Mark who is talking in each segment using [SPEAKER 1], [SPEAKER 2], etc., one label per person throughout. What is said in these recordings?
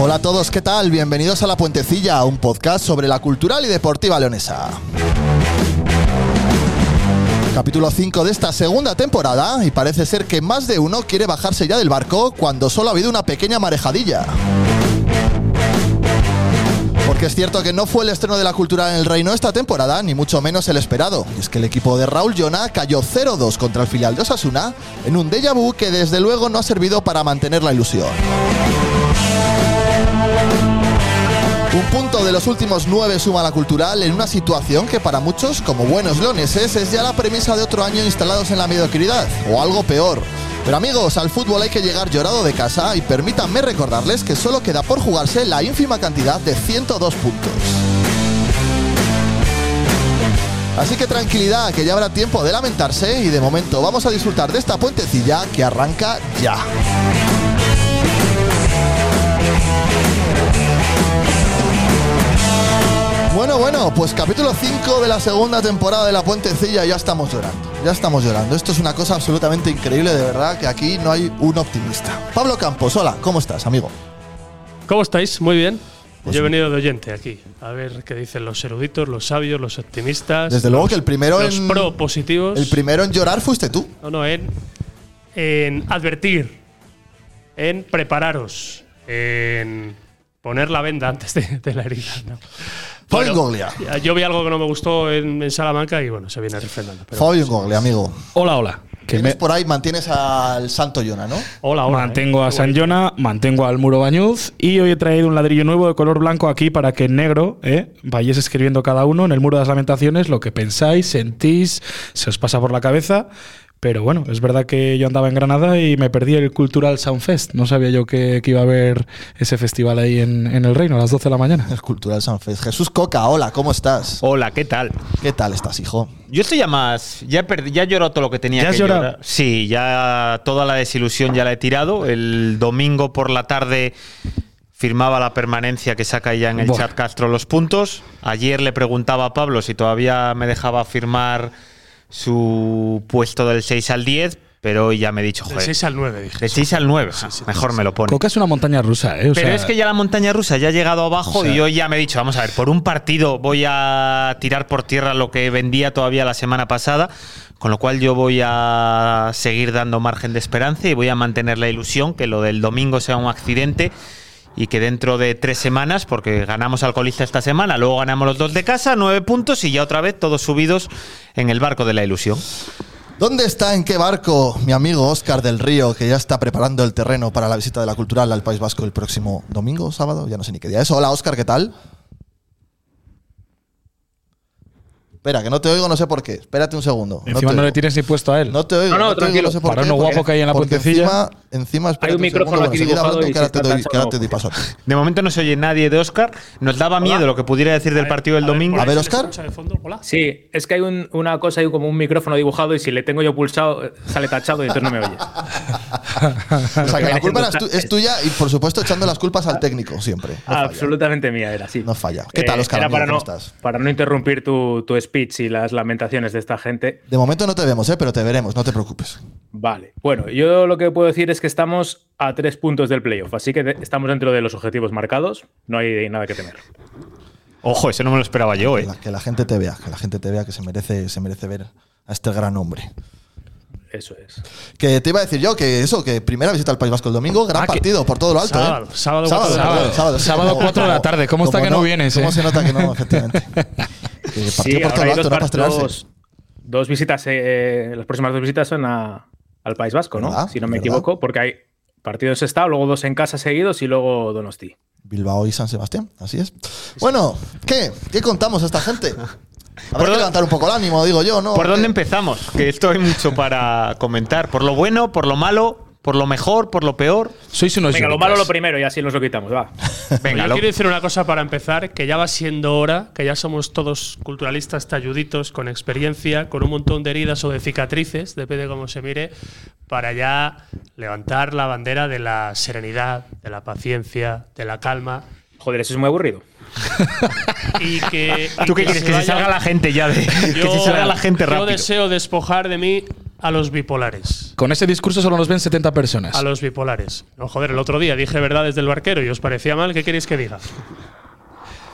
[SPEAKER 1] Hola a todos, ¿qué tal? Bienvenidos a La Puentecilla, un podcast sobre la cultural y deportiva leonesa. Capítulo 5 de esta segunda temporada y parece ser que más de uno quiere bajarse ya del barco cuando solo ha habido una pequeña marejadilla. Porque es cierto que no fue el estreno de la cultural en el reino esta temporada, ni mucho menos el esperado. Y es que el equipo de Raúl Llona cayó 0-2 contra el filial de Osasuna en un déjà vu que desde luego no ha servido para mantener la ilusión. Un punto de los últimos nueve suma a la cultural en una situación que para muchos, como buenos leoneses, es ya la premisa de otro año instalados en la mediocridad, o algo peor. Pero amigos, al fútbol hay que llegar llorado de casa y permítanme recordarles que solo queda por jugarse la ínfima cantidad de 102 puntos. Así que tranquilidad, que ya habrá tiempo de lamentarse y de momento vamos a disfrutar de esta puentecilla que arranca ya. Bueno, bueno, pues capítulo 5 de la segunda temporada de La Puentecilla, ya estamos llorando, ya estamos llorando. Esto es una cosa absolutamente increíble, de verdad, que aquí no hay un optimista. Pablo Campos, hola, ¿cómo estás, amigo?
[SPEAKER 2] ¿Cómo estáis? Muy bien.
[SPEAKER 1] Pues
[SPEAKER 2] Yo he
[SPEAKER 1] sí.
[SPEAKER 2] venido de oyente aquí, a ver qué dicen los eruditos, los sabios, los optimistas.
[SPEAKER 1] Desde luego
[SPEAKER 2] los-
[SPEAKER 1] que el primero
[SPEAKER 2] los
[SPEAKER 1] en-
[SPEAKER 2] propositivos.
[SPEAKER 1] El primero en llorar fuiste tú.
[SPEAKER 2] no, no, en, en advertir, en prepararos, en poner la venda antes de, de la herida. ¿no?
[SPEAKER 1] Fabián
[SPEAKER 2] Bueno,
[SPEAKER 1] Goglia.
[SPEAKER 2] Yo vi algo que no me gustó en, en Salamanca y bueno, se viene refrendando. pero-
[SPEAKER 1] Fabián Goglia, amigo.
[SPEAKER 3] Hola, hola. Que
[SPEAKER 1] Tienes
[SPEAKER 3] me-
[SPEAKER 1] por ahí, mantienes al santo Yona, ¿no?
[SPEAKER 2] hola, hola.
[SPEAKER 3] mantengo
[SPEAKER 2] eh.
[SPEAKER 3] a
[SPEAKER 2] Qué
[SPEAKER 3] San
[SPEAKER 2] bonito.
[SPEAKER 3] Jona, mantengo al Muro Bañuz y hoy he traído un ladrillo nuevo de color blanco aquí para que en negro eh, vayáis escribiendo cada uno en el Muro de las Lamentaciones lo que pensáis, sentís, se os pasa por la cabeza. Pero bueno, es verdad que yo andaba en Granada y me perdí el Cultural Sound Fest. No sabía yo que, que iba a haber ese festival ahí en, en el Reino a las 12 de la mañana.
[SPEAKER 1] Es Cultural San Fest. Jesús Coca, hola, ¿cómo estás?
[SPEAKER 3] Oh.
[SPEAKER 4] Hola, ¿qué tal?
[SPEAKER 1] ¿Qué tal estás, hijo?
[SPEAKER 4] Yo estoy ya más. Ya he, perdi- ya he llorado todo lo que tenía
[SPEAKER 3] ¿Ya has
[SPEAKER 4] que
[SPEAKER 3] llorado?
[SPEAKER 4] llorar. Sí, ya toda la desilusión ya la he tirado. El domingo por la tarde firmaba la permanencia que saca ya en el
[SPEAKER 3] Buah.
[SPEAKER 4] chat Castro los puntos. Ayer le preguntaba a Pablo si todavía me dejaba firmar su puesto del 6 al 10, pero hoy ya me he dicho,
[SPEAKER 2] Del
[SPEAKER 4] joder.
[SPEAKER 2] 6 al 9, dije.
[SPEAKER 4] del 6 al 9, ja, mejor me lo pone.
[SPEAKER 3] Coca es una montaña rusa, ¿eh? O
[SPEAKER 4] Pero
[SPEAKER 3] sea,
[SPEAKER 4] es que ya la montaña rusa ya ha llegado abajo
[SPEAKER 3] O sea-
[SPEAKER 4] y yo ya me he dicho, vamos a ver, por un partido voy a tirar por tierra lo que vendía todavía la semana pasada, con lo cual yo voy a seguir dando margen de esperanza y voy a mantener la ilusión que lo del domingo sea un accidente y que dentro de tres semanas, porque ganamos al colista esta semana, luego ganamos los dos de casa, nueve puntos y ya otra vez todos subidos en el barco de la ilusión.
[SPEAKER 1] ¿Dónde está, en qué barco, mi amigo Óscar del Río, que ya está preparando el terreno para la visita de la cultural al País Vasco el próximo domingo, sábado? Ya no sé ni qué día es. Hola, Óscar, ¿qué tal? Espera, que no te oigo, no sé por qué. Espérate un segundo.
[SPEAKER 3] Encima
[SPEAKER 1] te
[SPEAKER 3] no le
[SPEAKER 1] oigo.
[SPEAKER 3] tienes ni puesto a él.
[SPEAKER 1] No te oigo.
[SPEAKER 2] No, no,
[SPEAKER 1] te oigo,
[SPEAKER 2] tranquilo.
[SPEAKER 1] sé por
[SPEAKER 3] Para
[SPEAKER 1] qué,
[SPEAKER 3] uno
[SPEAKER 1] porque-
[SPEAKER 3] guapo que hay en la
[SPEAKER 1] porque
[SPEAKER 3] puentecilla.
[SPEAKER 1] Encima, encima espérate un
[SPEAKER 2] micrófono
[SPEAKER 1] segundo,
[SPEAKER 2] aquí
[SPEAKER 1] bueno, seguir
[SPEAKER 2] dibujado
[SPEAKER 1] hablando
[SPEAKER 2] y
[SPEAKER 1] que ahora
[SPEAKER 2] se
[SPEAKER 1] te
[SPEAKER 2] está
[SPEAKER 1] doy- que
[SPEAKER 2] tachando.
[SPEAKER 1] ahora te doy paso a ti.
[SPEAKER 4] De momento no se oye nadie de Oscar. Nos daba miedo lo que pudiera decir del partido del domingo.
[SPEAKER 1] A ver,
[SPEAKER 2] ¿se le
[SPEAKER 1] Óscar.
[SPEAKER 2] escucha de fondo? Hola.
[SPEAKER 5] Sí, es que hay un- una cosa, hay como un micrófono dibujado y si le tengo yo pulsado eh, sale tachado y entonces no me oye.
[SPEAKER 1] O sea, que la
[SPEAKER 5] viene
[SPEAKER 1] culpa
[SPEAKER 5] siendo
[SPEAKER 1] es tu- es tuya y, por supuesto, echando las culpas al técnico siempre. No
[SPEAKER 2] Ah,
[SPEAKER 1] falla.
[SPEAKER 5] Absolutamente mía era, sí. Eh,
[SPEAKER 1] No falla. ¿eh? ¿Qué
[SPEAKER 2] Eh,
[SPEAKER 1] tal, Óscar,
[SPEAKER 5] Era
[SPEAKER 1] amigo?
[SPEAKER 5] para no,
[SPEAKER 1] ¿Cómo estás?
[SPEAKER 5] para no interrumpir tu, tu speech y las lamentaciones de esta gente.
[SPEAKER 1] De momento no te vemos, ¿eh? pero te veremos, no te preocupes.
[SPEAKER 5] Vale. Bueno, yo lo que puedo decir es que estamos a tres puntos del playoff, así que de- estamos dentro de los objetivos marcados. No hay nada que temer.
[SPEAKER 4] Ojo, ese no me lo esperaba yo,
[SPEAKER 1] Que
[SPEAKER 4] eh.
[SPEAKER 1] la, que la gente te vea, que la gente te vea que se merece, se merece ver a este gran hombre.
[SPEAKER 5] Eso es.
[SPEAKER 1] Que te iba a decir yo que eso, que primera visita al País Vasco el domingo, gran
[SPEAKER 3] Ah, que-
[SPEAKER 1] partido por todo lo alto.
[SPEAKER 3] Sábado,
[SPEAKER 1] ¿eh?
[SPEAKER 3] sábado, cuatro de la
[SPEAKER 1] perdón,
[SPEAKER 3] tarde.
[SPEAKER 1] sí,
[SPEAKER 3] Sábado,
[SPEAKER 1] como-
[SPEAKER 3] cuatro de la tarde. ¿Cómo está
[SPEAKER 1] como
[SPEAKER 3] que no vienes,
[SPEAKER 1] ¿Cómo
[SPEAKER 3] eh?
[SPEAKER 1] se nota que no, efectivamente? Que partido por ¿eh? todo
[SPEAKER 5] ahora
[SPEAKER 1] lo
[SPEAKER 5] hay
[SPEAKER 1] alto, no
[SPEAKER 5] dos,
[SPEAKER 1] para
[SPEAKER 5] par-
[SPEAKER 1] estrenarse.
[SPEAKER 5] dos- dos visitas, eh, las próximas dos visitas son a- al País Vasco, ¿no?
[SPEAKER 1] ¿Verdad?
[SPEAKER 5] Si no me
[SPEAKER 1] ¿Verdad?
[SPEAKER 5] equivoco, porque hay partido en Sestao, luego dos en casa seguidos y luego Donosti.
[SPEAKER 1] Pues Bilbao y San Sebastián, así es. Bueno, ¿qué? ¿Qué contamos a esta gente? Habrá que
[SPEAKER 4] dónde-
[SPEAKER 1] levantar un poco el ánimo, digo yo, ¿no?
[SPEAKER 4] ¿Por dónde
[SPEAKER 1] ¿Qué?
[SPEAKER 4] empezamos? Que esto hay mucho para comentar. Por lo bueno, por lo malo, por lo mejor, por lo peor.
[SPEAKER 3] Sois unos
[SPEAKER 5] Venga, lo
[SPEAKER 3] yuricas.
[SPEAKER 5] malo
[SPEAKER 1] pues
[SPEAKER 5] lo primero y así nos lo quitamos, va.
[SPEAKER 4] Venga,
[SPEAKER 2] Yo
[SPEAKER 4] lo-
[SPEAKER 2] quiero decir una cosa para empezar, que ya va siendo hora, que ya somos todos culturalistas talluditos, con experiencia, con un montón de heridas o de cicatrices, depende de cómo se mire, para ya levantar la bandera de la serenidad, de la paciencia, de la calma.
[SPEAKER 5] Joder, eso es muy aburrido.
[SPEAKER 2] Y que, y
[SPEAKER 4] ¿Tú qué quieres? Que se
[SPEAKER 2] vaya-
[SPEAKER 4] salga la gente ya de. que se salga la gente
[SPEAKER 2] yo
[SPEAKER 4] rápido.
[SPEAKER 2] deseo despojar de mí a los bipolares.
[SPEAKER 3] Con ese discurso solo nos ven 70 personas.
[SPEAKER 2] A los bipolares. No, joder, el otro día dije verdades del barquero y os parecía mal. ¿Qué queréis que diga?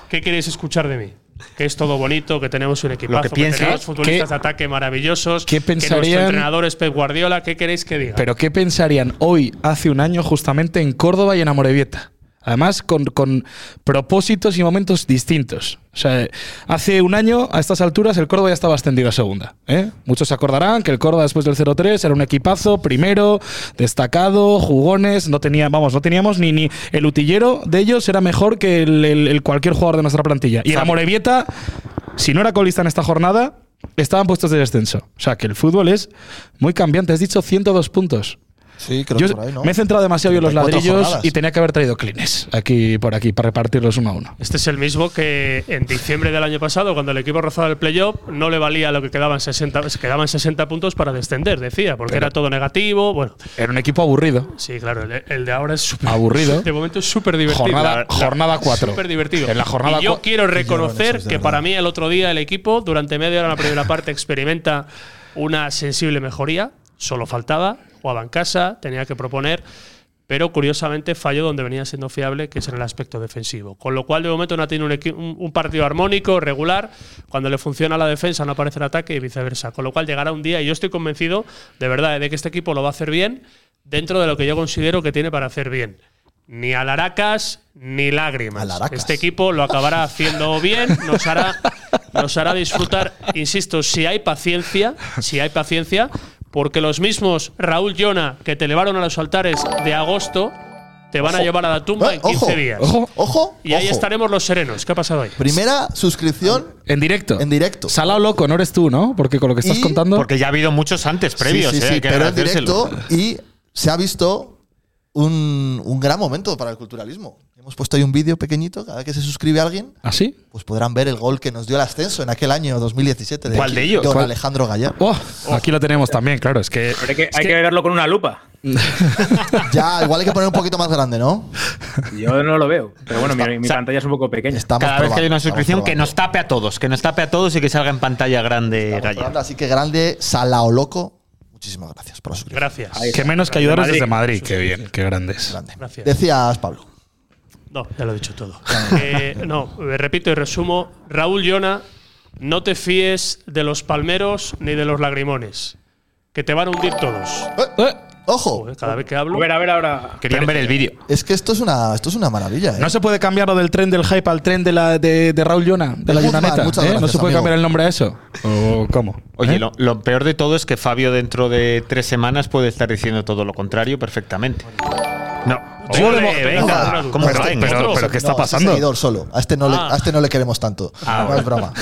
[SPEAKER 2] ¿Qué queréis escuchar de mí? Que es todo bonito, que tenemos un equipazo, que,
[SPEAKER 4] piense-
[SPEAKER 2] tenemos futbolistas de
[SPEAKER 3] ¿Qué-
[SPEAKER 2] ataque maravillosos,
[SPEAKER 3] qué
[SPEAKER 2] que nuestro
[SPEAKER 3] pensarían-
[SPEAKER 2] entrenador es Pep Guardiola. ¿Qué queréis que diga?
[SPEAKER 3] Pero ¿qué pensarían hoy, hace un año, justamente en Córdoba y en Amorebieta? Además, con, con propósitos y momentos distintos. O sea, hace un año, a estas alturas, el Córdoba ya estaba ascendido a segunda. ¿eh? Muchos se acordarán que el Córdoba después del 0-3 era un equipazo, primero, destacado, jugones, no tenía, vamos, no teníamos ni, ni el utillero de ellos era mejor que el, el- el cualquier jugador de nuestra plantilla. Y el Amorebieta, si no era colista en esta jornada, estaban puestos de descenso. O sea, que el fútbol es muy cambiante. Has dicho 102 puntos.
[SPEAKER 1] Sí, creo
[SPEAKER 3] Yo
[SPEAKER 1] que por ahí, ¿no?
[SPEAKER 3] me he centrado demasiado yo en los
[SPEAKER 1] 34
[SPEAKER 3] ladrillos
[SPEAKER 1] jornadas.
[SPEAKER 3] y tenía que haber traído clines aquí por aquí para repartirlos uno a uno.
[SPEAKER 2] Este es el mismo que en diciembre del año pasado, cuando el equipo rozaba el playoff, no le valía lo que quedaban 60, se quedaban 60 puntos para descender, decía, porque
[SPEAKER 3] Pero-
[SPEAKER 2] era todo negativo. Bueno,
[SPEAKER 3] Era un equipo aburrido.
[SPEAKER 2] sí, claro, el, el de ahora es súper
[SPEAKER 3] Aburrido.
[SPEAKER 2] De momento es súper divertido.
[SPEAKER 3] Jornada- jornada cuatro.
[SPEAKER 2] Súper divertido.
[SPEAKER 3] En la jornada
[SPEAKER 2] y yo
[SPEAKER 3] cua-
[SPEAKER 2] quiero reconocer
[SPEAKER 1] es de
[SPEAKER 2] que
[SPEAKER 1] verdad.
[SPEAKER 2] para mí el otro día el equipo, durante media hora en la primera parte, experimenta una sensible mejoría. Solo faltaba, jugaba en casa, tenía que proponer. Pero curiosamente falló donde venía siendo fiable, que es en el aspecto defensivo. Con lo cual, de momento, no ha tenido un, equi- un- un partido armónico, regular. Cuando le funciona la defensa, no aparece el ataque y viceversa. Con lo cual, llegará un día, y yo estoy convencido, de verdad, de que este equipo lo va a hacer bien dentro de lo que yo considero que tiene para hacer bien. Ni alaracas, ni lágrimas.
[SPEAKER 1] Alaracas.
[SPEAKER 2] Este equipo lo acabará haciendo bien, nos hará, nos hará disfrutar, insisto, si hay paciencia, si hay paciencia, porque los mismos Raúl Llona que te elevaron a los altares de agosto te van a llevar a la tumba
[SPEAKER 1] Eh,
[SPEAKER 2] en 15
[SPEAKER 1] ojo,
[SPEAKER 2] días.
[SPEAKER 1] Ojo, ojo.
[SPEAKER 2] y ahí
[SPEAKER 1] ojo.
[SPEAKER 2] estaremos los serenos. ¿Qué ha pasado ahí?
[SPEAKER 1] Primera suscripción
[SPEAKER 3] En directo.
[SPEAKER 1] En directo.
[SPEAKER 3] Salao loco, no eres tú, ¿no? Porque con lo que estás
[SPEAKER 1] Y-
[SPEAKER 3] contando.
[SPEAKER 4] Porque ya ha habido muchos antes previos,
[SPEAKER 1] Sí, sí,
[SPEAKER 4] eh,
[SPEAKER 1] sí,
[SPEAKER 4] hay que
[SPEAKER 1] pero en
[SPEAKER 4] agradecérselo.
[SPEAKER 1] directo y se ha visto un, un gran momento para el culturalismo. Hemos puesto ahí un vídeo pequeñito, cada vez que se suscribe alguien,
[SPEAKER 3] ¿Así?
[SPEAKER 1] pues podrán ver el gol que nos dio el ascenso en aquel año 2017 de,
[SPEAKER 4] ¿Cuál de ellos?
[SPEAKER 1] don
[SPEAKER 4] ¿Cuál?
[SPEAKER 1] Alejandro Gallar.
[SPEAKER 3] Oh, aquí lo tenemos también, claro. Es que.
[SPEAKER 5] Pero hay que, hay que verlo con una lupa.
[SPEAKER 1] Ya, igual hay que poner un poquito más grande, ¿no?
[SPEAKER 5] Yo no lo veo. Pero bueno, mi, mi
[SPEAKER 4] sea,
[SPEAKER 5] pantalla es un poco pequeña.
[SPEAKER 1] Estamos
[SPEAKER 4] Cada vez que hay una
[SPEAKER 1] probando,
[SPEAKER 4] suscripción,
[SPEAKER 1] estamos
[SPEAKER 4] que nos tape a todos, que nos tape a todos y que salga en pantalla grande
[SPEAKER 1] probando, estamos
[SPEAKER 4] Gaya.
[SPEAKER 1] probando. Así que grande, Salao Loco. Muchísimas gracias por la suscripción.
[SPEAKER 2] Gracias.
[SPEAKER 3] Que menos que
[SPEAKER 5] Desde
[SPEAKER 3] ayudaros
[SPEAKER 5] Madrid.
[SPEAKER 3] desde Madrid. Qué bien, qué grandes.
[SPEAKER 1] Grande.
[SPEAKER 2] Gracias.
[SPEAKER 1] Decías, Pablo.
[SPEAKER 2] No, ya lo he dicho todo. Eh, no, eh, repito y resumo. Raúl Llona, no te fíes de los palmeros ni de los lagrimones, que te van a hundir todos.
[SPEAKER 1] Eh,
[SPEAKER 3] Eh,
[SPEAKER 1] ¡Ojo!
[SPEAKER 2] Joder, cada vez que hablo.
[SPEAKER 5] A ver, a ver ahora.
[SPEAKER 4] Querían ver el vídeo.
[SPEAKER 1] Es que esto es una, esto es una maravilla, ¿eh?
[SPEAKER 3] No se puede cambiar lo del tren del hype al tren de, la, de, de Raúl Llona, de la
[SPEAKER 1] Guzmán,
[SPEAKER 3] Llonaneta.
[SPEAKER 1] muchas
[SPEAKER 3] ¿eh? No
[SPEAKER 1] gracias,
[SPEAKER 3] se puede
[SPEAKER 1] amigo.
[SPEAKER 3] cambiar el nombre a eso. ¿O cómo?
[SPEAKER 4] Oye,
[SPEAKER 3] ¿Eh?
[SPEAKER 4] lo, lo peor de todo es que Fabio dentro de tres semanas puede estar diciendo todo lo contrario perfectamente. No, Juego de mo- venga, como
[SPEAKER 1] Pero
[SPEAKER 4] estén.
[SPEAKER 1] este-
[SPEAKER 4] Pero-
[SPEAKER 1] otro-
[SPEAKER 4] pero ¿qué está
[SPEAKER 1] no, es un
[SPEAKER 4] pasando?
[SPEAKER 1] seguidor solo. A este no le,
[SPEAKER 4] Ah.
[SPEAKER 1] a este no le queremos tanto.
[SPEAKER 4] Ah,
[SPEAKER 1] no
[SPEAKER 4] bueno.
[SPEAKER 1] es broma.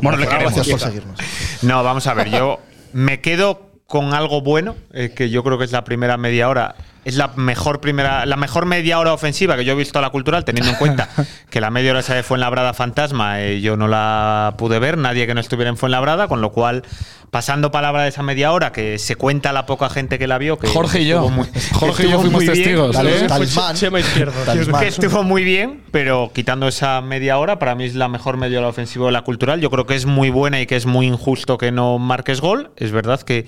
[SPEAKER 4] Bueno, le
[SPEAKER 1] Gracias
[SPEAKER 4] queremos.
[SPEAKER 1] por seguirnos.
[SPEAKER 4] No, vamos a ver, yo me quedo con algo bueno, eh, que yo creo que es la primera media hora. Es la mejor primera, la mejor media hora ofensiva que yo he visto a la cultural, teniendo en cuenta que la media hora esa de Fuenlabrada Fantasma eh, yo no la pude ver, nadie que no estuviera en Fuenlabrada, con lo cual, pasando palabra de esa media hora, que se cuenta la poca gente que la vio. Que
[SPEAKER 3] Jorge y yo.
[SPEAKER 4] estuvo muy-
[SPEAKER 3] Jorge y yo
[SPEAKER 4] estuvo
[SPEAKER 3] fuimos
[SPEAKER 4] muy bien,
[SPEAKER 3] testigos.
[SPEAKER 4] tal vez,
[SPEAKER 3] ¿eh?
[SPEAKER 1] Talismán.
[SPEAKER 2] Chema izquierdo.
[SPEAKER 1] Talismán.
[SPEAKER 4] que estuvo muy bien, pero quitando esa media hora, para mí es la mejor media hora ofensiva de la cultural. Yo creo que es muy buena y que es muy injusto que no marques gol. Es verdad que,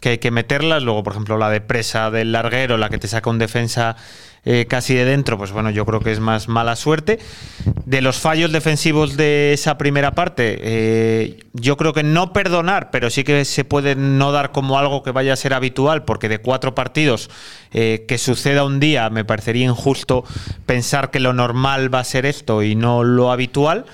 [SPEAKER 4] que hay que meterlas. Luego, por ejemplo, la de presa del larguero, la que te saca un defensa eh, casi de dentro, pues bueno, yo creo que es más mala suerte. De los fallos defensivos de esa primera parte, eh, yo creo que no perdonar, pero sí que se puede no dar como algo que vaya a ser habitual, porque de cuatro partidos eh, que suceda un día, me parecería injusto pensar que lo normal va a ser esto y no lo habitual.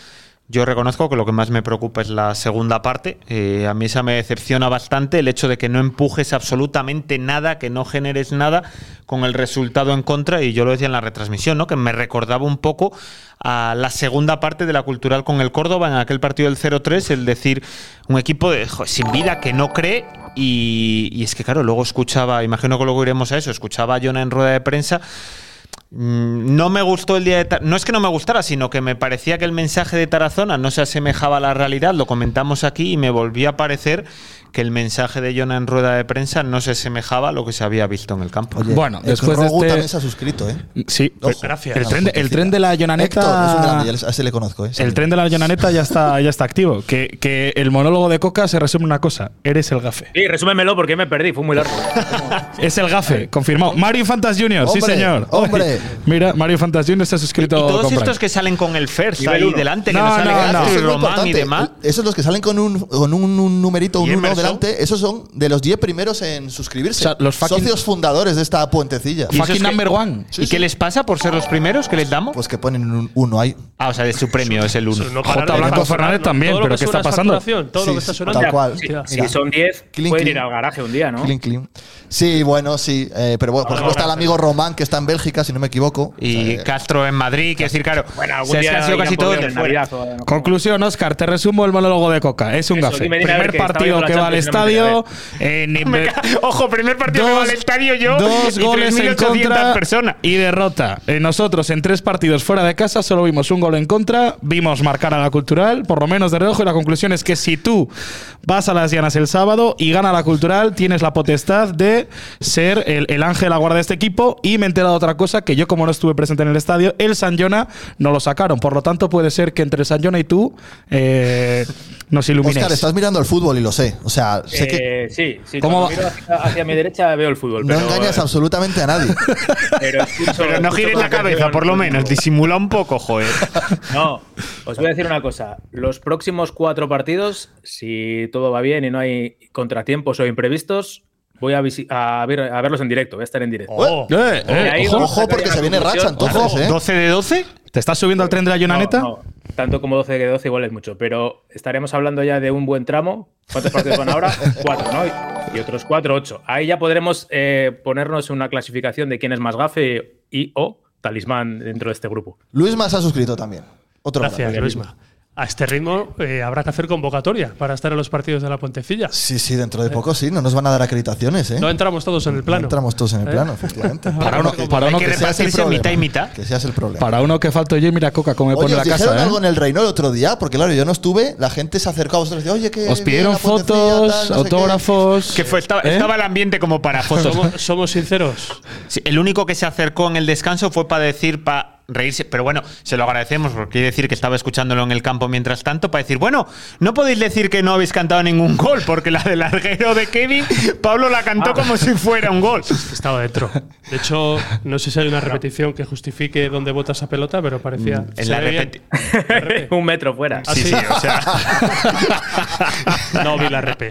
[SPEAKER 4] Yo reconozco que lo que más me preocupa es la segunda parte. Eh, a mí esa me decepciona bastante el hecho de que no empujes absolutamente nada, que no generes nada con el resultado en contra. Y yo lo decía en la retransmisión, ¿no? que me recordaba un poco a la segunda parte de la cultural con el Córdoba en aquel partido del 0-3. El decir, un equipo de, jo, sin vida que no cree. Y, y es que, claro, luego escuchaba, imagino que luego iremos a eso, escuchaba a Jonah en rueda de prensa. Mm, No me gustó el día de Tar- No es que no me gustara, sino que me parecía que el mensaje de Tarazona no se asemejaba a la realidad. Lo comentamos aquí y me volvió a parecer que el mensaje de Jonah en rueda de prensa no se asemejaba a lo que se había visto en el campo.
[SPEAKER 1] Oye,
[SPEAKER 3] Bueno,
[SPEAKER 1] eh,
[SPEAKER 3] después de
[SPEAKER 1] Rogu
[SPEAKER 3] este-
[SPEAKER 1] también se ha suscrito, ¿eh?
[SPEAKER 3] Sí,
[SPEAKER 1] Ojo.
[SPEAKER 2] gracias.
[SPEAKER 3] El tren, de, el tren de la Jonaneta.
[SPEAKER 1] Héctor, es un grande, ya le- a ese le conozco, ¿eh?
[SPEAKER 3] El tren de la Jonaneta ya está, ya está activo. Que, que el monólogo de Coca se resume en una cosa: eres el gafe.
[SPEAKER 5] Sí, resúmemelo porque me perdí, fue muy largo.
[SPEAKER 3] Es el gafe, confirmado. Mario Fantas Jr., sí
[SPEAKER 1] Hombre,
[SPEAKER 3] señor.
[SPEAKER 1] hombre.
[SPEAKER 3] Ay, Mira, Mario Fantas Jr. está suscrito.
[SPEAKER 4] Y todos
[SPEAKER 3] con Prime.
[SPEAKER 4] estos que salen con el first
[SPEAKER 5] Nivel
[SPEAKER 4] ahí
[SPEAKER 5] uno.
[SPEAKER 4] delante, que
[SPEAKER 3] No,
[SPEAKER 4] Ah, no, sale
[SPEAKER 3] no,
[SPEAKER 4] Castro
[SPEAKER 3] no.
[SPEAKER 1] Eso
[SPEAKER 4] y
[SPEAKER 1] es Ah, muy
[SPEAKER 4] Román y
[SPEAKER 1] importante.
[SPEAKER 4] demás.
[SPEAKER 1] El- Esos los que salen con un, con un, un numerito, un
[SPEAKER 4] ¿Y
[SPEAKER 1] uno
[SPEAKER 4] Emerson?
[SPEAKER 1] delante, esos son de los 10 primeros en suscribirse.
[SPEAKER 3] O sea, los fucking-
[SPEAKER 1] Socios fundadores de esta puentecilla.
[SPEAKER 4] Y eso
[SPEAKER 3] Fucking
[SPEAKER 4] es que-
[SPEAKER 3] number one.
[SPEAKER 4] ¿Y qué les pasa por ser los primeros que les damos?
[SPEAKER 1] Pues que ponen un uno ahí.
[SPEAKER 4] Ah, o sea, de su premio es el uno.
[SPEAKER 2] Eso, no
[SPEAKER 3] J.
[SPEAKER 2] parar de
[SPEAKER 3] Blanco
[SPEAKER 2] facturar,
[SPEAKER 3] Fernández
[SPEAKER 2] ¿no?
[SPEAKER 3] también,
[SPEAKER 2] Todo lo
[SPEAKER 3] pero
[SPEAKER 2] que
[SPEAKER 3] ¿qué
[SPEAKER 2] suena
[SPEAKER 3] está
[SPEAKER 2] es
[SPEAKER 3] pasando?
[SPEAKER 2] facturación, Todo lo
[SPEAKER 1] Sí,
[SPEAKER 2] que está
[SPEAKER 1] sí,
[SPEAKER 2] sonando.
[SPEAKER 1] tal cual.
[SPEAKER 5] Si,
[SPEAKER 1] Mira.
[SPEAKER 5] si son 10,
[SPEAKER 1] Clean,
[SPEAKER 5] pueden
[SPEAKER 1] clean.
[SPEAKER 5] ir al garaje un día, ¿no?
[SPEAKER 1] Clean, clean. Sí, bueno, sí. eh, pero bueno, por ejemplo, está el amigo Román, que está en Bélgica, si no me equivoco.
[SPEAKER 4] Y Castro en Madrid, quiero decir, claro.
[SPEAKER 5] Bueno, algún
[SPEAKER 4] se ha
[SPEAKER 5] día
[SPEAKER 4] sido casi
[SPEAKER 5] irán
[SPEAKER 4] todo
[SPEAKER 5] por
[SPEAKER 4] de
[SPEAKER 5] en
[SPEAKER 4] fuera.
[SPEAKER 5] Navidad o-
[SPEAKER 3] Conclusión, Oscar, te resumo el monólogo de Coca. Es un
[SPEAKER 5] Eso,
[SPEAKER 3] gafe.
[SPEAKER 5] dime, dime, a ver,
[SPEAKER 3] Primer
[SPEAKER 5] que estaba
[SPEAKER 3] partido
[SPEAKER 5] viendo
[SPEAKER 3] que
[SPEAKER 5] la
[SPEAKER 3] va al
[SPEAKER 5] Champions, dime, a ver.
[SPEAKER 3] estadio. eh, ni-
[SPEAKER 4] Me ca- Ojo, primer partido que va al estadio yo.
[SPEAKER 3] Dos
[SPEAKER 4] y
[SPEAKER 3] goles en
[SPEAKER 4] 3.800
[SPEAKER 3] contra
[SPEAKER 4] personas.
[SPEAKER 3] y derrota. Eh, nosotros en tres partidos fuera de casa solo vimos un gol en contra, vimos marcar a la cultural, por lo menos de reojo, y la conclusión es que si tú vas a las llanas el sábado y gana la cultural, tienes la potestad de ser el, el ángel de la guarda de este equipo. Y me he enterado de otra cosa, que yo como no estuve presente en el estadio, el San Jona no lo sacaron. Por lo tanto, puede ser que entre el San Jona y tú eh, nos ilumines.
[SPEAKER 1] Oscar, estás mirando el fútbol y lo sé. O sea, sé que
[SPEAKER 5] Eh, sí, sí.
[SPEAKER 3] ¿Cómo
[SPEAKER 5] cuando
[SPEAKER 3] va?
[SPEAKER 5] miro hacia, hacia mi derecha veo el fútbol.
[SPEAKER 1] no
[SPEAKER 5] pero,
[SPEAKER 1] engañas
[SPEAKER 5] eh,
[SPEAKER 1] absolutamente a nadie.
[SPEAKER 5] Pero, escucho-
[SPEAKER 4] Pero no
[SPEAKER 5] escucho
[SPEAKER 4] gires
[SPEAKER 5] con
[SPEAKER 4] la cabeza,
[SPEAKER 5] atención.
[SPEAKER 4] por lo menos. Disimula un poco, joder.
[SPEAKER 5] No, os voy a decir una cosa. Los próximos cuatro partidos, si todo va bien y no hay contratiempos o imprevistos, voy a, visi- a ver- a verlos en directo. Voy a estar en directo.
[SPEAKER 4] Oh.
[SPEAKER 3] Eh,
[SPEAKER 5] Y
[SPEAKER 3] eh,
[SPEAKER 5] ahí
[SPEAKER 3] ojo,
[SPEAKER 5] vamos a
[SPEAKER 1] Ojo, porque
[SPEAKER 5] sacar
[SPEAKER 1] se viene
[SPEAKER 5] la
[SPEAKER 1] racha
[SPEAKER 5] conclusión.
[SPEAKER 1] entonces, ¿eh?
[SPEAKER 4] ¿12 de 12?
[SPEAKER 3] ¿Te estás subiendo al tren de la
[SPEAKER 5] No,
[SPEAKER 3] Jonaneta?
[SPEAKER 5] no, tanto como 12 que 12 igual es mucho, pero estaremos hablando ya de un buen tramo. ¿Cuántos partidos van ahora? cuatro, ¿no? Y- Y otros cuatro, ocho. Ahí ya podremos eh, ponernos una clasificación de quién es más gafe y o talismán dentro de este grupo.
[SPEAKER 1] Luisma se ha suscrito también. Otro
[SPEAKER 2] Gracias,
[SPEAKER 1] grande.
[SPEAKER 2] Luisma. A este ritmo eh, habrá que hacer convocatoria para estar en los partidos de la Puentecilla.
[SPEAKER 1] Sí, sí, dentro
[SPEAKER 3] Eh.
[SPEAKER 1] de poco sí. No nos van a dar acreditaciones, ¿eh?
[SPEAKER 2] No entramos todos en el plano.
[SPEAKER 1] entramos todos en el
[SPEAKER 2] ¿Eh?
[SPEAKER 1] plano, efectivamente.
[SPEAKER 3] Para uno- para
[SPEAKER 4] Hay
[SPEAKER 3] uno
[SPEAKER 4] que
[SPEAKER 3] que
[SPEAKER 1] seas el
[SPEAKER 4] repartirse
[SPEAKER 1] problema.
[SPEAKER 4] mitad y mitad.
[SPEAKER 1] Que seas el problema.
[SPEAKER 3] Para uno que falto yo, mira Coca cómo me pone
[SPEAKER 1] Oye,
[SPEAKER 3] la
[SPEAKER 1] os dijeron
[SPEAKER 3] casa. ¿eh?
[SPEAKER 1] algo en el reino el otro día, porque claro, yo no estuve, la gente se acercó a vosotros y decía, oye, que.
[SPEAKER 3] Os
[SPEAKER 1] bien,
[SPEAKER 3] pidieron
[SPEAKER 1] la Pontecilla, tal,
[SPEAKER 3] fotos,
[SPEAKER 1] no sé qué".
[SPEAKER 3] autógrafos.
[SPEAKER 4] Que fue, estaba,
[SPEAKER 3] ¿Eh?
[SPEAKER 4] estaba el ambiente como para fotos.
[SPEAKER 2] Pues Somos, somos sinceros.
[SPEAKER 4] Sí, el único que se acercó en el descanso fue para decir, para reírse, pero bueno, se lo agradecemos porque quiere decir que estaba escuchándolo en el campo mientras tanto, para decir, bueno, no podéis decir que no habéis cantado ningún gol, porque la del larguero de Kevin, Pablo la cantó como si fuera un gol.
[SPEAKER 2] Estaba dentro. De hecho, no sé si hay una repetición que justifique dónde bota esa pelota, pero parecía.
[SPEAKER 4] En
[SPEAKER 2] se
[SPEAKER 4] la
[SPEAKER 2] ve bien.
[SPEAKER 4] repeti-
[SPEAKER 5] Un metro fuera.
[SPEAKER 2] ¿Ah,
[SPEAKER 4] Mm, eh, Sí, sí, o sea.
[SPEAKER 2] No vi la RP.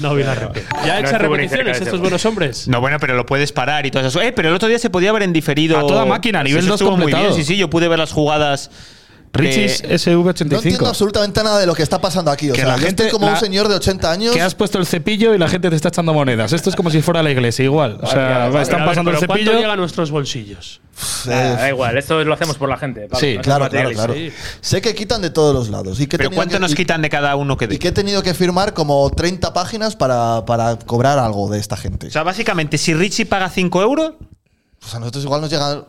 [SPEAKER 2] No vi la RP. Ya he
[SPEAKER 5] No
[SPEAKER 2] hecho
[SPEAKER 5] estuvo ni cerca
[SPEAKER 2] repeticiones
[SPEAKER 5] de
[SPEAKER 2] estos
[SPEAKER 5] serlo.
[SPEAKER 2] buenos hombres.
[SPEAKER 4] No, bueno, pero lo puedes parar y todo eso. Eh, pero el otro día se podía haber en diferido.
[SPEAKER 3] A toda máquina, a nivel
[SPEAKER 4] Eso
[SPEAKER 3] dos
[SPEAKER 4] estuvo muy
[SPEAKER 3] completado.
[SPEAKER 4] bien, sí, sí, yo pude ver las jugadas.
[SPEAKER 3] Richis
[SPEAKER 4] que-
[SPEAKER 3] SV85.
[SPEAKER 1] No entiendo absolutamente nada de lo que está pasando aquí. O
[SPEAKER 3] Que
[SPEAKER 1] sea,
[SPEAKER 3] la
[SPEAKER 1] yo
[SPEAKER 3] gente-
[SPEAKER 1] estoy como un
[SPEAKER 3] la-
[SPEAKER 1] señor de 80 años. eh,
[SPEAKER 3] Que has puesto el cepillo y la gente te está echando monedas. Esto es como si fuera la iglesia, igual. O sea,
[SPEAKER 2] Vale,
[SPEAKER 3] Eh, están
[SPEAKER 2] a ver,
[SPEAKER 3] pasando el
[SPEAKER 2] pero ¿cuánto
[SPEAKER 3] cepillo.
[SPEAKER 2] llega a nuestros bolsillos?
[SPEAKER 5] Ah, da igual, esto lo hacemos por la gente. Pablo,
[SPEAKER 3] Sí,
[SPEAKER 5] no es
[SPEAKER 1] Claro, claro,
[SPEAKER 5] materialista.
[SPEAKER 1] claro. Sé que quitan de todos los lados. Y que he
[SPEAKER 4] Pero
[SPEAKER 1] tenido
[SPEAKER 4] ¿cuánto
[SPEAKER 1] que-
[SPEAKER 4] nos
[SPEAKER 1] y-
[SPEAKER 4] quitan de cada uno que
[SPEAKER 1] Y
[SPEAKER 4] dé?
[SPEAKER 1] que he tenido que firmar como 30 páginas para, para cobrar algo de esta gente.
[SPEAKER 4] O sea, básicamente, si Richie paga 5 euros,
[SPEAKER 1] Pues a nosotros igual nos llega.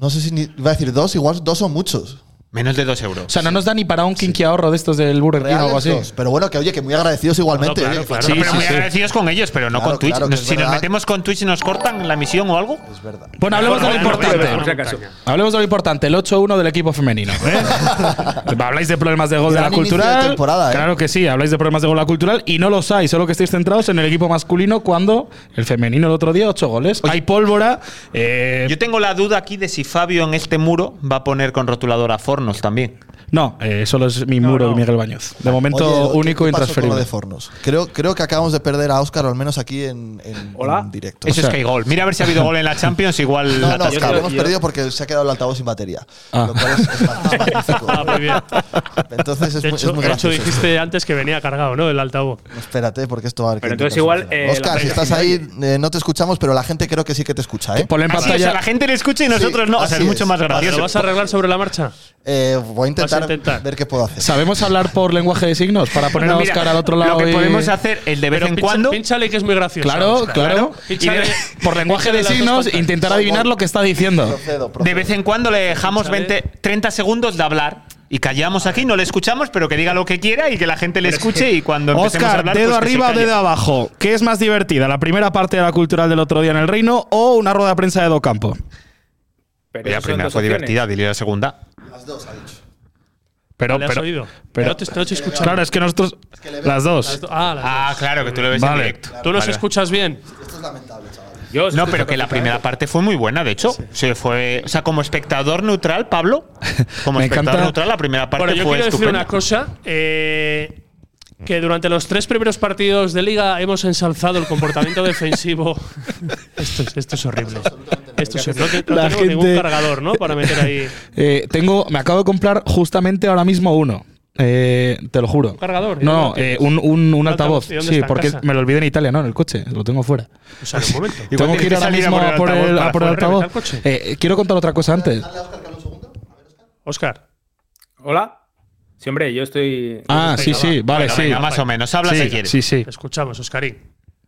[SPEAKER 1] No sé si ni, iba a decir dos, igual dos son muchos.
[SPEAKER 4] menos de 2 euros.
[SPEAKER 3] O sea, no nos da ni para un quinqui ahorro de estos del Burger King o
[SPEAKER 1] Reales
[SPEAKER 3] algo así.
[SPEAKER 1] dos. Pero bueno, que oye, que muy agradecidos igualmente. ¿eh?
[SPEAKER 2] claro,
[SPEAKER 1] oye.
[SPEAKER 2] claro.
[SPEAKER 4] No, pero
[SPEAKER 3] sí,
[SPEAKER 4] muy
[SPEAKER 3] sí.
[SPEAKER 4] agradecidos con ellos, pero no
[SPEAKER 1] Claro,
[SPEAKER 4] con Twitch.
[SPEAKER 1] claro, que
[SPEAKER 4] Nos-
[SPEAKER 1] es
[SPEAKER 4] si nos
[SPEAKER 1] verdad.
[SPEAKER 4] metemos con Twitch y nos cortan la misión o algo.
[SPEAKER 1] Es verdad.
[SPEAKER 3] Bueno, hablemos de lo
[SPEAKER 5] Bueno,
[SPEAKER 3] importante.
[SPEAKER 5] por si acaso.
[SPEAKER 3] Hablemos de lo importante, el 8-1 del equipo femenino. ¿eh? habláis de problemas de gol de
[SPEAKER 1] Gran
[SPEAKER 3] la
[SPEAKER 1] inicio de
[SPEAKER 3] cultural.
[SPEAKER 1] temporada, ¿eh?
[SPEAKER 3] Claro que sí, habláis de problemas de gol de la cultural y no los hay, solo que estáis centrados en el equipo masculino cuando el femenino el otro día 8 goles. hay pólvora. eh,
[SPEAKER 4] Yo tengo la duda aquí de si Fabio en este muro va a poner con rotulador a Fornos también.
[SPEAKER 3] no, eh, solo es mi muro y Miguel Bañoz. De momento
[SPEAKER 1] Oye, ¿qué-
[SPEAKER 3] único
[SPEAKER 1] qué
[SPEAKER 3] e
[SPEAKER 1] pasó con lo
[SPEAKER 3] intransferible.
[SPEAKER 1] de Fornos? Creo, creo que acabamos de perder a Óscar, o al menos aquí en, en-
[SPEAKER 5] Hola.
[SPEAKER 1] en directo.
[SPEAKER 4] Eso es que hay gol. Mira a ver si ha habido gol en la Champions, igual.
[SPEAKER 1] No,
[SPEAKER 4] la
[SPEAKER 1] no,
[SPEAKER 4] atasca.
[SPEAKER 1] Óscar,
[SPEAKER 5] yo-
[SPEAKER 1] hemos
[SPEAKER 5] yo-
[SPEAKER 1] perdido porque se ha quedado el altavoz sin batería.
[SPEAKER 3] Ah.
[SPEAKER 1] Lo cual es, es magnífico.
[SPEAKER 2] Ah, muy bien.
[SPEAKER 1] Entonces es,
[SPEAKER 2] De
[SPEAKER 1] muy,
[SPEAKER 2] hecho,
[SPEAKER 1] es muy
[SPEAKER 2] de hecho,
[SPEAKER 1] gracioso.
[SPEAKER 2] dijiste antes que venía cargado, ¿no? El altavoz.
[SPEAKER 1] Espérate, porque esto va a haber que
[SPEAKER 5] Pero entonces igual,
[SPEAKER 1] intentar
[SPEAKER 5] eh,
[SPEAKER 1] solucionarlo. Óscar,
[SPEAKER 5] la
[SPEAKER 1] si
[SPEAKER 5] gente
[SPEAKER 1] estás
[SPEAKER 5] me
[SPEAKER 1] ahí, eh, no te escuchamos, pero la gente creo que sí que te escucha, ¿eh?
[SPEAKER 3] Ponle en
[SPEAKER 4] Ah, sí, o sea,
[SPEAKER 3] pantalla.
[SPEAKER 4] la gente le escucha y nosotros
[SPEAKER 1] Sí,
[SPEAKER 4] no. O sea,
[SPEAKER 1] así
[SPEAKER 4] es mucho
[SPEAKER 1] es.
[SPEAKER 4] más
[SPEAKER 1] Vale,
[SPEAKER 2] ¿Lo
[SPEAKER 4] gracioso.
[SPEAKER 2] vas a arreglar sobre la marcha?
[SPEAKER 1] Eh, voy a intentar,
[SPEAKER 2] intentar.
[SPEAKER 1] ver qué puedo hacer.
[SPEAKER 3] ¿Sabemos hablar por lenguaje de signos? Para poner
[SPEAKER 4] No,
[SPEAKER 3] a
[SPEAKER 4] mira,
[SPEAKER 3] Oscar al otro lado.
[SPEAKER 4] Lo que
[SPEAKER 3] y-
[SPEAKER 4] podemos hacer es de vez
[SPEAKER 2] Pero
[SPEAKER 4] en
[SPEAKER 2] pincha-
[SPEAKER 4] cuando.
[SPEAKER 2] Pínchale que es muy gracioso.
[SPEAKER 3] Claro,
[SPEAKER 2] Óscar.
[SPEAKER 3] claro.
[SPEAKER 2] Pínchale-
[SPEAKER 3] Y de- por lenguaje
[SPEAKER 2] pínchale
[SPEAKER 3] de
[SPEAKER 2] las dos
[SPEAKER 3] signos,
[SPEAKER 2] pantallas.
[SPEAKER 3] intentar adivinar lo que está diciendo.
[SPEAKER 1] Procedo, procedo.
[SPEAKER 4] De vez en cuando le dejamos
[SPEAKER 2] Escúchale.
[SPEAKER 4] 20, 30 segundos de hablar y callamos aquí, no le escuchamos, pero que diga lo que quiera y que la gente le escuche y cuando empecemos a
[SPEAKER 3] Oscar,
[SPEAKER 4] hablar,
[SPEAKER 3] dedo
[SPEAKER 4] pues que se
[SPEAKER 3] arriba o
[SPEAKER 4] calle.
[SPEAKER 3] dedo abajo. ¿Qué es más divertida, la primera parte de la cultural del otro día en el Reino o una rueda de prensa de Docampo?
[SPEAKER 5] Pero
[SPEAKER 4] La
[SPEAKER 5] esas son
[SPEAKER 4] primera
[SPEAKER 5] dos
[SPEAKER 4] fue
[SPEAKER 5] opciones.
[SPEAKER 4] divertida, dile la segunda.
[SPEAKER 1] Las dos, ha dicho.
[SPEAKER 3] Pero,
[SPEAKER 2] ¿Le has
[SPEAKER 3] pero,
[SPEAKER 2] oído?
[SPEAKER 3] pero-
[SPEAKER 2] no te, no te escucho.
[SPEAKER 3] claro, es que nosotros las dos.
[SPEAKER 2] Las do- Ah, las
[SPEAKER 4] Ah,
[SPEAKER 2] dos.
[SPEAKER 4] claro, que tú lo ves
[SPEAKER 3] Vale.
[SPEAKER 4] en directo.
[SPEAKER 2] Tú nos
[SPEAKER 4] Vale.
[SPEAKER 2] escuchas bien.
[SPEAKER 1] Esto es lamentable, chaval.
[SPEAKER 5] Yo os
[SPEAKER 4] No,
[SPEAKER 5] escucho
[SPEAKER 4] pero que la primera
[SPEAKER 5] perfectamente.
[SPEAKER 4] parte fue muy buena, de hecho. Se fue, o sea, como espectador neutral, Pablo, como
[SPEAKER 3] Me
[SPEAKER 4] espectador
[SPEAKER 3] encanta.
[SPEAKER 4] neutral, la primera parte
[SPEAKER 2] bueno, yo
[SPEAKER 4] fue
[SPEAKER 2] quiero decir
[SPEAKER 4] estupenda.
[SPEAKER 2] una cosa. eh, que durante los tres primeros partidos de liga hemos ensalzado el comportamiento defensivo. esto, es, esto es horrible. Esto es, no, te- no
[SPEAKER 3] La
[SPEAKER 2] tengo ningún
[SPEAKER 3] gente-
[SPEAKER 2] cargador, ¿no? Para meter ahí.
[SPEAKER 3] Eh, tengo, me acabo de comprar justamente ahora mismo uno. Eh, te lo juro.
[SPEAKER 2] cargador? ¿Y
[SPEAKER 3] No,
[SPEAKER 2] dónde lo
[SPEAKER 3] eh, un,
[SPEAKER 2] tienes?
[SPEAKER 3] un- un
[SPEAKER 2] ¿Un
[SPEAKER 3] altavoz.
[SPEAKER 2] altavoz? ¿Y dónde
[SPEAKER 3] Sí,
[SPEAKER 2] está? ¿En
[SPEAKER 3] porque
[SPEAKER 2] casa?
[SPEAKER 3] me lo olvidé en Italia, ¿no? En el coche. Lo tengo fuera.
[SPEAKER 2] O sea, en un momento.
[SPEAKER 4] Igual
[SPEAKER 3] tengo que
[SPEAKER 4] tienes
[SPEAKER 3] ir
[SPEAKER 4] que
[SPEAKER 3] ahora
[SPEAKER 4] salir a
[SPEAKER 3] mismo
[SPEAKER 4] por el
[SPEAKER 3] a por
[SPEAKER 4] altavoz
[SPEAKER 3] el,
[SPEAKER 4] para
[SPEAKER 3] a por el
[SPEAKER 2] poder
[SPEAKER 3] altavoz.
[SPEAKER 2] reventar el
[SPEAKER 3] Eh, quiero contar otra cosa antes.
[SPEAKER 2] Oscar.
[SPEAKER 5] ¿Hola? Sí, hombre, yo estoy.
[SPEAKER 3] Ah, sí,
[SPEAKER 2] venga,
[SPEAKER 3] sí,
[SPEAKER 2] va.
[SPEAKER 3] vale,
[SPEAKER 4] Bueno,
[SPEAKER 3] sí.
[SPEAKER 4] venga, más o menos, habla si
[SPEAKER 3] Sí,
[SPEAKER 4] quieres.
[SPEAKER 3] sí, sí.
[SPEAKER 2] Te escuchamos, Oscarín.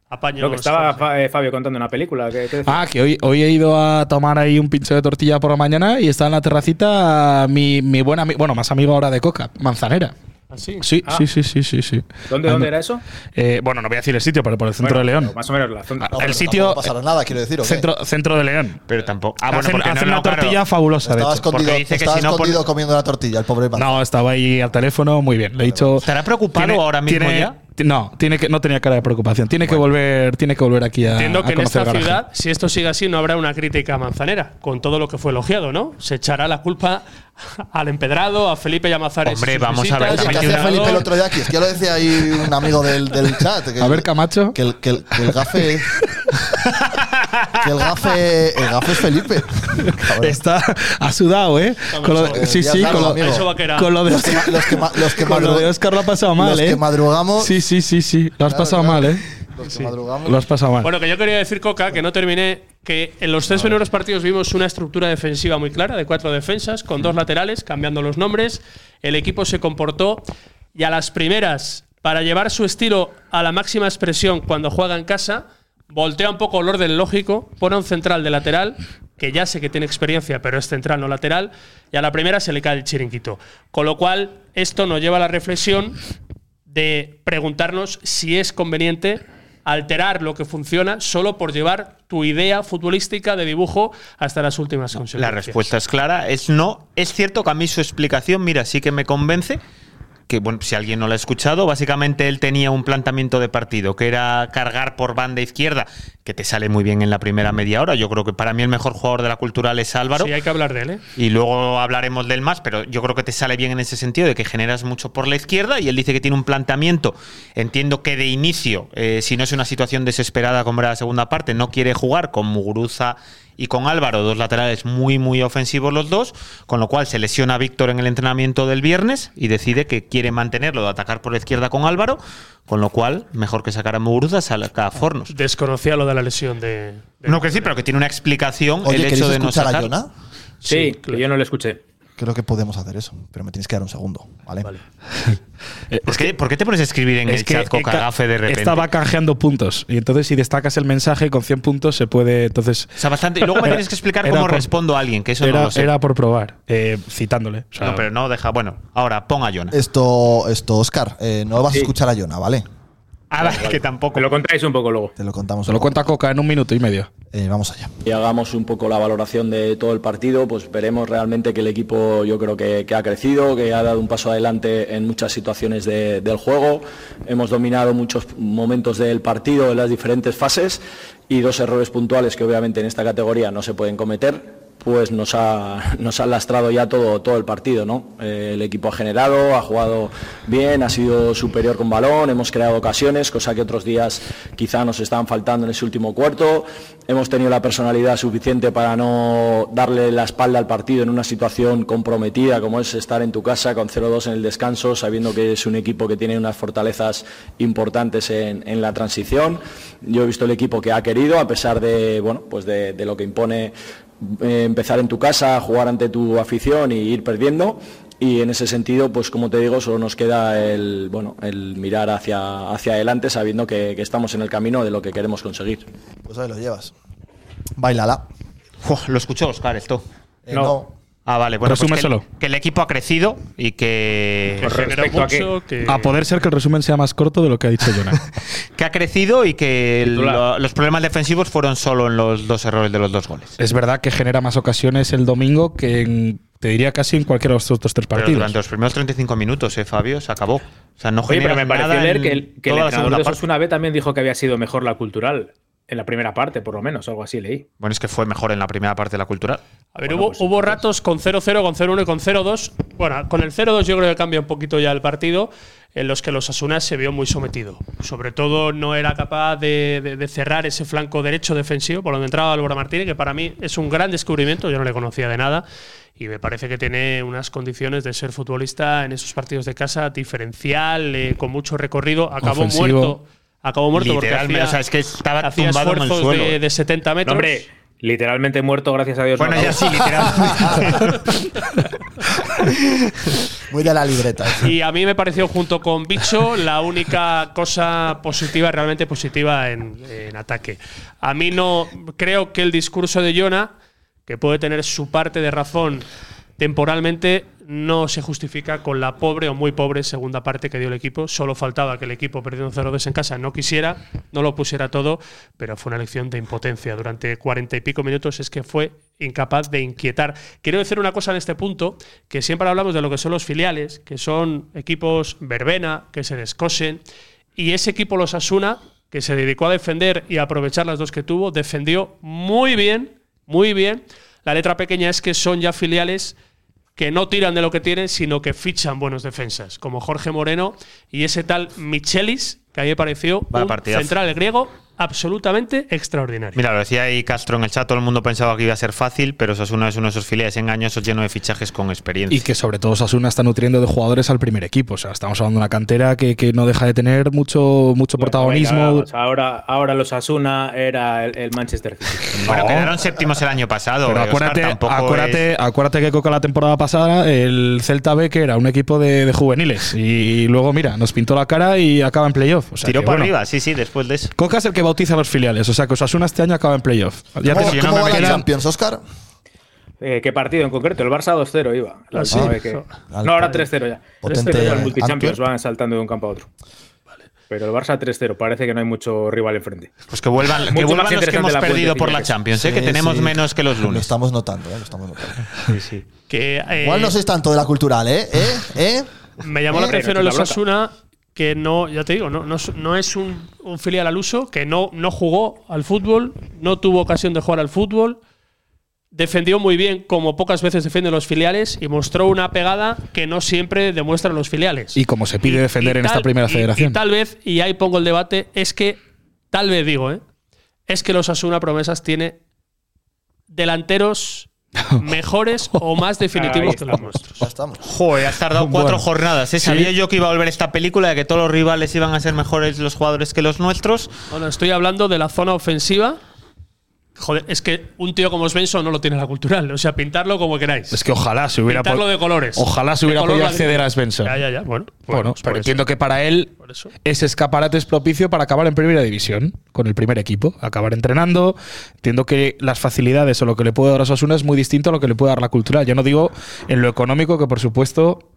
[SPEAKER 2] Apaño.
[SPEAKER 5] Lo que estaba Fa- eh, Fabio contando una película. que- que-
[SPEAKER 3] Ah, que hoy, hoy he ido a tomar ahí un pincho de tortilla por la mañana y está en la terracita mi, mi buen amigo, bueno, más amigo ahora de Coca, Manzanera.
[SPEAKER 2] Así.
[SPEAKER 3] Sí,
[SPEAKER 5] Ah.
[SPEAKER 3] sí, sí, sí, sí, sí.
[SPEAKER 5] ¿Dónde, dónde era eso?
[SPEAKER 3] Eh, bueno, no voy a decir el sitio, pero por el centro
[SPEAKER 5] Bueno,
[SPEAKER 3] de León.
[SPEAKER 5] pero Más o menos la zona.
[SPEAKER 3] Ah,
[SPEAKER 1] No,
[SPEAKER 3] el
[SPEAKER 1] pero
[SPEAKER 3] sitio.
[SPEAKER 1] tampoco pasará nada, quiero decir. ¿o qué?
[SPEAKER 3] Centro, centro de León.
[SPEAKER 4] Pero tampoco. Ah, bueno,
[SPEAKER 3] hacen
[SPEAKER 4] porque no,
[SPEAKER 3] hacen
[SPEAKER 4] no,
[SPEAKER 3] una
[SPEAKER 4] claro.
[SPEAKER 3] tortilla fabulosa, de
[SPEAKER 1] Estaba
[SPEAKER 3] hecho.
[SPEAKER 1] escondido,
[SPEAKER 4] dice que
[SPEAKER 1] estaba
[SPEAKER 4] si no,
[SPEAKER 1] escondido
[SPEAKER 4] pone-
[SPEAKER 1] comiendo la tortilla, el pobre Paz.
[SPEAKER 3] No, estaba ahí al teléfono, muy bien. Le he dicho.
[SPEAKER 4] ¿Estará preocupado
[SPEAKER 3] tiene-
[SPEAKER 4] ahora mismo
[SPEAKER 3] tiene-
[SPEAKER 4] ya?
[SPEAKER 3] ti- No, tiene que, no tenía cara de preocupación. Tiene que volver, tiene que volver aquí a.
[SPEAKER 2] Entiendo
[SPEAKER 3] a
[SPEAKER 2] que en
[SPEAKER 3] conocer
[SPEAKER 2] esta
[SPEAKER 3] garaje.
[SPEAKER 2] ciudad, si esto sigue así, no habrá una crítica a Manzanera, con todo lo que fue elogiado, ¿no? Se echará la culpa al empedrado, a Felipe Llamazares.
[SPEAKER 4] Hombre,
[SPEAKER 2] y sus
[SPEAKER 4] vamos a ver,
[SPEAKER 1] Oye,
[SPEAKER 2] visitas,
[SPEAKER 1] ¿qué
[SPEAKER 4] también
[SPEAKER 1] hacía
[SPEAKER 4] tiene
[SPEAKER 1] Felipe el otro día aquí? Es que ya lo decía ahí un amigo del, del chat. que-
[SPEAKER 3] A ver, Camacho.
[SPEAKER 1] Que el, que el, que el gafe. que el gafe. El gafe es Felipe. Cabrón.
[SPEAKER 3] Está ha sudado, ¿eh? Con lo-
[SPEAKER 2] eso.
[SPEAKER 3] sí,
[SPEAKER 1] Ya
[SPEAKER 3] sí,
[SPEAKER 1] está,
[SPEAKER 3] con lo,
[SPEAKER 1] amigo.
[SPEAKER 2] Eso va a quedar.
[SPEAKER 3] con lo de
[SPEAKER 1] Los que, ma- los que, ma- los que
[SPEAKER 3] Con lo
[SPEAKER 1] madru-
[SPEAKER 3] de Oscar lo ha pasado mal,
[SPEAKER 1] los
[SPEAKER 3] ¿eh?
[SPEAKER 1] que madrugamos.
[SPEAKER 3] Sí, sí, sí, sí. Lo has
[SPEAKER 1] Claro,
[SPEAKER 3] pasado
[SPEAKER 1] claro.
[SPEAKER 3] mal, ¿eh?
[SPEAKER 1] Los que madrugamos.
[SPEAKER 3] Lo has pasado mal.
[SPEAKER 2] Bueno, que yo quería decir, Coca, que no terminé, que en los tres primeros partidos vimos una estructura defensiva muy clara, de cuatro defensas, con dos laterales, cambiando los nombres. El equipo se comportó y a las primeras, para llevar su estilo a la máxima expresión cuando juega en casa, voltea un poco el orden lógico, pone un central de lateral, que ya sé que tiene experiencia, pero es central, no lateral, y a la primera se le cae el chiringuito. Con lo cual, esto nos lleva a la reflexión de preguntarnos si es conveniente alterar lo que funciona solo por llevar tu idea futbolística de dibujo hasta las últimas
[SPEAKER 4] La
[SPEAKER 2] consecuencias.
[SPEAKER 4] respuesta es clara, es no. Es cierto que a mí su explicación, mira, sí que me convence. Que bueno, si alguien no lo ha escuchado, básicamente él tenía un planteamiento de partido que era cargar por banda izquierda, que te sale muy bien en la primera media hora. Yo creo que para mí el mejor jugador de la cultural es Álvaro.
[SPEAKER 2] Sí, hay que hablar de él, ¿eh?
[SPEAKER 4] Y luego hablaremos del más, pero yo creo que te sale bien en ese sentido de que generas mucho por la izquierda y él dice que tiene un planteamiento. Entiendo que de inicio, eh, si no es una situación desesperada como era la segunda parte, no quiere jugar con Muguruza y con Álvaro, dos laterales muy, muy ofensivos los dos, con lo cual se lesiona a Víctor en el entrenamiento del viernes y decide que quiere mantenerlo de atacar por la izquierda con Álvaro, con lo cual mejor que sacar a Muguruza, saca a Fornos.
[SPEAKER 2] Desconocía lo de la lesión de. de-
[SPEAKER 4] No, que sí, pero que tiene una explicación
[SPEAKER 1] Oye,
[SPEAKER 4] el hecho
[SPEAKER 1] ¿queréis
[SPEAKER 4] de no
[SPEAKER 1] escuchar a
[SPEAKER 4] sacar.
[SPEAKER 1] Jonah?
[SPEAKER 5] Sí, que yo no lo escuché.
[SPEAKER 1] Creo que podemos hacer eso, pero me tienes que dar un segundo, ¿vale?
[SPEAKER 4] ¿Por qué, por qué te pones a escribir en
[SPEAKER 3] Es
[SPEAKER 4] el
[SPEAKER 3] que
[SPEAKER 4] chat
[SPEAKER 3] he ca-
[SPEAKER 4] Cocagafe de repente?
[SPEAKER 3] Estaba canjeando puntos. Y entonces, si destacas el mensaje con 100 puntos, se puede. Entonces.
[SPEAKER 4] O sea, bastante. Y luego me
[SPEAKER 3] Era-
[SPEAKER 4] tienes que explicar
[SPEAKER 3] era
[SPEAKER 4] cómo
[SPEAKER 3] por-
[SPEAKER 4] respondo a alguien, que eso
[SPEAKER 3] era,
[SPEAKER 4] no lo sé.
[SPEAKER 3] era por probar, eh, citándole. O sea,
[SPEAKER 4] no, pero no, deja. Bueno, ahora pon a Jonah.
[SPEAKER 1] Esto, esto Oscar, eh, no vas a escuchar a Jonah, ¿vale?
[SPEAKER 4] Ah, vale, que tampoco.
[SPEAKER 5] Me lo contáis un poco luego.
[SPEAKER 1] Te lo contamos.
[SPEAKER 3] se lo
[SPEAKER 1] luego.
[SPEAKER 3] cuenta Coca en un minuto y medio.
[SPEAKER 1] Eh, vamos allá.
[SPEAKER 6] y hagamos un poco la valoración de todo el partido, pues veremos realmente que el equipo yo creo que, que ha crecido, que ha dado un paso adelante en muchas situaciones de- del juego. Hemos dominado muchos momentos del partido en las diferentes fases y dos errores puntuales que obviamente en esta categoría no se pueden cometer pues nos ha, nos ha lastrado ya todo, todo el partido, ¿no? Eh, el equipo ha generado, ha jugado bien, ha sido superior con balón, hemos creado ocasiones, cosa que otros días quizá nos estaban faltando en ese último cuarto. Hemos tenido la personalidad suficiente para no darle la espalda al partido en una situación comprometida como es estar en tu casa con 0-2 en el descanso, sabiendo que es un equipo que tiene unas fortalezas importantes en, en la transición. Yo he visto el equipo que ha querido, a pesar de, bueno, pues de- de lo que impone eh, empezar en tu casa, jugar ante tu afición y ir perdiendo. Y en ese sentido, pues como te digo, solo nos queda el, bueno, el mirar hacia, hacia adelante sabiendo que, que estamos en el camino de lo que queremos conseguir.
[SPEAKER 1] Pues ahí lo llevas. Bailala.
[SPEAKER 4] Jo, Oh, lo escuchó Oscar esto.
[SPEAKER 1] Eh, no.
[SPEAKER 4] Ah, vale, bueno, pues que, el,
[SPEAKER 3] Resúmeselo.
[SPEAKER 4] que el equipo ha crecido y que.
[SPEAKER 2] Que generó
[SPEAKER 5] respecto a qué?
[SPEAKER 2] mucho. Que,
[SPEAKER 3] A poder ser que el resumen sea más corto de lo que ha dicho Jonah.
[SPEAKER 4] que ha crecido y que el-
[SPEAKER 5] Titular.
[SPEAKER 4] lo- los problemas defensivos fueron solo en los dos errores de los dos goles.
[SPEAKER 3] es verdad que genera más ocasiones el domingo que en- te diría casi en cualquiera de los otros tres
[SPEAKER 4] Pero
[SPEAKER 3] partidos.
[SPEAKER 4] durante los primeros 35 minutos, eh, Fabio, se acabó. O sea, no
[SPEAKER 5] Oye,
[SPEAKER 4] genera
[SPEAKER 5] pero me pareció
[SPEAKER 4] nada
[SPEAKER 5] leer
[SPEAKER 4] en
[SPEAKER 5] que el, que el
[SPEAKER 4] toda la
[SPEAKER 5] entrenador
[SPEAKER 4] segunda
[SPEAKER 5] de
[SPEAKER 4] parte.
[SPEAKER 5] Osasuna B también dijo que había sido mejor la cultural. En la primera parte, por lo menos, algo así leí.
[SPEAKER 4] Bueno, es que fue mejor en la primera parte de la cultural.
[SPEAKER 2] A ver,
[SPEAKER 4] pues
[SPEAKER 2] hubo, hubo ratos con 0-0, con 0-1 y con 0-2. Bueno, con el 0-2 yo creo que cambia un poquito ya el partido, en los que los Asunas se vio muy sometido. Sobre todo no era capaz de, de- de cerrar ese flanco derecho defensivo por donde entraba Álvaro Martínez, que para mí es un gran descubrimiento, yo no le conocía de nada. Y me parece que tiene unas condiciones de ser futbolista en esos partidos de casa diferencial, eh, con mucho recorrido. Acabó
[SPEAKER 3] Ofensivo.
[SPEAKER 2] muerto. Acabó muerto porque
[SPEAKER 4] Literalmente,
[SPEAKER 2] hacía,
[SPEAKER 4] o sea, es que estaba
[SPEAKER 2] hacía
[SPEAKER 4] tumbado en el
[SPEAKER 2] esfuerzos
[SPEAKER 4] suelo.
[SPEAKER 2] de, de 70
[SPEAKER 5] No,
[SPEAKER 2] metros.
[SPEAKER 5] hombre, literalmente muerto, gracias a Dios.
[SPEAKER 4] Bueno,
[SPEAKER 5] no
[SPEAKER 4] ya
[SPEAKER 5] acabó.
[SPEAKER 4] sí, literalmente.
[SPEAKER 1] Muy de la libreta. eso.
[SPEAKER 2] Y a mí me pareció junto con Bicho la única cosa positiva, realmente positiva en, en ataque. A mí no creo que el discurso de Jonah, que puede tener su parte de razón temporalmente, no se justifica con la pobre o muy pobre segunda parte que dio el equipo. Solo faltaba que el equipo perdiendo 0-2 en casa no quisiera, no lo pusiera todo, pero fue una lección de impotencia. Durante cuarenta y pico minutos es que fue incapaz de inquietar. Quiero decir una cosa en este punto, que siempre hablamos de lo que son los filiales, que son equipos verbena, que se descosen, y ese equipo los Asuna, que se dedicó a defender y a aprovechar las dos que tuvo, defendió muy bien, muy bien. La letra pequeña es que son ya filiales que no tiran de lo que tienen, sino que fichan buenos defensas, como Jorge Moreno y ese tal Michelis, que a mí me pareció
[SPEAKER 4] Vaya
[SPEAKER 2] un
[SPEAKER 4] partidazo.
[SPEAKER 2] central griego absolutamente extraordinario.
[SPEAKER 4] Mira, lo decía ahí Castro en el chat, todo el mundo pensaba que iba a ser fácil, pero Osasuna es uno de esos filiales engañosos lleno de fichajes con experiencia.
[SPEAKER 3] Y que sobre todo Sasuna está nutriendo de jugadores al primer equipo. O sea, estamos hablando de una cantera que, que no deja de tener mucho, mucho
[SPEAKER 5] Bueno,
[SPEAKER 3] protagonismo.
[SPEAKER 5] venga, vamos, ahora, ahora los Asuna era el, el Manchester City.
[SPEAKER 4] Bueno,
[SPEAKER 3] No.
[SPEAKER 4] quedaron séptimos el año pasado.
[SPEAKER 3] Pero
[SPEAKER 4] eh, Oscar,
[SPEAKER 3] acuérdate,
[SPEAKER 4] tampoco
[SPEAKER 3] acuérdate,
[SPEAKER 4] es-
[SPEAKER 3] acuérdate que Coca la temporada pasada, el Celta B, que era un equipo de, de juveniles. Y, luego, mira, nos pintó la cara y acaba en playoff. O sea
[SPEAKER 4] Tiró
[SPEAKER 3] que,
[SPEAKER 4] para
[SPEAKER 3] bueno,
[SPEAKER 4] arriba, sí, sí, después de eso.
[SPEAKER 3] Coca es el que bautiza a los filiales. O sea, que Osasuna este año acaba en playoff. Ya
[SPEAKER 1] ¿Cómo,
[SPEAKER 3] te-
[SPEAKER 4] si yo no
[SPEAKER 1] cómo
[SPEAKER 4] me
[SPEAKER 1] va la
[SPEAKER 4] metía-
[SPEAKER 1] Champions, Oscar?
[SPEAKER 5] Eh, ¿Qué partido en concreto? El Barça 2-0 iba. La
[SPEAKER 2] Ah, sí.
[SPEAKER 5] última vez que- No, ahora 3-0 ya.
[SPEAKER 1] Potente
[SPEAKER 5] 3-0 ya el multichampions,
[SPEAKER 1] Antwerp.
[SPEAKER 5] van saltando de un campo a otro. Pero el Barça 3-0, parece que no hay mucho rival enfrente.
[SPEAKER 4] Pues que vuelvan, que
[SPEAKER 5] Mucho
[SPEAKER 4] vuelvan
[SPEAKER 5] más
[SPEAKER 4] los que
[SPEAKER 5] interesante
[SPEAKER 4] hemos
[SPEAKER 5] la
[SPEAKER 4] perdido
[SPEAKER 5] puente,
[SPEAKER 4] por la
[SPEAKER 5] señores.
[SPEAKER 4] Champions, eh, que
[SPEAKER 1] Sí,
[SPEAKER 4] tenemos
[SPEAKER 1] sí.
[SPEAKER 4] menos que los
[SPEAKER 1] Lo
[SPEAKER 4] lunes.
[SPEAKER 1] estamos notando, ¿eh? Lo estamos notando.
[SPEAKER 2] Que, eh,
[SPEAKER 1] Igual no sois tanto de la cultural, ¿eh? ¿Eh? ¿Eh?
[SPEAKER 2] Me llamó la
[SPEAKER 5] Pero
[SPEAKER 2] atención
[SPEAKER 5] tú
[SPEAKER 2] en
[SPEAKER 5] la
[SPEAKER 2] los
[SPEAKER 5] blanca.
[SPEAKER 2] Asuna que no, ya te digo, no, no, es- no es un, un filial al uso, que no, no jugó al fútbol, no tuvo ocasión de jugar al fútbol, defendió muy bien como pocas veces defienden los filiales y mostró una pegada que no siempre demuestran los filiales.
[SPEAKER 3] Y como se pide defender
[SPEAKER 2] Y
[SPEAKER 3] en
[SPEAKER 2] tal-
[SPEAKER 3] esta primera
[SPEAKER 2] y-
[SPEAKER 3] federación.
[SPEAKER 2] Y, tal vez, y ahí pongo el debate, es que, tal vez digo, ¿eh? es que los Asuna Promesas tiene delanteros mejores o más definitivos
[SPEAKER 4] Ahí
[SPEAKER 2] que los nuestros.
[SPEAKER 1] Ya estamos.
[SPEAKER 4] Joder, eh, has tardado cuatro
[SPEAKER 2] Bueno.
[SPEAKER 4] jornadas. ¿eh?
[SPEAKER 2] Sí.
[SPEAKER 4] Sabía yo que iba a volver esta película de que todos los rivales iban a ser mejores los jugadores que los nuestros.
[SPEAKER 2] Bueno, estoy hablando de la zona ofensiva. Joder, es que un tío como Svensson no lo tiene la cultural. O sea, pintarlo como queráis.
[SPEAKER 3] Es que ojalá se hubiera
[SPEAKER 2] Pintarlo
[SPEAKER 3] pod-
[SPEAKER 2] de colores.
[SPEAKER 3] Ojalá se
[SPEAKER 2] De
[SPEAKER 3] hubiera
[SPEAKER 2] color
[SPEAKER 3] podido
[SPEAKER 2] ladrillo.
[SPEAKER 3] acceder a Svensson.
[SPEAKER 2] Ya, ya, ya. Bueno,
[SPEAKER 3] Bueno,
[SPEAKER 2] pues por
[SPEAKER 3] pero
[SPEAKER 2] eso.
[SPEAKER 3] entiendo que para él ese escaparate es propicio para acabar en primera división con el primer equipo, acabar entrenando. Entiendo que las facilidades o lo que le puede dar a Osasuna es muy distinto a lo que le puede dar la cultura. Ya no digo en lo económico, que por supuesto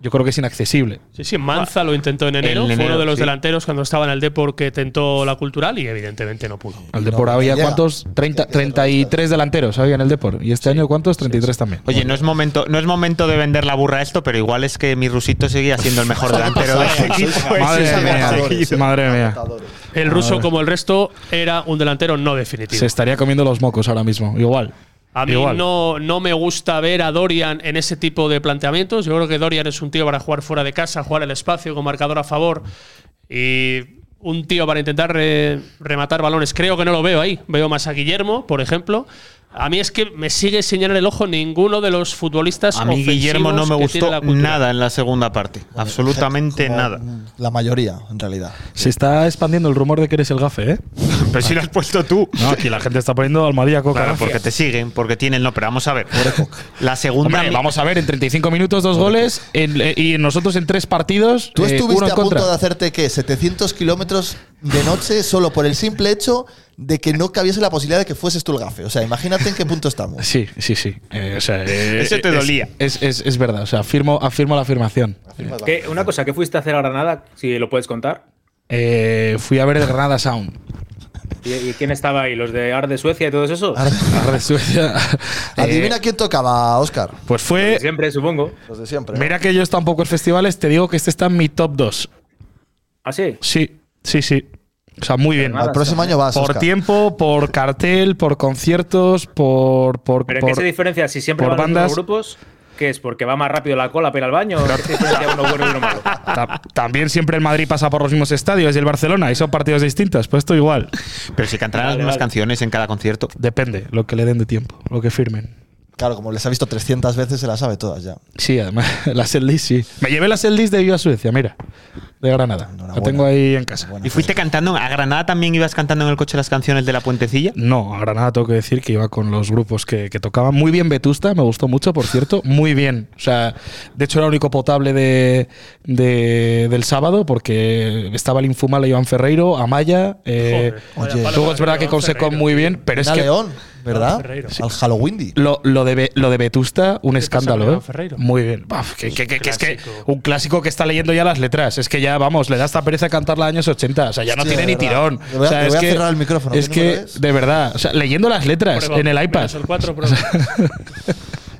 [SPEAKER 3] yo creo que es inaccesible.
[SPEAKER 2] Sí, sí, Manza lo intentó en enero.
[SPEAKER 3] En
[SPEAKER 2] fue
[SPEAKER 3] enero,
[SPEAKER 2] uno de los
[SPEAKER 3] sí.
[SPEAKER 2] delanteros cuando estaba en el Depor que tentó la cultural y evidentemente no pudo.
[SPEAKER 3] Al Depor había cuántos? 30, 33 delanteros había en el Depor. ¿Y este año cuántos? 33 también.
[SPEAKER 4] Oye, no es momento, no es momento de vender la burra a esto, pero igual es que mi rusito seguía siendo el mejor delantero de este equipo.
[SPEAKER 3] Madre
[SPEAKER 4] Ese
[SPEAKER 3] mía,
[SPEAKER 1] eh,
[SPEAKER 4] seguido.
[SPEAKER 3] madre mía.
[SPEAKER 2] El ruso,
[SPEAKER 3] Madre.
[SPEAKER 2] como el resto, era un delantero no definitivo.
[SPEAKER 3] Se estaría comiendo los mocos ahora mismo. Igual.
[SPEAKER 2] A mí
[SPEAKER 3] Igual.
[SPEAKER 2] no, no me gusta ver a Dorian en ese tipo de planteamientos. Yo creo que Dorian es un tío para jugar fuera de casa, jugar el espacio con marcador a favor y un tío para intentar re- rematar balones. Creo que no lo veo ahí. Veo más a Guillermo, por ejemplo. A mí es que me sigue sin llenar el ojo ninguno de los futbolistas.
[SPEAKER 4] A mí Guillermo no me
[SPEAKER 2] ofensivos que tiene
[SPEAKER 4] gustó
[SPEAKER 2] la cultura.
[SPEAKER 4] nada en la segunda parte, absolutamente nada.
[SPEAKER 1] La mayoría, en realidad.
[SPEAKER 3] Se está expandiendo el rumor de que eres el gafe, ¿eh?
[SPEAKER 4] Pero si lo has puesto tú.
[SPEAKER 3] No, aquí la gente está poniendo almohadilla coca.
[SPEAKER 4] Claro, porque te siguen, porque tienen. No, pero vamos a ver. La segunda.
[SPEAKER 3] Hombre, vamos a ver, en 35 minutos dos goles en- eh, y nosotros en tres partidos.
[SPEAKER 1] Tú
[SPEAKER 3] eh,
[SPEAKER 1] estuviste
[SPEAKER 3] uno en
[SPEAKER 1] a punto
[SPEAKER 3] contra.
[SPEAKER 1] de hacerte, ¿qué? 700 kilómetros de noche solo por el simple hecho de que no cabiese la posibilidad de que fueses tú el gafe. O sea, imagínate en qué punto estamos.
[SPEAKER 3] Sí, sí, sí. Eh, o sea, eh,
[SPEAKER 4] Eso te
[SPEAKER 3] es-
[SPEAKER 4] dolía.
[SPEAKER 3] Es, es- es verdad, o sea, afirmo, afirmo la afirmación.
[SPEAKER 5] ¿Qué- una cosa, ¿qué fuiste a hacer a Granada? Si lo puedes contar.
[SPEAKER 3] Eh, fui a ver el Granada Sound.
[SPEAKER 5] ¿Y, y quién estaba ahí? ¿Los de Ar de Suecia y todos esos?
[SPEAKER 3] Arre, Suecia. Eh,
[SPEAKER 1] Adivina quién tocaba, Oscar.
[SPEAKER 3] Pues fue.
[SPEAKER 5] Siempre, supongo.
[SPEAKER 1] Los de siempre.
[SPEAKER 3] Mira que yo están pocos festivales, te digo que este está en mi top 2.
[SPEAKER 5] ¿Ah, sí?
[SPEAKER 3] Sí, sí, sí. O sea, muy bien.
[SPEAKER 1] Al próximo año vas.
[SPEAKER 3] Por
[SPEAKER 1] Óscar.
[SPEAKER 3] tiempo, por cartel, por conciertos, por. por,
[SPEAKER 5] ¿Pero
[SPEAKER 3] por-
[SPEAKER 5] en qué se diferencia? Si siempre
[SPEAKER 3] por
[SPEAKER 5] van los
[SPEAKER 3] bandas.
[SPEAKER 5] mismos grupos, ¿qué es? ¿Porque va más rápido la cola para ir al baño? ¿O qué se diferencia uno bueno y uno malo?
[SPEAKER 3] Ta- también siempre el Madrid pasa por los mismos estadios y el Barcelona y son partidos distintos, pues esto igual.
[SPEAKER 4] Pero si cantarán las mismas canciones en cada concierto.
[SPEAKER 3] Depende, lo que le den de tiempo, lo que firmen.
[SPEAKER 1] Claro, como les ha visto 300 veces, se las sabe todas ya.
[SPEAKER 3] Sí, además, la setlist sí. Me llevé la setlist de Viva Suecia, mira, de Granada. La tengo ahí en casa.
[SPEAKER 4] ¿Y fuiste cantando? ¿A Granada también ibas cantando en el coche las canciones de la puentecilla?
[SPEAKER 3] No, a Granada tengo que decir que iba con los grupos que, que tocaban. Muy bien Vetusta, me gustó mucho, por cierto. Muy bien. O sea, de hecho era el único potable de, de- del sábado porque estaba el infumable Iván Ferreiro, Amaya. eh,
[SPEAKER 1] Joder, vaya palo
[SPEAKER 3] luego
[SPEAKER 1] para
[SPEAKER 3] es verdad que
[SPEAKER 1] Iván
[SPEAKER 3] Conseco
[SPEAKER 2] eh,
[SPEAKER 3] muy bien, pero es
[SPEAKER 1] Una
[SPEAKER 3] que…
[SPEAKER 1] León, ¿verdad?
[SPEAKER 3] Ferreiro.
[SPEAKER 1] Al Halloween.
[SPEAKER 3] Lo, lo de Ve- lo de Vetusta, un
[SPEAKER 2] pasa con
[SPEAKER 3] escándalo,
[SPEAKER 2] Iván
[SPEAKER 3] ¿eh?
[SPEAKER 2] Ferreiro?
[SPEAKER 3] Muy bien. Baf, que, que- que- que es que un clásico que está leyendo ya las letras. Es que ya, vamos, le da hasta pereza cantarla años 80. O sea, ya no
[SPEAKER 1] Hostia,
[SPEAKER 3] tiene ni
[SPEAKER 1] de verdad.
[SPEAKER 3] tirón.
[SPEAKER 1] Le voy a-
[SPEAKER 3] O sea,
[SPEAKER 1] le
[SPEAKER 3] es
[SPEAKER 1] voy a
[SPEAKER 3] que-
[SPEAKER 1] cerrar el micrófono.
[SPEAKER 3] Es
[SPEAKER 1] ¿Qué
[SPEAKER 3] que,
[SPEAKER 1] número es?
[SPEAKER 3] de verdad, o sea, leyendo las letras
[SPEAKER 2] Prueba,
[SPEAKER 3] en el iPad.
[SPEAKER 2] menos el cuatro, prueba.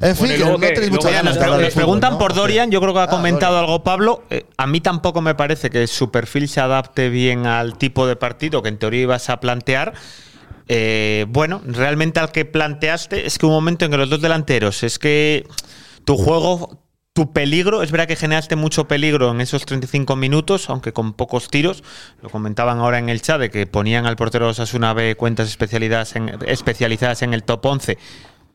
[SPEAKER 1] En fin,
[SPEAKER 2] Bueno, y
[SPEAKER 1] que
[SPEAKER 2] luego
[SPEAKER 1] no
[SPEAKER 2] que-
[SPEAKER 1] tenéis
[SPEAKER 2] luego
[SPEAKER 1] mucha
[SPEAKER 2] ya
[SPEAKER 1] ganas
[SPEAKER 4] Nos,
[SPEAKER 1] de
[SPEAKER 4] pre-
[SPEAKER 1] hablar de
[SPEAKER 4] nos
[SPEAKER 1] fútbol,
[SPEAKER 4] preguntan
[SPEAKER 1] ¿no?
[SPEAKER 4] por Dorian, yo creo que ha
[SPEAKER 1] Ah,
[SPEAKER 4] comentado algo Pablo. Eh, a mí tampoco me parece que su perfil se adapte bien al tipo de partido que en teoría ibas a plantear. Eh, bueno, realmente al que planteaste es que hubo un momento en que los dos delanteros, es que tu juego, tu peligro, es verdad que generaste mucho peligro en esos 35 minutos, aunque con pocos tiros. Lo comentaban ahora en el chat de que ponían al portero de Osasuna B cuentas especializadas en, especializadas en el top 11.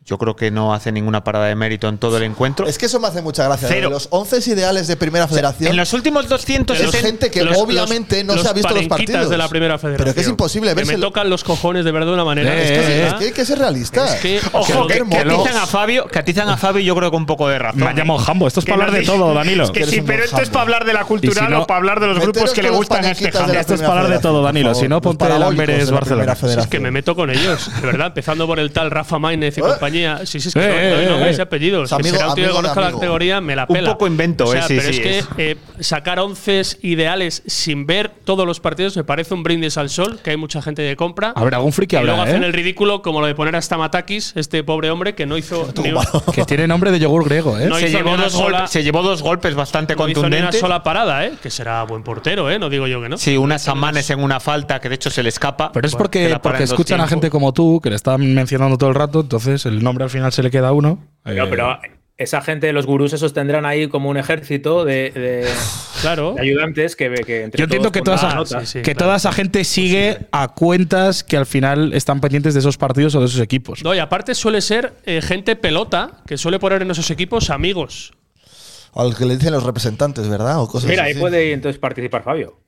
[SPEAKER 4] Yo creo que no hace ninguna parada de mérito en todo el encuentro.
[SPEAKER 1] Es que eso me hace mucha gracia. ¿no?
[SPEAKER 4] Cero.
[SPEAKER 1] Los 11 ideales de Primera Federación.
[SPEAKER 4] en los últimos
[SPEAKER 1] es
[SPEAKER 4] 270
[SPEAKER 1] gente que
[SPEAKER 2] Los-
[SPEAKER 1] obviamente
[SPEAKER 2] los-
[SPEAKER 1] no se ha visto los
[SPEAKER 2] parenquitas
[SPEAKER 1] partidos.
[SPEAKER 2] de la primera federación.
[SPEAKER 1] Pero que es imposible
[SPEAKER 2] Que me
[SPEAKER 1] vérselo.
[SPEAKER 2] tocan los cojones de verdad de una manera.
[SPEAKER 3] Eh,
[SPEAKER 2] Es que
[SPEAKER 3] eh,
[SPEAKER 2] de
[SPEAKER 3] eh,
[SPEAKER 1] Es
[SPEAKER 2] verdad-
[SPEAKER 1] que hay que ser realista.
[SPEAKER 2] Es que-
[SPEAKER 1] Qué
[SPEAKER 4] Ojo, que,
[SPEAKER 1] hermoso.
[SPEAKER 4] que atizan a Fabio, que atizan a Fabio yo creo que un poco de razón.
[SPEAKER 3] Me ha llamado
[SPEAKER 4] ¿eh?
[SPEAKER 3] Jambo. Esto es
[SPEAKER 4] Que
[SPEAKER 3] para
[SPEAKER 4] no
[SPEAKER 3] hablar de
[SPEAKER 4] dice-
[SPEAKER 3] todo, Danilo.
[SPEAKER 4] Es que sí, pero esto es para hablar de la
[SPEAKER 3] Y
[SPEAKER 4] cultural
[SPEAKER 3] si no-
[SPEAKER 4] o para hablar de los
[SPEAKER 1] Meteros
[SPEAKER 4] grupos que le
[SPEAKER 1] con los
[SPEAKER 4] gustan a este
[SPEAKER 1] panequitas de la
[SPEAKER 4] Jambo.
[SPEAKER 3] Esto es
[SPEAKER 1] primera
[SPEAKER 3] para hablar de todo,
[SPEAKER 1] federación, por
[SPEAKER 3] Danilo.
[SPEAKER 1] favor.
[SPEAKER 3] Si no,
[SPEAKER 1] Los
[SPEAKER 3] ponte el
[SPEAKER 1] parabólicos de
[SPEAKER 3] Amberes
[SPEAKER 1] la Primera
[SPEAKER 3] Barcelona. Si es
[SPEAKER 2] Es que
[SPEAKER 1] Federación.
[SPEAKER 2] me meto con ellos, de verdad, empezando por el tal Rafa Mainez y compañía. Sí, sí, es que
[SPEAKER 3] Eh,
[SPEAKER 2] no-
[SPEAKER 3] eh,
[SPEAKER 2] no, no
[SPEAKER 3] eh,
[SPEAKER 2] veis
[SPEAKER 3] eh.
[SPEAKER 2] apellidos. Si
[SPEAKER 1] Eh. Amigo-
[SPEAKER 2] será un tío que
[SPEAKER 1] amigo de
[SPEAKER 2] conozca la
[SPEAKER 1] amigo.
[SPEAKER 2] categoría, me la
[SPEAKER 4] Un
[SPEAKER 2] pela.
[SPEAKER 4] poco invento,
[SPEAKER 2] O sea,
[SPEAKER 4] eh, sí,
[SPEAKER 2] Pero
[SPEAKER 4] sí,
[SPEAKER 2] es
[SPEAKER 4] es.
[SPEAKER 2] que eh, sacar onces ideales sin ver todos los partidos me parece un brindis al sol, que hay mucha gente de compra.
[SPEAKER 3] A ver, algún friki
[SPEAKER 2] y luego
[SPEAKER 3] habrá,
[SPEAKER 2] hacen
[SPEAKER 3] ¿eh?
[SPEAKER 2] el ridículo como lo de poner hasta Matakis, este pobre hombre que no hizo ni un-
[SPEAKER 3] Que tiene nombre de yogur griego, ¿eh?
[SPEAKER 2] No
[SPEAKER 4] se,
[SPEAKER 2] hizo
[SPEAKER 4] llevó
[SPEAKER 2] ni una
[SPEAKER 4] dos
[SPEAKER 2] sola-
[SPEAKER 4] golpes, se llevó dos golpes bastante
[SPEAKER 2] no hizo ni una
[SPEAKER 4] contundentes.
[SPEAKER 2] sola parada, ¿eh? Que será buen portero, ¿eh? No digo yo que no.
[SPEAKER 4] Sí, unas amanes en una falta que de hecho se le escapa.
[SPEAKER 3] Pero es
[SPEAKER 4] Bueno, que
[SPEAKER 3] porque,
[SPEAKER 4] la para
[SPEAKER 3] porque
[SPEAKER 4] en dos
[SPEAKER 3] escuchan a
[SPEAKER 4] tiempos.
[SPEAKER 3] gente como tú, que le están mencionando todo el rato, entonces el nombre al final se le queda a uno. Eh,
[SPEAKER 5] No, pero esa gente, los gurús esos tendrán ahí como un ejército de, de-
[SPEAKER 2] claro.
[SPEAKER 5] de ayudantes que, que entre
[SPEAKER 3] Yo entiendo
[SPEAKER 5] todos
[SPEAKER 3] que, toda
[SPEAKER 5] pondrán
[SPEAKER 3] esa,
[SPEAKER 5] nota.
[SPEAKER 3] que toda esa gente sigue a cuentas que al final están pendientes de esos partidos o de esos equipos.
[SPEAKER 2] No, y aparte suele ser eh, gente pelota que suele poner en esos equipos amigos.
[SPEAKER 1] Al que le dicen los representantes, ¿verdad? O cosas
[SPEAKER 5] Mira, ahí
[SPEAKER 1] así.
[SPEAKER 5] puede entonces participar Fabio.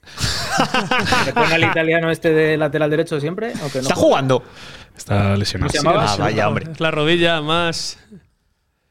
[SPEAKER 5] ¿Le pone al italiano este de lateral derecho siempre? Aunque no
[SPEAKER 4] Está
[SPEAKER 5] juegue.
[SPEAKER 4] jugando.
[SPEAKER 3] Está lesionado.
[SPEAKER 5] ¿Cómo se llamaba?
[SPEAKER 4] Ah, vaya, hombre.
[SPEAKER 2] Es la rodilla más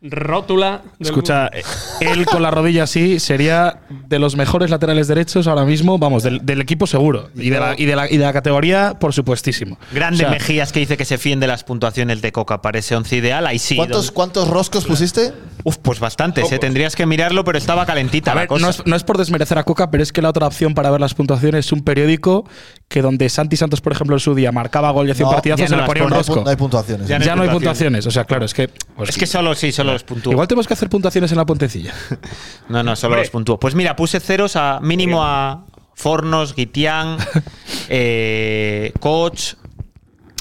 [SPEAKER 2] rótula. del
[SPEAKER 3] Escucha, eh, él con la rodilla así sería de los mejores laterales derechos ahora mismo, vamos, del, del equipo seguro. Y de, la, y, de la, y de la categoría, por supuestísimo.
[SPEAKER 4] Grande
[SPEAKER 3] O sea,
[SPEAKER 4] Mejías que dice que se fíen de las puntuaciones de Coca para ese once ideal. Ahí sí.
[SPEAKER 1] ¿Cuántos,
[SPEAKER 4] don-
[SPEAKER 1] ¿Cuántos roscos pusiste?
[SPEAKER 4] Uf, pues bastantes. eh. Tendrías que mirarlo, pero estaba calentita
[SPEAKER 3] A
[SPEAKER 4] la
[SPEAKER 3] ver,
[SPEAKER 4] cosa.
[SPEAKER 3] no es, no es por desmerecer a Coca, pero es que la otra opción para ver las puntuaciones es un periódico que donde Santi Santos, por ejemplo, en su día marcaba gol y hacía
[SPEAKER 1] No,
[SPEAKER 3] un partidazo,
[SPEAKER 4] ya
[SPEAKER 3] se
[SPEAKER 4] no
[SPEAKER 3] le
[SPEAKER 4] las
[SPEAKER 3] ponía un
[SPEAKER 4] pone,
[SPEAKER 1] Pues No hay,
[SPEAKER 3] rosco.
[SPEAKER 1] pu- no hay puntuaciones.
[SPEAKER 4] Ya
[SPEAKER 3] Ya,
[SPEAKER 4] no hay
[SPEAKER 3] no hay
[SPEAKER 4] puntuaciones.
[SPEAKER 3] puntuaciones. O sea, claro, es que. pues,
[SPEAKER 4] Es que solo sí, solo los puntúo.
[SPEAKER 3] Igual tenemos que hacer puntuaciones en la puntecilla.
[SPEAKER 4] No, no, solo los puntúo. Pues mira, puse ceros a mínimo a Fornos, Guitián, eh, Koch,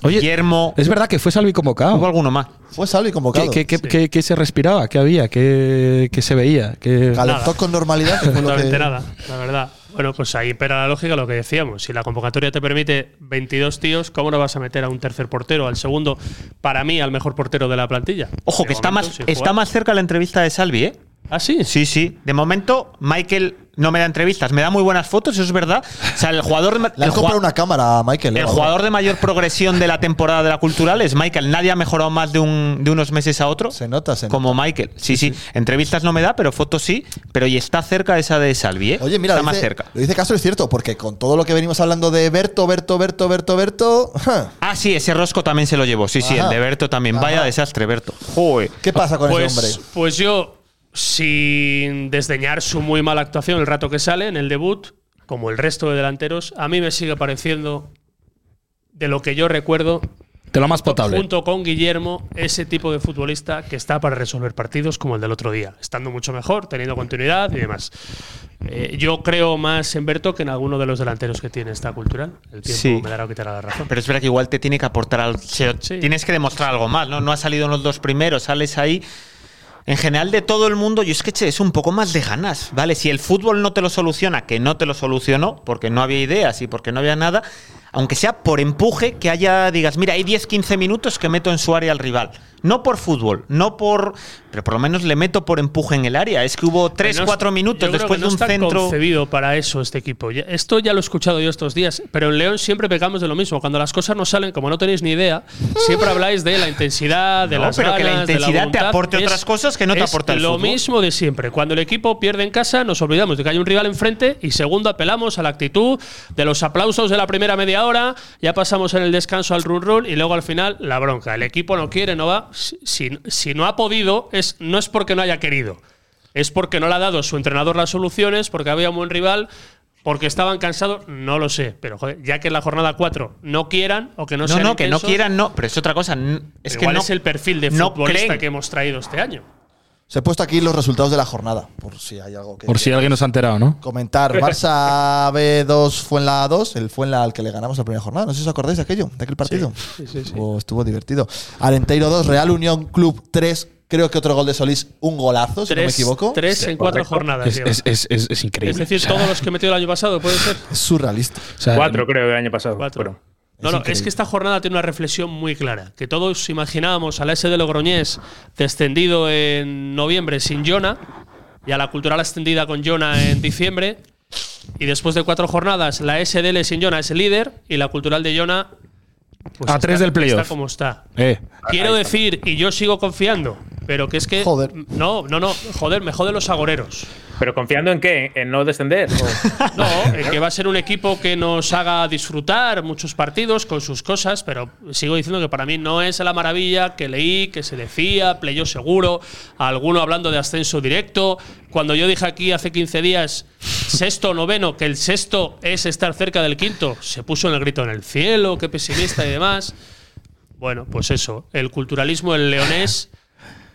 [SPEAKER 3] Oye,
[SPEAKER 4] Guillermo.
[SPEAKER 3] es verdad que fue Salvi
[SPEAKER 4] Hubo
[SPEAKER 3] convocado.
[SPEAKER 4] alguno más.
[SPEAKER 1] Fue Salvi
[SPEAKER 3] ¿Qué,
[SPEAKER 1] convocado.
[SPEAKER 3] qué- qué- qué- qué se respiraba? ¿Qué había? ¿Qué, qué se veía? ¿Qué-
[SPEAKER 1] Calentó
[SPEAKER 2] Nada.
[SPEAKER 1] con normalidad. que fue lo
[SPEAKER 2] Absolutamente
[SPEAKER 1] que-
[SPEAKER 2] nada, la verdad. Bueno, pues ahí pero la lógica lo que decíamos. Si la convocatoria te permite 22 tíos, ¿cómo no vas a meter a un tercer portero, al segundo, para mí, al mejor portero de la plantilla?
[SPEAKER 4] Ojo,
[SPEAKER 2] De
[SPEAKER 4] que está
[SPEAKER 2] momento,
[SPEAKER 4] más,
[SPEAKER 2] sin
[SPEAKER 4] está
[SPEAKER 2] jugar.
[SPEAKER 4] más cerca la entrevista de Salvi, ¿eh?
[SPEAKER 2] Ah, sí.
[SPEAKER 4] Sí, sí. De momento, Michael no me da entrevistas, me da muy buenas fotos, eso es verdad. O sea, el jugador.
[SPEAKER 1] Le
[SPEAKER 4] el
[SPEAKER 1] han
[SPEAKER 4] jua-
[SPEAKER 1] comprado una cámara a Michael.
[SPEAKER 4] El
[SPEAKER 1] ¿eh?
[SPEAKER 4] jugador de mayor progresión de la temporada de la cultural es Michael. Nadie ha mejorado más de, un- de unos meses a otro.
[SPEAKER 1] Se nota, se nota.
[SPEAKER 4] Como Michael. Sí, sí. Entrevistas no me da, pero fotos sí. Pero y está cerca esa de Salvi, ¿eh?
[SPEAKER 1] Oye, mira,
[SPEAKER 4] Está
[SPEAKER 1] lo
[SPEAKER 4] más
[SPEAKER 1] dice,
[SPEAKER 4] cerca.
[SPEAKER 1] lo dice Castro, es cierto, porque con todo lo que venimos hablando de Berto, Berto, Berto, Berto, Berto.
[SPEAKER 4] Ah, sí, ese rosco también se lo llevó. Sí, sí,
[SPEAKER 1] Ajá.
[SPEAKER 4] el de Berto también.
[SPEAKER 1] Ajá.
[SPEAKER 4] Vaya desastre, Berto. Joder.
[SPEAKER 1] ¿Qué pasa con
[SPEAKER 2] Pues,
[SPEAKER 1] ese hombre?
[SPEAKER 2] pues yo, sin desdeñar su muy mala actuación el rato que sale en el debut, como el resto de delanteros, a mí me sigue pareciendo, de lo que yo recuerdo,
[SPEAKER 3] de lo más potable.
[SPEAKER 2] junto con Guillermo, ese tipo de futbolista que está para resolver partidos como el del otro día, estando mucho mejor, teniendo continuidad y demás. Eh, yo creo más en Berto que en alguno de los delanteros que tiene esta cultural. El tiempo
[SPEAKER 4] Sí.
[SPEAKER 2] me dará o quitará la razón.
[SPEAKER 4] Pero es verdad que igual te tiene que aportar algo. se-
[SPEAKER 2] Sí.
[SPEAKER 4] Tienes que demostrar algo más, ¿no? No has salido en los dos primeros, sales ahí. En general, de todo el mundo, yo es que che, es un poco más de ganas, ¿vale? Si el fútbol no te lo soluciona, que no te lo solucionó, porque no había ideas y porque no había nada, aunque sea por empuje, que haya, digas, mira, hay 10-15 minutos que meto en su área al rival. No por fútbol, no por. Pero por lo menos le meto por empuje en el área. Es que hubo
[SPEAKER 2] No es-
[SPEAKER 4] 3-4
[SPEAKER 2] yo
[SPEAKER 4] minutos
[SPEAKER 2] creo que
[SPEAKER 4] después
[SPEAKER 2] no
[SPEAKER 4] de un
[SPEAKER 2] está
[SPEAKER 4] centro.
[SPEAKER 2] concebido para eso este equipo. Ya- Esto ya lo he escuchado yo estos días, pero en León siempre pecamos de lo mismo. Cuando las cosas no salen, como no tenéis ni idea, siempre habláis de la intensidad, de
[SPEAKER 4] No,
[SPEAKER 2] las
[SPEAKER 4] pero que la
[SPEAKER 2] ganas, de
[SPEAKER 4] intensidad te
[SPEAKER 2] voluntad.
[SPEAKER 4] aporte otras cosas que no te
[SPEAKER 2] es
[SPEAKER 4] aporta el
[SPEAKER 2] lo
[SPEAKER 4] fútbol.
[SPEAKER 2] mismo de siempre. Cuando el equipo pierde en casa, nos olvidamos de que hay un rival enfrente y segundo apelamos a la actitud de los aplausos de la primera media hora, ya pasamos en el descanso al run run y luego al final la bronca. El equipo no quiere, no va. Si- Si, si no ha podido, es, no es porque no haya querido es porque no le ha dado su entrenador las soluciones, porque había un buen rival, porque estaban cansados, no lo sé. Pero joder, ya que en la jornada 4 no quieran o que no,
[SPEAKER 4] No,
[SPEAKER 2] sean
[SPEAKER 4] no, que no
[SPEAKER 2] intensos,
[SPEAKER 4] quieran, no. Pero es otra cosa. n- Es que
[SPEAKER 2] igual
[SPEAKER 4] no.
[SPEAKER 2] es el perfil de
[SPEAKER 4] no
[SPEAKER 2] futbolista
[SPEAKER 4] creen.
[SPEAKER 2] que hemos traído este año.
[SPEAKER 1] Se he puesto aquí los resultados de la jornada, por si hay algo que
[SPEAKER 3] Por si alguien nos ha enterado, ¿no?
[SPEAKER 1] comentar. Barça B2 fue en la A2, el fue en la al que le ganamos la primera jornada. No sé si os acordáis de aquello, de aquel partido. Estuvo, estuvo divertido. Arenteiro 2, Real Unión Club 3. Creo que otro gol de Solís, un golazo, si no me equivoco.
[SPEAKER 2] tres en cuatro jornadas.
[SPEAKER 3] Es,
[SPEAKER 2] lleva.
[SPEAKER 3] es- es- es- es increíble.
[SPEAKER 2] Es decir,
[SPEAKER 3] O sea,
[SPEAKER 2] todos los que metió el año pasado, ¿puede ser?
[SPEAKER 1] Es surrealista.
[SPEAKER 3] o sea,
[SPEAKER 5] Cuatro, creo, el año pasado.
[SPEAKER 2] Cuatro.
[SPEAKER 5] fueron.
[SPEAKER 2] No, no, es
[SPEAKER 1] increíble.
[SPEAKER 2] que esta jornada tiene una reflexión muy clara. Que todos imaginábamos a la S de Logroñés descendido en noviembre sin Jona y a la cultural ascendida con Jona en diciembre. Y después de cuatro jornadas, la SDL sin Jona es el líder y la cultural de Jona. pues
[SPEAKER 3] A tres del playoff.
[SPEAKER 2] Está como está.
[SPEAKER 3] eh,
[SPEAKER 2] Quiero decir, y yo sigo confiando, pero que es que.
[SPEAKER 1] Joder.
[SPEAKER 2] No, no, no, joder, me joden los agoreros.
[SPEAKER 5] ¿Pero confiando en qué? ¿En no descender? ¿O-
[SPEAKER 2] No, eh, que va a ser un equipo que nos haga disfrutar muchos partidos con sus cosas, pero sigo diciendo que para mí no es la maravilla que leí, que se decía, playo seguro, alguno hablando de ascenso directo. Cuando yo dije aquí hace 15 días, sexto o noveno, que el sexto es estar cerca del quinto, se puso en el grito en el cielo, qué pesimista y demás. Bueno, pues eso, el culturalismo, el leonés,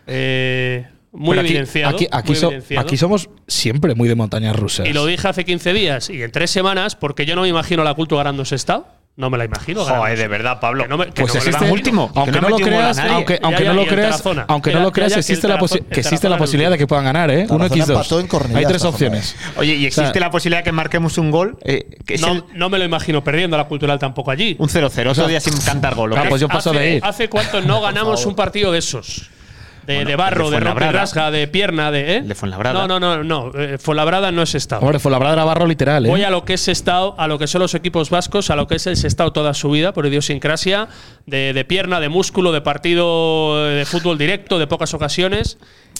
[SPEAKER 2] eh, muy
[SPEAKER 3] pero aquí-
[SPEAKER 2] evidenciado.
[SPEAKER 3] Aquí, aquí
[SPEAKER 2] muy
[SPEAKER 3] so-
[SPEAKER 2] evidenciado.
[SPEAKER 3] aquí somos siempre muy de montañas rusas.
[SPEAKER 2] Y lo dije hace 15 días y en tres semanas, porque yo no me imagino a la culto ganando Sestao. No me la imagino.
[SPEAKER 4] Joder,
[SPEAKER 2] ganándose.
[SPEAKER 4] de verdad, Pablo.
[SPEAKER 2] Que no me- que no
[SPEAKER 4] pues
[SPEAKER 2] me
[SPEAKER 4] existe-
[SPEAKER 2] la-
[SPEAKER 4] último, que
[SPEAKER 3] Aunque
[SPEAKER 4] no
[SPEAKER 3] no lo
[SPEAKER 4] metió un gol a
[SPEAKER 3] creas,
[SPEAKER 4] nadie.
[SPEAKER 3] aunque,
[SPEAKER 4] Ya,
[SPEAKER 3] aunque
[SPEAKER 4] ya,
[SPEAKER 3] no
[SPEAKER 4] y
[SPEAKER 3] lo
[SPEAKER 4] el
[SPEAKER 3] creas,
[SPEAKER 4] Tarazona.
[SPEAKER 3] aunque
[SPEAKER 4] Ya,
[SPEAKER 3] no
[SPEAKER 4] ya,
[SPEAKER 3] lo creas,
[SPEAKER 4] ya, que
[SPEAKER 3] existe
[SPEAKER 4] el
[SPEAKER 3] la, posi-
[SPEAKER 4] Tarazona- el
[SPEAKER 3] que existe
[SPEAKER 4] Tarazona
[SPEAKER 3] la posibilidad de que puedan ganar, ¿eh?
[SPEAKER 4] Tarazona
[SPEAKER 3] 1x2.
[SPEAKER 4] empató en Cornellá
[SPEAKER 3] Hay tres
[SPEAKER 4] esta jornada.
[SPEAKER 3] opciones.
[SPEAKER 4] Oye, ¿y existe
[SPEAKER 3] O sea,
[SPEAKER 4] la posibilidad que marquemos un gol? Eh, que es
[SPEAKER 2] no,
[SPEAKER 4] el-
[SPEAKER 2] no me lo imagino perdiendo la cultural tampoco allí.
[SPEAKER 4] un pues 0-0, otro día sin cantar gol. ¿ok?
[SPEAKER 3] pues
[SPEAKER 2] hace, ¿Hace cuánto no ganamos un partido de esos? De,
[SPEAKER 4] Bueno,
[SPEAKER 2] de
[SPEAKER 4] el
[SPEAKER 2] barro,
[SPEAKER 4] de
[SPEAKER 2] de ropa y
[SPEAKER 4] Fuenlabrada.
[SPEAKER 2] rasga, de pierna, de. ¿eh?
[SPEAKER 4] El de Fuenlabrada.
[SPEAKER 2] No, no, no, no. eh, Fuenlabrada no es Estado.
[SPEAKER 3] Hombre, fue la brada barro literal, ¿eh?
[SPEAKER 2] Voy a lo que es Sestao, a lo que son los equipos vascos, a lo que es el Sestao toda su vida, por idiosincrasia, de, de pierna, de músculo, de partido eh, de fútbol directo, de pocas ocasiones.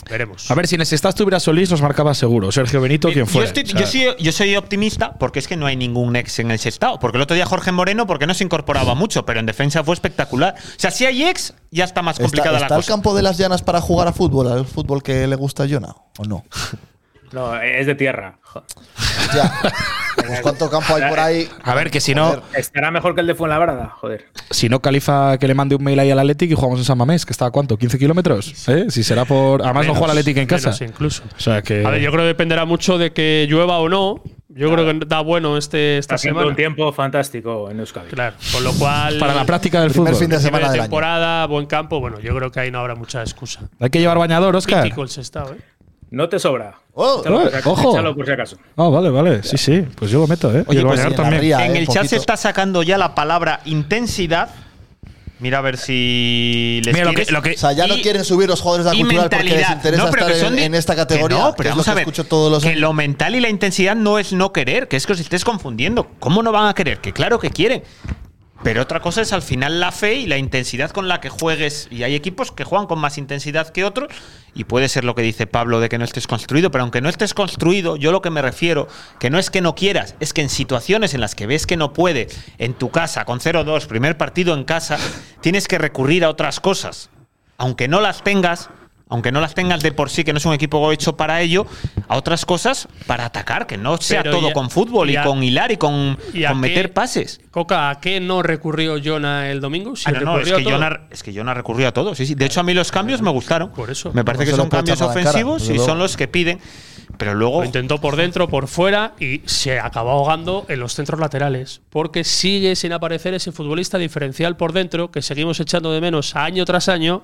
[SPEAKER 2] Veremos.
[SPEAKER 3] A ver, si necesitas tuviera Solís, los marcaba seguro. Sergio Benito, quien
[SPEAKER 4] Yo,
[SPEAKER 3] fuera.
[SPEAKER 4] estoy-
[SPEAKER 3] O sea,
[SPEAKER 4] yo soy, yo soy optimista porque es que no hay ningún ex en el Sestao. Porque el otro día Jorge Moreno, porque no se incorporaba mucho, pero en defensa fue espectacular. O sea, si hay ex, ya está más
[SPEAKER 1] ¿Está,
[SPEAKER 4] complicada
[SPEAKER 1] está
[SPEAKER 4] la
[SPEAKER 1] el
[SPEAKER 4] cosa.
[SPEAKER 1] campo de las llanas para jugar a fútbol, al fútbol que le gusta a Jonah? ¿O no?
[SPEAKER 5] No, es de tierra. Jo-
[SPEAKER 1] Pues cuánto campo hay por ahí.
[SPEAKER 3] A ver, que si no,
[SPEAKER 5] Estará mejor que el de Fuenlabrada, joder.
[SPEAKER 3] si no califa que le mande un mail ahí al Athletic y jugamos en San Mamés, que está a cuánto, 15 kilómetros. ¿Eh? Si será por. Además, no
[SPEAKER 2] Menos,
[SPEAKER 3] juega el Athletic en casa.
[SPEAKER 2] menos incluso.
[SPEAKER 3] O sea que.
[SPEAKER 2] A ver, yo creo que dependerá mucho de que llueva o no. Yo creo que da bueno este,
[SPEAKER 5] Está
[SPEAKER 2] esta
[SPEAKER 5] haciendo
[SPEAKER 2] semana.
[SPEAKER 5] un tiempo fantástico en Euskadi.
[SPEAKER 2] Claro, con lo cual.
[SPEAKER 3] Para la práctica del Primer fútbol. fin de
[SPEAKER 2] Principio
[SPEAKER 3] semana del año.
[SPEAKER 2] temporada, buen campo. Bueno, yo creo que ahí no habrá mucha excusa.
[SPEAKER 3] Hay que llevar bañador, Oscar.
[SPEAKER 2] Mítico el Sestao, ¿eh?
[SPEAKER 5] No te sobra.
[SPEAKER 1] Oh,
[SPEAKER 3] eh, ojo.
[SPEAKER 5] Échalo por si acaso.
[SPEAKER 3] Ah, vale, vale. Sí, sí. Pues yo lo meto, ¿eh?
[SPEAKER 4] Oye,
[SPEAKER 3] y el
[SPEAKER 4] pues
[SPEAKER 3] bañador
[SPEAKER 4] en,
[SPEAKER 3] también.
[SPEAKER 1] eh,
[SPEAKER 4] el chat se está sacando ya la palabra intensidad. Mira a ver si les
[SPEAKER 3] Mira, lo que-
[SPEAKER 4] quieres.
[SPEAKER 3] lo que-
[SPEAKER 1] O sea, ya no
[SPEAKER 4] Y-
[SPEAKER 1] quieren subir los jugadores de la
[SPEAKER 4] y
[SPEAKER 1] cultural porque les
[SPEAKER 4] mentalidad.
[SPEAKER 1] interesa
[SPEAKER 4] No, pero
[SPEAKER 1] estar
[SPEAKER 4] que son
[SPEAKER 1] en,
[SPEAKER 4] de-
[SPEAKER 1] en esta
[SPEAKER 4] que
[SPEAKER 1] categoría.
[SPEAKER 4] no,
[SPEAKER 1] que
[SPEAKER 4] pero
[SPEAKER 1] es
[SPEAKER 4] vamos
[SPEAKER 1] lo
[SPEAKER 4] a
[SPEAKER 1] que
[SPEAKER 4] ver,
[SPEAKER 1] escucho todos los
[SPEAKER 4] que lo mental y la intensidad no es no querer, que es que os estés confundiendo. ¿Cómo no van a querer? Que claro que quieren. Pero otra cosa es al final la fe y la intensidad con la que juegues. Y hay equipos que juegan con más intensidad que otros. Y puede ser lo que dice Pablo de que no estés construido. Pero aunque no estés construido, yo lo que me refiero, que no es que no quieras, es que en situaciones en las que ves que no puede, en tu casa, con 0-2, primer partido en casa, tienes que recurrir a otras cosas. Aunque no las tengas, aunque no las tengas de por sí, que no es un equipo hecho para ello, a otras cosas para atacar, que no sea
[SPEAKER 2] Pero
[SPEAKER 4] todo
[SPEAKER 2] ya-
[SPEAKER 4] con fútbol y,
[SPEAKER 2] ya-
[SPEAKER 4] con hilar y con,
[SPEAKER 2] ¿Y a
[SPEAKER 4] con
[SPEAKER 2] qué-
[SPEAKER 4] meter pases.
[SPEAKER 2] Coca, ¿a qué no recurrió Jonah el domingo? Si
[SPEAKER 4] Ah, no, no, es
[SPEAKER 2] recurrió
[SPEAKER 4] que
[SPEAKER 2] a todo. Ah,
[SPEAKER 4] Jonah es que Jonah recurrió a todo. Sí, sí. De hecho, a mí los cambios me gustaron.
[SPEAKER 2] Por eso.
[SPEAKER 4] Me parece
[SPEAKER 2] No
[SPEAKER 4] que
[SPEAKER 2] se lo
[SPEAKER 4] son
[SPEAKER 2] puede
[SPEAKER 4] cambios
[SPEAKER 2] echar a la cara,
[SPEAKER 4] ofensivos
[SPEAKER 2] desde
[SPEAKER 4] y
[SPEAKER 2] luego.
[SPEAKER 4] son los que piden. Pero luego.
[SPEAKER 2] Lo intentó por dentro, por fuera y se acabó ahogando en los centros laterales. Porque sigue sin aparecer ese futbolista diferencial por dentro que seguimos echando de menos año tras año.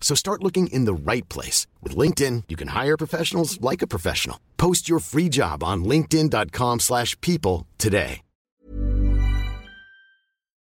[SPEAKER 7] So start looking in the right place. With LinkedIn, you can hire professionals like a professional. Post your free job on linkedin.com/people slash people today.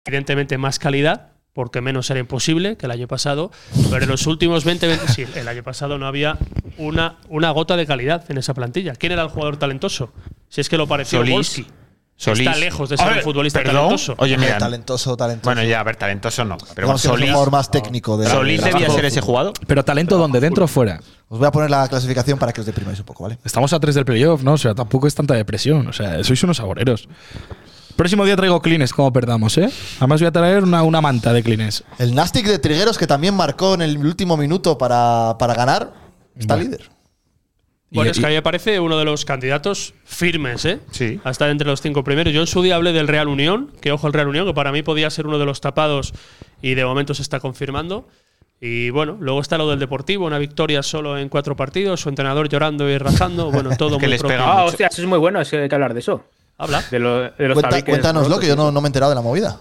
[SPEAKER 2] evidentemente más calidad, porque menos era imposible que el año pasado, pero en los últimos 20, 20 sí, el año pasado no había una, una gota de calidad en esa plantilla. ¿Quién era el jugador talentoso? Si es que lo pareció
[SPEAKER 4] Solís.
[SPEAKER 2] Wolski. que
[SPEAKER 4] Solís.
[SPEAKER 2] Está lejos de ser
[SPEAKER 4] A
[SPEAKER 2] un
[SPEAKER 4] ver,
[SPEAKER 2] futbolista
[SPEAKER 4] perdón.
[SPEAKER 2] talentoso.
[SPEAKER 4] Oye, mira.
[SPEAKER 1] talentoso, talentoso.
[SPEAKER 4] Bueno, ya, a ver, talentoso no. Pero
[SPEAKER 1] Digamos que es el
[SPEAKER 4] Solís.
[SPEAKER 1] jugador más técnico de la-
[SPEAKER 4] Solís
[SPEAKER 1] de la-
[SPEAKER 4] debía ser ese jugador.
[SPEAKER 3] Pero talento donde, dentro o fuera.
[SPEAKER 1] Os voy a poner la clasificación para que os deprimáis un poco, ¿vale?
[SPEAKER 3] Estamos a tres del playoff, ¿no? O sea, tampoco es tanta depresión. O sea, sois unos saboreros. Próximo día traigo clines, como perdamos, ¿eh? Además voy a traer una, una manta de clines.
[SPEAKER 1] El Nastic de Trigueros, que también marcó en el último minuto para, para ganar, está líder.
[SPEAKER 2] Bueno,
[SPEAKER 1] Y-
[SPEAKER 2] es que a mí me parece uno de los candidatos firmes, ¿eh? Sí. A estar entre los cinco primeros. Yo en su día hablé del Real Unión, que ojo el Real Unión, que para mí podía ser uno de los tapados y de momento se está confirmando. Y bueno, luego está lo del Deportivo, una victoria solo en cuatro partidos, su entrenador llorando y rajando, bueno, todo muy propio.
[SPEAKER 5] Ah, hostia, eso es muy bueno, es que hay que hablar de eso.
[SPEAKER 2] Habla.
[SPEAKER 5] De, lo- de los
[SPEAKER 1] Cuenta-
[SPEAKER 5] tabiques
[SPEAKER 1] cuéntanoslo,
[SPEAKER 5] rotos,
[SPEAKER 1] que yo
[SPEAKER 5] sí.
[SPEAKER 1] no, no me he enterado de la movida.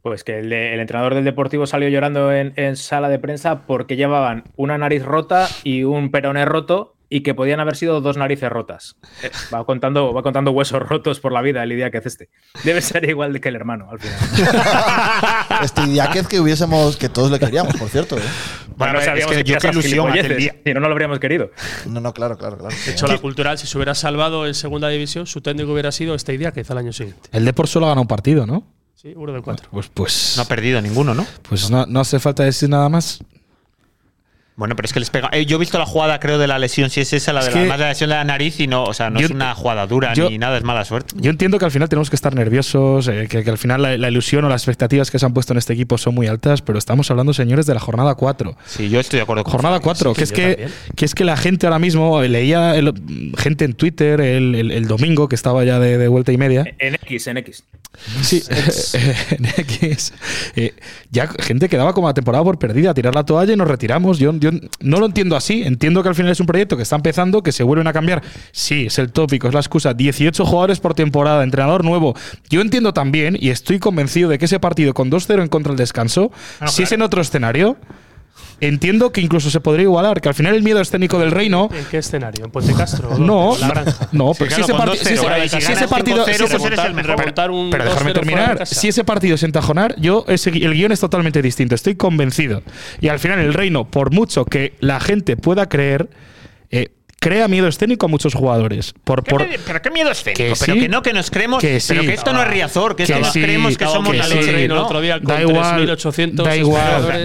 [SPEAKER 5] Pues que el, de- el entrenador del Deportivo salió llorando en, en sala de prensa porque llevaban una nariz rota y un peroné roto y que podían haber sido dos narices rotas. Eh, Va contando, va contando huesos rotos por la vida el idea que es este. Debe ser igual de que el hermano, al final.
[SPEAKER 1] Este Idiáquez que hubiésemos, que todos le queríamos, por cierto. ¿eh?
[SPEAKER 5] Bueno, no sabíamos que, yo qué ilusión Si no, no lo habríamos querido.
[SPEAKER 1] No, no, claro, claro, claro.
[SPEAKER 2] De hecho, la cultural, si se hubiera salvado en segunda división, su técnico hubiera sido este idea que hizo el año siguiente.
[SPEAKER 3] El Depor solo ha ganado un partido, ¿no?
[SPEAKER 2] Sí, uno de cuatro.
[SPEAKER 3] Pues, pues
[SPEAKER 4] No ha perdido ninguno, ¿no?
[SPEAKER 3] Pues no, no hace falta decir nada más.
[SPEAKER 4] Bueno, pero es que les pega. eh, yo he visto la jugada, creo, de la lesión, si es esa, la
[SPEAKER 3] Es
[SPEAKER 4] de
[SPEAKER 3] que-
[SPEAKER 4] la, más la lesión de la nariz, y no, o sea, no
[SPEAKER 3] Yo-
[SPEAKER 4] es una jugada dura
[SPEAKER 3] yo-
[SPEAKER 4] ni nada, es mala suerte.
[SPEAKER 3] Yo entiendo que al final tenemos que estar nerviosos, eh, que, que al final la, la ilusión o las expectativas que se han puesto en este equipo son muy altas, pero estamos hablando, señores, de la jornada 4.
[SPEAKER 4] Sí, yo estoy de acuerdo con
[SPEAKER 3] Jornada
[SPEAKER 4] Fran,
[SPEAKER 3] 4, que es
[SPEAKER 4] yo
[SPEAKER 3] que,
[SPEAKER 4] también.
[SPEAKER 3] que es que la gente ahora mismo, eh, leía el- gente en Twitter el, el- el domingo, que estaba ya de, de vuelta y media,
[SPEAKER 5] En X, en X.
[SPEAKER 3] Sí, en X. Eh, ya gente quedaba como la temporada por perdida, tirar la toalla y nos retiramos. Yo, yo no lo entiendo así. Entiendo que al final es un proyecto que está empezando, que se vuelven a cambiar. Sí, es el tópico, es la excusa. 18 jugadores por temporada, entrenador nuevo. Yo entiendo también y estoy convencido de que ese partido con 2-0 en contra del descanso, si es en otro escenario. Entiendo que incluso se podría igualar, que al final el miedo escénico del reino
[SPEAKER 2] ¿En qué escenario? ¿En Pontecastro?
[SPEAKER 3] no,
[SPEAKER 2] ¿En la granja?
[SPEAKER 3] no, pero si ese parti- si ese- si ese partido. si ese-
[SPEAKER 2] Remontar un
[SPEAKER 3] Pero déjame
[SPEAKER 2] 2-0 fuera de
[SPEAKER 3] terminar.
[SPEAKER 2] casa.
[SPEAKER 3] Si ese partido es entajonar, yo ese gui- el guión es totalmente distinto. Estoy convencido. Y al final el reino, por mucho que la gente pueda creer, eh, crea miedo escénico a muchos jugadores. Por,
[SPEAKER 4] ¿Qué
[SPEAKER 3] por,
[SPEAKER 4] miedo- pero qué miedo escénico,
[SPEAKER 3] Que
[SPEAKER 4] pero
[SPEAKER 3] sí.
[SPEAKER 4] que no, que nos creemos,
[SPEAKER 3] Que sí.
[SPEAKER 4] pero que esto no es Riazor, que, esto nos
[SPEAKER 3] sí.
[SPEAKER 4] creemos que
[SPEAKER 3] No,
[SPEAKER 4] somos la
[SPEAKER 3] sí.
[SPEAKER 4] leche,
[SPEAKER 3] No. da
[SPEAKER 4] ¿no?
[SPEAKER 3] igual, da igual,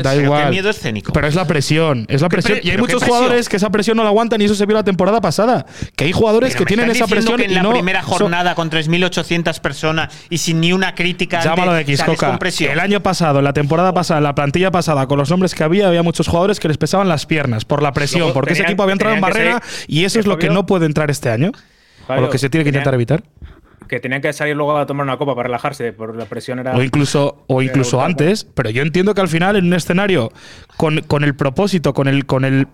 [SPEAKER 3] da
[SPEAKER 4] Pero
[SPEAKER 3] igual.
[SPEAKER 4] Qué miedo escénico.
[SPEAKER 3] Pero es la presión, es la
[SPEAKER 4] ¿Qué
[SPEAKER 3] presión.
[SPEAKER 4] pre-
[SPEAKER 3] y hay
[SPEAKER 4] pero qué
[SPEAKER 3] muchos
[SPEAKER 4] presión?
[SPEAKER 3] jugadores que esa presión no la aguantan y eso se vio la temporada pasada. Que hay jugadores que
[SPEAKER 4] Pero me
[SPEAKER 3] tienen esa
[SPEAKER 4] estás diciendo
[SPEAKER 3] presión
[SPEAKER 4] que en
[SPEAKER 3] y
[SPEAKER 4] la
[SPEAKER 3] no
[SPEAKER 4] primera
[SPEAKER 3] son-
[SPEAKER 4] jornada con 3.800 personas y sin ni una crítica antes,
[SPEAKER 3] Llámalo de
[SPEAKER 4] o sea,
[SPEAKER 3] Xcoca.
[SPEAKER 4] descompresión.
[SPEAKER 3] El año pasado, en la temporada pasada, en la plantilla pasada, con los nombres que había, había muchos jugadores que les pesaban las piernas por la presión,
[SPEAKER 5] Luego
[SPEAKER 3] porque ese
[SPEAKER 5] tenían-
[SPEAKER 3] equipo había entrado en
[SPEAKER 5] tenían que
[SPEAKER 3] barrera
[SPEAKER 5] ser-
[SPEAKER 3] y eso es lo que
[SPEAKER 5] Fabio-
[SPEAKER 3] no puede entrar este año.
[SPEAKER 5] Fabio,
[SPEAKER 3] o lo que se tiene que
[SPEAKER 5] tenían-
[SPEAKER 3] intentar evitar.
[SPEAKER 5] Que tenían que salir luego a tomar una copa para relajarse, por la presión era.
[SPEAKER 3] O incluso, o
[SPEAKER 5] era
[SPEAKER 3] incluso
[SPEAKER 5] brutal.
[SPEAKER 3] antes, pero yo entiendo que al final, en un escenario con, con el propósito, con el con el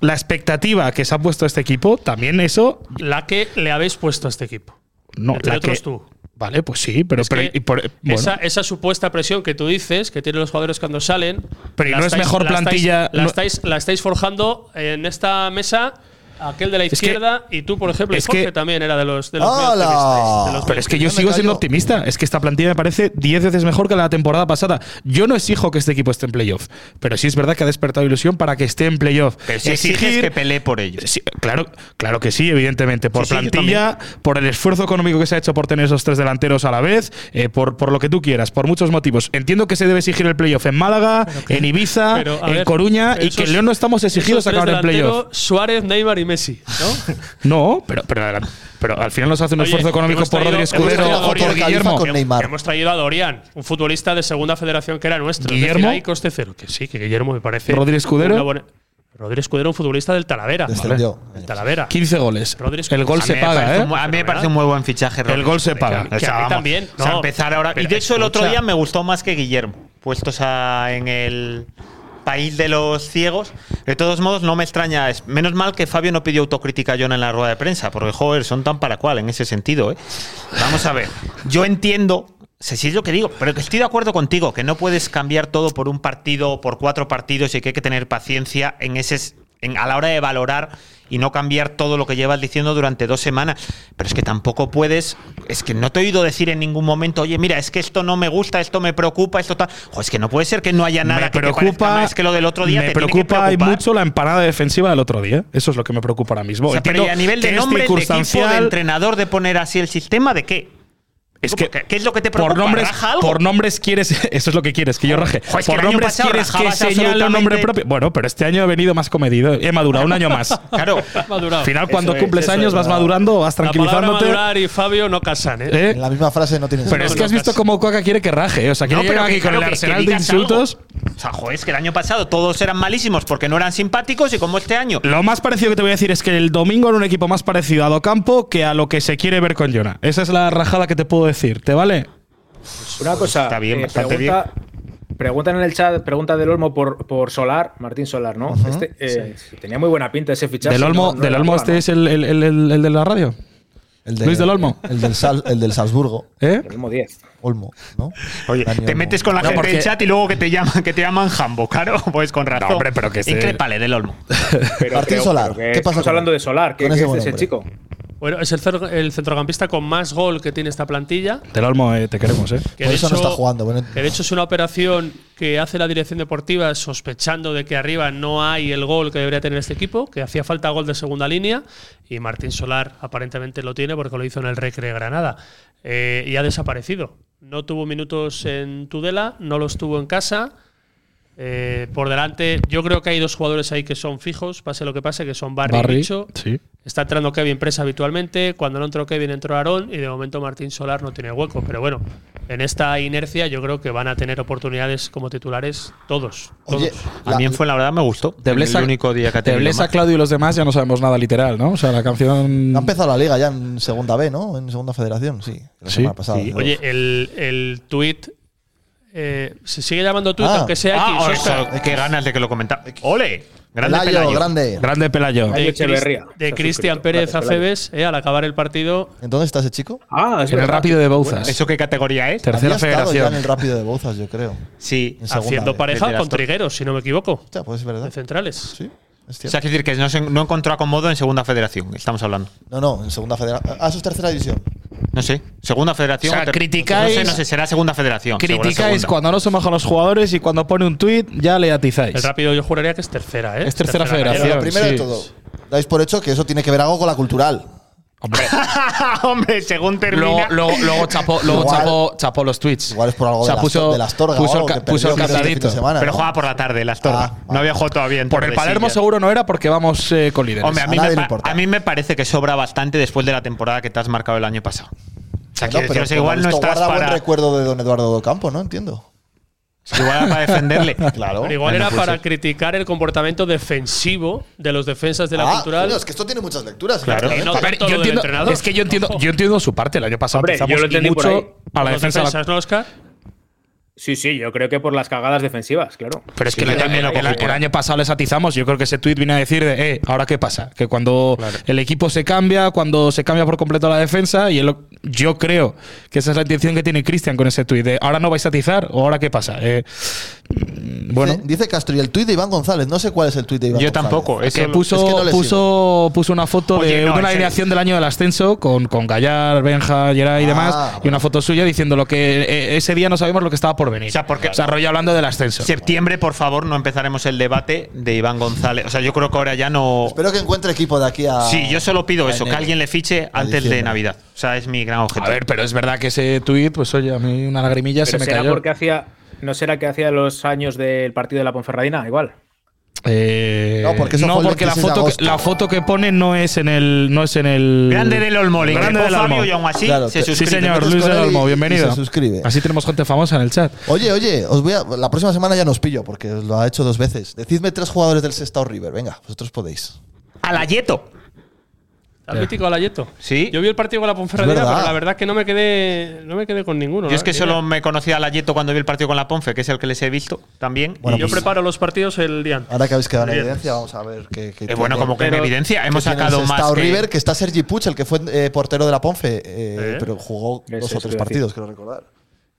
[SPEAKER 3] la expectativa que se ha puesto este equipo, también eso
[SPEAKER 2] La que le habéis puesto a este equipo.
[SPEAKER 3] no
[SPEAKER 2] Entre
[SPEAKER 3] la
[SPEAKER 2] otros
[SPEAKER 3] que-
[SPEAKER 2] tú.
[SPEAKER 3] Vale, pues sí, pero,
[SPEAKER 2] Es
[SPEAKER 3] pero-
[SPEAKER 2] que
[SPEAKER 3] y por- eh, bueno.
[SPEAKER 2] esa, esa supuesta presión que tú dices que tienen los jugadores cuando salen.
[SPEAKER 3] Pero ¿y
[SPEAKER 2] la
[SPEAKER 3] no es mejor
[SPEAKER 2] la estáis-
[SPEAKER 3] plantilla-
[SPEAKER 2] la,
[SPEAKER 3] no-
[SPEAKER 2] estáis, la estáis forjando en esta mesa. Aquel de la
[SPEAKER 3] Es que-
[SPEAKER 2] izquierda y tú, por ejemplo, y
[SPEAKER 3] es que-
[SPEAKER 2] Jorge también era de los. De los
[SPEAKER 3] ¡Hala!
[SPEAKER 2] neoptimistas, de los
[SPEAKER 3] Pero es que yo
[SPEAKER 2] neoptimistas.
[SPEAKER 3] sigo siendo optimista. Es que esta plantilla me parece 10 veces mejor que la temporada pasada. Yo no exijo que este equipo esté en playoff, pero sí es verdad que ha despertado ilusión para que esté en playoff.
[SPEAKER 4] Pero si exiges que pelee por ellos.
[SPEAKER 3] Sí, claro, claro que sí, evidentemente. Por
[SPEAKER 4] Sí, sí, yo
[SPEAKER 3] plantilla, por el esfuerzo económico que se ha hecho por tener esos tres delanteros a la vez, eh, por, por lo que tú quieras, por muchos motivos. Entiendo que se debe exigir el playoff en Málaga, en Ibiza,
[SPEAKER 2] Pero, a
[SPEAKER 3] en
[SPEAKER 2] ver,
[SPEAKER 3] Coruña y
[SPEAKER 2] esos-
[SPEAKER 3] que en León no estamos exigidos a
[SPEAKER 2] esos tres
[SPEAKER 3] acabar en playoff.
[SPEAKER 2] delanteros, Suárez, Neymar y Messi, ¿no?
[SPEAKER 3] No, pero, pero, pero al final nos hace un
[SPEAKER 2] Oye,
[SPEAKER 3] esfuerzo económico
[SPEAKER 2] hemos
[SPEAKER 3] por
[SPEAKER 2] traído-
[SPEAKER 3] Rodríguez
[SPEAKER 2] hemos traído
[SPEAKER 3] Escudero
[SPEAKER 2] a
[SPEAKER 3] o por
[SPEAKER 2] Dorian
[SPEAKER 3] Guillermo.
[SPEAKER 2] Hemos- Hemos traído a Dorian, un futbolista de segunda federación que era nuestro. Es decir,
[SPEAKER 3] Guillermo.
[SPEAKER 2] ahí coste cero. Que sí, que Guillermo me parece.
[SPEAKER 3] Rodríguez Escudero.
[SPEAKER 2] una buena- Rodríguez Escudero, un futbolista del Talavera.
[SPEAKER 3] Descendió.
[SPEAKER 2] Del Talavera.
[SPEAKER 3] 15 goles.
[SPEAKER 2] Rodríguez
[SPEAKER 3] El gol
[SPEAKER 2] A
[SPEAKER 3] se
[SPEAKER 2] mí me
[SPEAKER 3] paga,
[SPEAKER 4] parece
[SPEAKER 3] ¿eh?
[SPEAKER 4] un buen- a mí me parece un muy buen fichaje.
[SPEAKER 3] El gol se paga.
[SPEAKER 4] O
[SPEAKER 2] Que
[SPEAKER 4] sea,
[SPEAKER 2] a mí
[SPEAKER 4] vamos,
[SPEAKER 2] también,
[SPEAKER 4] o sea,
[SPEAKER 2] no.
[SPEAKER 4] empezar ahora. Y
[SPEAKER 2] Pero
[SPEAKER 4] de hecho, el otro
[SPEAKER 2] escucha.
[SPEAKER 4] día me gustó más que Guillermo. Puestos a- en el país de los ciegos. De todos modos, no me extraña. Es, menos mal que Fabio no pidió autocrítica a John en la rueda de prensa, porque, joder, son tan para cual en ese sentido. ¿eh? Vamos a ver. Yo entiendo. sé si es lo que digo, pero que estoy de acuerdo contigo, que no puedes cambiar todo por un partido o por cuatro partidos y que hay que tener paciencia en ese, s- en- a la hora de valorar y no cambiar todo lo que llevas diciendo durante dos semanas. Pero es que tampoco puedes, es que no te he oído decir en ningún momento, oye, mira, es que esto no me gusta, esto me preocupa, esto tal. Joder, es que no puede ser que no haya nada
[SPEAKER 3] Me
[SPEAKER 4] que te
[SPEAKER 3] preocupa,
[SPEAKER 4] parezca más que lo del otro día.
[SPEAKER 3] me
[SPEAKER 4] te tiene que
[SPEAKER 3] preocupa y
[SPEAKER 4] preocupar.
[SPEAKER 3] mucho la empanada defensiva del otro día. Eso es lo que me preocupa ahora mismo.
[SPEAKER 4] O sea, pero
[SPEAKER 3] Entiendo
[SPEAKER 4] y a nivel de
[SPEAKER 3] que es
[SPEAKER 4] nombre, de equipo, de
[SPEAKER 3] circunstancial,
[SPEAKER 4] entrenador, de poner así el sistema, ¿de qué?
[SPEAKER 3] es que
[SPEAKER 4] ¿Qué es lo que te preocupa?
[SPEAKER 3] por nombres,
[SPEAKER 4] ¿Raja algo?
[SPEAKER 3] por nombres quieres, eso es lo que quieres, que yo raje.
[SPEAKER 4] Joder, es que
[SPEAKER 3] por
[SPEAKER 4] el año
[SPEAKER 3] nombres
[SPEAKER 4] pasado
[SPEAKER 3] quieres que
[SPEAKER 4] rajabas
[SPEAKER 3] señale un nombre
[SPEAKER 4] absolutamente-
[SPEAKER 3] propio. Bueno, pero este año he venido más comedido, he madurado un año más.
[SPEAKER 4] Claro.
[SPEAKER 3] Al final, cuando cumples años, vas madurando, vas
[SPEAKER 2] Eh, La palabra
[SPEAKER 3] tranquilizándote.
[SPEAKER 2] madurar y Fabio no casan, ¿eh?
[SPEAKER 3] ¿Eh?
[SPEAKER 1] En la misma frase no tiene
[SPEAKER 3] Pero es que has visto cómo Coca quiere que raje. O sea, quiere
[SPEAKER 4] No, pero
[SPEAKER 3] llegar aquí
[SPEAKER 4] que-
[SPEAKER 3] con el
[SPEAKER 4] claro, que- que
[SPEAKER 3] arsenal de
[SPEAKER 4] digas algo.
[SPEAKER 3] insultos.
[SPEAKER 4] O sea, joder, es que el año pasado todos eran malísimos porque no eran simpáticos y como este año.
[SPEAKER 3] Lo más parecido que te voy a decir es que el domingo era un equipo más parecido a Docampo que a lo que se quiere ver con Jonah. Esa es la rajada que te puedo decir, ¿te vale?
[SPEAKER 5] Una cosa.
[SPEAKER 4] Está bien,
[SPEAKER 5] eh,
[SPEAKER 4] bastante
[SPEAKER 5] pregunta, Preguntan en el chat, pregunta del Olmo por, por Solar, Martín Solar, ¿no? Este, eh, Tenía muy buena pinta ese fichaje.
[SPEAKER 3] del Olmo,
[SPEAKER 5] no- no
[SPEAKER 3] del
[SPEAKER 5] era
[SPEAKER 3] Olmo
[SPEAKER 5] nada,
[SPEAKER 3] este
[SPEAKER 5] ¿no?
[SPEAKER 3] es el, el- el- el- el de la radio.
[SPEAKER 1] El
[SPEAKER 8] Luis del Olmo.
[SPEAKER 1] El del, Sal- el del Salzburgo.
[SPEAKER 8] ¿Eh?
[SPEAKER 5] Olmo 10.
[SPEAKER 1] Olmo, ¿no?
[SPEAKER 4] Oye, te metes con la
[SPEAKER 8] No,
[SPEAKER 4] gente
[SPEAKER 8] porque-
[SPEAKER 4] del chat y luego que te llaman, que te llaman Jambo, claro, pues con razón.
[SPEAKER 8] hombre, pero que se-
[SPEAKER 4] Incrépale del Olmo.
[SPEAKER 5] Pero
[SPEAKER 1] Martín
[SPEAKER 5] creo-
[SPEAKER 1] Solar,
[SPEAKER 5] creo que
[SPEAKER 1] ¿qué pasa
[SPEAKER 5] Estamos
[SPEAKER 1] con-
[SPEAKER 5] hablando de Solar, que
[SPEAKER 1] con ese
[SPEAKER 5] que es
[SPEAKER 1] buen
[SPEAKER 5] ese
[SPEAKER 1] hombre?
[SPEAKER 5] chico.
[SPEAKER 2] Bueno, es el, cer- el centrocampista con más gol que tiene esta plantilla.
[SPEAKER 8] Del Olmo, eh, te queremos, ¿eh?
[SPEAKER 2] Que de hecho-
[SPEAKER 1] bueno.
[SPEAKER 2] Que de hecho es una operación que hace la dirección deportiva sospechando de que arriba no hay el gol que debería tener este equipo, que hacía falta gol de segunda línea y Martín Solar aparentemente lo tiene porque lo hizo en el Recre Granada Eh, y ha desaparecido. No tuvo minutos en Tudela, no los tuvo en casa. Eh, por delante, yo creo que hay dos jugadores ahí que son fijos, pase lo que pase, que son Barry, y
[SPEAKER 8] Barry,
[SPEAKER 2] Bicho.
[SPEAKER 8] sí.
[SPEAKER 2] Está entrando Kevin Presa habitualmente. Cuando no entró Kevin, entró Aarón. Y de momento Martín Solar no tiene hueco. Pero bueno, en esta inercia yo creo que van a tener oportunidades como titulares todos. todos.
[SPEAKER 1] Oye,
[SPEAKER 4] A mí en Fuenlabrada me gustó.
[SPEAKER 8] Te
[SPEAKER 4] Es
[SPEAKER 8] blesa-
[SPEAKER 4] el único día que ha
[SPEAKER 8] Te
[SPEAKER 4] tenido
[SPEAKER 8] blesa
[SPEAKER 4] más.
[SPEAKER 8] Claudio y los demás ya no sabemos nada literal, ¿no? O sea, la canción.
[SPEAKER 1] Ha empezado la liga ya en segunda B, ¿no? En segunda federación, sí. La
[SPEAKER 8] Sí,
[SPEAKER 1] semana pasada.
[SPEAKER 8] sí.
[SPEAKER 2] Oye, el, el tweet. se sigue llamando tweet,
[SPEAKER 1] Ah.
[SPEAKER 2] aunque sea X.
[SPEAKER 4] Ah,
[SPEAKER 2] Oscar.
[SPEAKER 4] eso, qué ganas de que lo comentara. ¡Ole! Grande
[SPEAKER 1] Pelayo,
[SPEAKER 4] Pelayo.
[SPEAKER 1] grande.
[SPEAKER 8] Grande Pelayo.
[SPEAKER 2] de,
[SPEAKER 5] Pelayo Echeverría.
[SPEAKER 2] Crist-
[SPEAKER 5] Está
[SPEAKER 2] de Cristian
[SPEAKER 5] suscrito.
[SPEAKER 2] Pérez
[SPEAKER 5] Gracias, Pelayo.
[SPEAKER 2] Acebes, eh, al acabar el partido.
[SPEAKER 1] ¿En dónde está ese chico?
[SPEAKER 5] Ah, es
[SPEAKER 8] En el
[SPEAKER 5] verdad.
[SPEAKER 8] rápido de Bouzas.
[SPEAKER 4] ¿Eso qué categoría es?
[SPEAKER 8] Tercera
[SPEAKER 1] Había estado ya en
[SPEAKER 8] federación.
[SPEAKER 1] el rápido de Bouzas, yo creo.
[SPEAKER 4] Sí.
[SPEAKER 1] En segunda
[SPEAKER 2] Haciendo
[SPEAKER 1] B.
[SPEAKER 4] Desde
[SPEAKER 2] pareja
[SPEAKER 4] las
[SPEAKER 2] con
[SPEAKER 4] tor-
[SPEAKER 2] Trigueros, si no me equivoco.
[SPEAKER 1] Hostia, pues es verdad.
[SPEAKER 2] De centrales.
[SPEAKER 1] Sí, es
[SPEAKER 4] O
[SPEAKER 1] cierto.
[SPEAKER 4] sea, quiero decir que no, se- no encontró acomodo en Segunda Federación, estamos hablando.
[SPEAKER 1] No, no, en segunda federación. Ah, eso es tercera división.
[SPEAKER 4] No sé, Segunda Federación.
[SPEAKER 8] O sea,
[SPEAKER 4] ter-
[SPEAKER 8] criticáis-
[SPEAKER 4] No sé, no sé, será Segunda Federación. seguro,
[SPEAKER 8] Criticáis
[SPEAKER 4] segunda.
[SPEAKER 8] cuando no se mojan los jugadores y cuando pone un tuit ya le atizáis.
[SPEAKER 2] El rápido yo juraría que es tercera, ¿eh?
[SPEAKER 8] Es tercera
[SPEAKER 1] Pero
[SPEAKER 8] federación.
[SPEAKER 1] lo primero
[SPEAKER 8] sí.
[SPEAKER 1] de todo, dais por hecho que eso tiene que ver algo con la cultural.
[SPEAKER 4] Hombre, según
[SPEAKER 3] Luego,
[SPEAKER 4] termina.
[SPEAKER 3] luego, luego chapó, luego
[SPEAKER 1] Igual-
[SPEAKER 3] chapó, chapó los tweets.
[SPEAKER 1] Igual es por algo
[SPEAKER 3] O sea,
[SPEAKER 1] de, las,
[SPEAKER 3] puso-
[SPEAKER 1] de las torgas.
[SPEAKER 3] puso
[SPEAKER 1] o algo
[SPEAKER 3] el ca-
[SPEAKER 1] que
[SPEAKER 3] puso
[SPEAKER 1] perdió
[SPEAKER 3] el
[SPEAKER 1] Miguel este fin de
[SPEAKER 3] cantadito.
[SPEAKER 1] semana,
[SPEAKER 4] pero
[SPEAKER 1] ¿no?
[SPEAKER 4] jugaba por la tarde, las torres.
[SPEAKER 1] Ah,
[SPEAKER 4] No había jugado todavía. en
[SPEAKER 8] Por el
[SPEAKER 4] Tordesillas.
[SPEAKER 8] Palermo seguro no era porque vamos eh, con líderes.
[SPEAKER 4] Hombre, a
[SPEAKER 1] A
[SPEAKER 4] mí,
[SPEAKER 1] nadie
[SPEAKER 4] me
[SPEAKER 1] le
[SPEAKER 4] pa-
[SPEAKER 1] importa.
[SPEAKER 4] a mí me parece que sobra bastante después de la temporada que te has marcado el año pasado. O sea,
[SPEAKER 1] Bueno,
[SPEAKER 4] quiero decir, o sea,
[SPEAKER 1] por
[SPEAKER 4] igual
[SPEAKER 1] lo
[SPEAKER 4] no
[SPEAKER 1] visto
[SPEAKER 4] estás
[SPEAKER 1] guarda buen
[SPEAKER 4] para,
[SPEAKER 1] recuerdo de don Eduardo Docampo, ¿no? Entiendo.
[SPEAKER 4] igual era para defenderle.
[SPEAKER 1] Claro.
[SPEAKER 2] Pero igual
[SPEAKER 4] Bueno, pues
[SPEAKER 2] era
[SPEAKER 4] puede
[SPEAKER 2] para
[SPEAKER 4] ser.
[SPEAKER 2] criticar el comportamiento defensivo de los defensas de la
[SPEAKER 1] Ah,
[SPEAKER 2] cultural.
[SPEAKER 1] coño, es que esto tiene muchas lecturas. ¿eh?
[SPEAKER 4] Claro.
[SPEAKER 2] Y no tanto
[SPEAKER 1] Está-
[SPEAKER 3] Pero
[SPEAKER 2] lo
[SPEAKER 3] yo
[SPEAKER 2] del
[SPEAKER 3] entiendo,
[SPEAKER 2] entrenador.
[SPEAKER 3] es que yo entiendo, yo entiendo su parte. El año pasado
[SPEAKER 5] Hombre,
[SPEAKER 3] empezamos
[SPEAKER 5] yo lo entendí por ahí.
[SPEAKER 3] a la
[SPEAKER 2] Los
[SPEAKER 3] defensa. de la-
[SPEAKER 2] defensas, ¿no, Oscar?
[SPEAKER 5] Sí, sí, yo creo que por las cagadas defensivas, claro.
[SPEAKER 3] pero es que
[SPEAKER 4] Sí,
[SPEAKER 3] el,
[SPEAKER 4] yo también lo
[SPEAKER 3] el- el-
[SPEAKER 4] cogí por
[SPEAKER 3] el
[SPEAKER 4] ahí.
[SPEAKER 3] año pasado les atizamos. Yo creo que ese tuit viene a decir de, eh, ¿ahora qué pasa? Que cuando el equipo se cambia, cuando se cambia por completo la defensa, y él lo- yo creo que esa es la intención que tiene Cristian con ese tuit de, ¿ahora no vais a atizar? ¿O ahora qué pasa? Eh, mm, bueno.
[SPEAKER 1] Dice, dice Castro, y el tuit de Iván González. No sé cuál es el tuit de Iván
[SPEAKER 4] Yo
[SPEAKER 1] González.
[SPEAKER 4] tampoco.
[SPEAKER 3] que
[SPEAKER 4] Eso
[SPEAKER 3] puso,
[SPEAKER 1] es que no le
[SPEAKER 3] puso, puso una foto
[SPEAKER 4] Oye,
[SPEAKER 3] de
[SPEAKER 4] no, en
[SPEAKER 3] una
[SPEAKER 4] serio.
[SPEAKER 3] alineación del año del ascenso con, con Gallar, Benja, Gerard y
[SPEAKER 1] Ah,
[SPEAKER 3] demás,
[SPEAKER 1] bueno.
[SPEAKER 3] y una foto suya diciendo lo que eh, ese día no sabemos lo que estaba por venir.
[SPEAKER 4] O sea, porque-
[SPEAKER 3] rollo hablando del ascenso.
[SPEAKER 4] Septiembre, por favor, no empezaremos el debate de Iván González. O sea, yo creo que ahora ya no.
[SPEAKER 1] Espero que encuentre equipo de aquí a.
[SPEAKER 4] Sí, yo solo pido
[SPEAKER 1] a
[SPEAKER 4] eso, que
[SPEAKER 1] enero.
[SPEAKER 4] alguien le fiche antes de
[SPEAKER 1] diciembre.
[SPEAKER 4] Navidad. O sea, es mi gran objetivo.
[SPEAKER 3] A ver, pero es verdad que ese tuit, pues oye, a mí una lagrimilla se
[SPEAKER 5] Pero
[SPEAKER 3] me
[SPEAKER 5] será
[SPEAKER 3] cayó.
[SPEAKER 5] porque hacía. ¿No será que hacía los años del partido de la Ponferradina? Igual.
[SPEAKER 3] Eh,
[SPEAKER 1] No, porque eso fue el
[SPEAKER 3] porque la
[SPEAKER 1] 26 de
[SPEAKER 3] foto,
[SPEAKER 1] agosto.
[SPEAKER 3] que, la foto que pone no es en el. No es en el
[SPEAKER 4] Grande del Olmo, le
[SPEAKER 3] Grande
[SPEAKER 4] increpó
[SPEAKER 3] del Olmo.
[SPEAKER 4] Fabio y aún así
[SPEAKER 1] Claro,
[SPEAKER 4] se
[SPEAKER 1] te-
[SPEAKER 3] Sí,
[SPEAKER 4] suscribe.
[SPEAKER 3] señor,
[SPEAKER 1] Metes
[SPEAKER 3] Luis
[SPEAKER 1] con
[SPEAKER 3] del
[SPEAKER 1] él y-
[SPEAKER 3] Olmo,
[SPEAKER 1] y
[SPEAKER 3] bienvenido.
[SPEAKER 1] se suscribe.
[SPEAKER 3] Así tenemos gente famosa en el chat.
[SPEAKER 1] Oye, oye, os voy a, la próxima semana ya nos pillo, porque os lo ha hecho dos veces. Decidme tres jugadores del Sestao River. Venga, vosotros podéis.
[SPEAKER 4] A la Yeto.
[SPEAKER 2] Al mítico Alayeto.
[SPEAKER 4] Sí.
[SPEAKER 2] Yo vi el partido con la Ponferradina,
[SPEAKER 1] Es verdad.
[SPEAKER 2] pero la verdad que no me quedé, no me quedé con ninguno.
[SPEAKER 4] Yo
[SPEAKER 2] ¿no?
[SPEAKER 4] es
[SPEAKER 2] Eh,
[SPEAKER 4] que
[SPEAKER 2] Ni
[SPEAKER 4] solo
[SPEAKER 2] idea.
[SPEAKER 4] me conocí a la Yeto cuando vi el partido con la Ponfe, que es el que les he visto también.
[SPEAKER 1] Bueno,
[SPEAKER 4] Y-
[SPEAKER 2] Yo
[SPEAKER 1] pues-
[SPEAKER 2] preparo los partidos el día antes.
[SPEAKER 1] Ahora que habéis quedado en
[SPEAKER 2] Bien.
[SPEAKER 1] evidencia, vamos a ver qué. qué
[SPEAKER 4] Eh, bueno,
[SPEAKER 1] tiene-
[SPEAKER 4] como que en
[SPEAKER 2] Pero-
[SPEAKER 4] evidencia,
[SPEAKER 1] qué
[SPEAKER 4] hemos
[SPEAKER 1] tiene el
[SPEAKER 4] sacado más.
[SPEAKER 1] Sestao
[SPEAKER 4] que-
[SPEAKER 1] River, que está Sergi Puch, el que fue eh, portero de la Ponfe, eh,
[SPEAKER 2] ¿Eh?
[SPEAKER 1] pero jugó
[SPEAKER 5] Eso
[SPEAKER 1] dos o
[SPEAKER 5] es,
[SPEAKER 1] tres
[SPEAKER 5] iba a
[SPEAKER 1] partidos,
[SPEAKER 5] decir.
[SPEAKER 1] quiero recordar.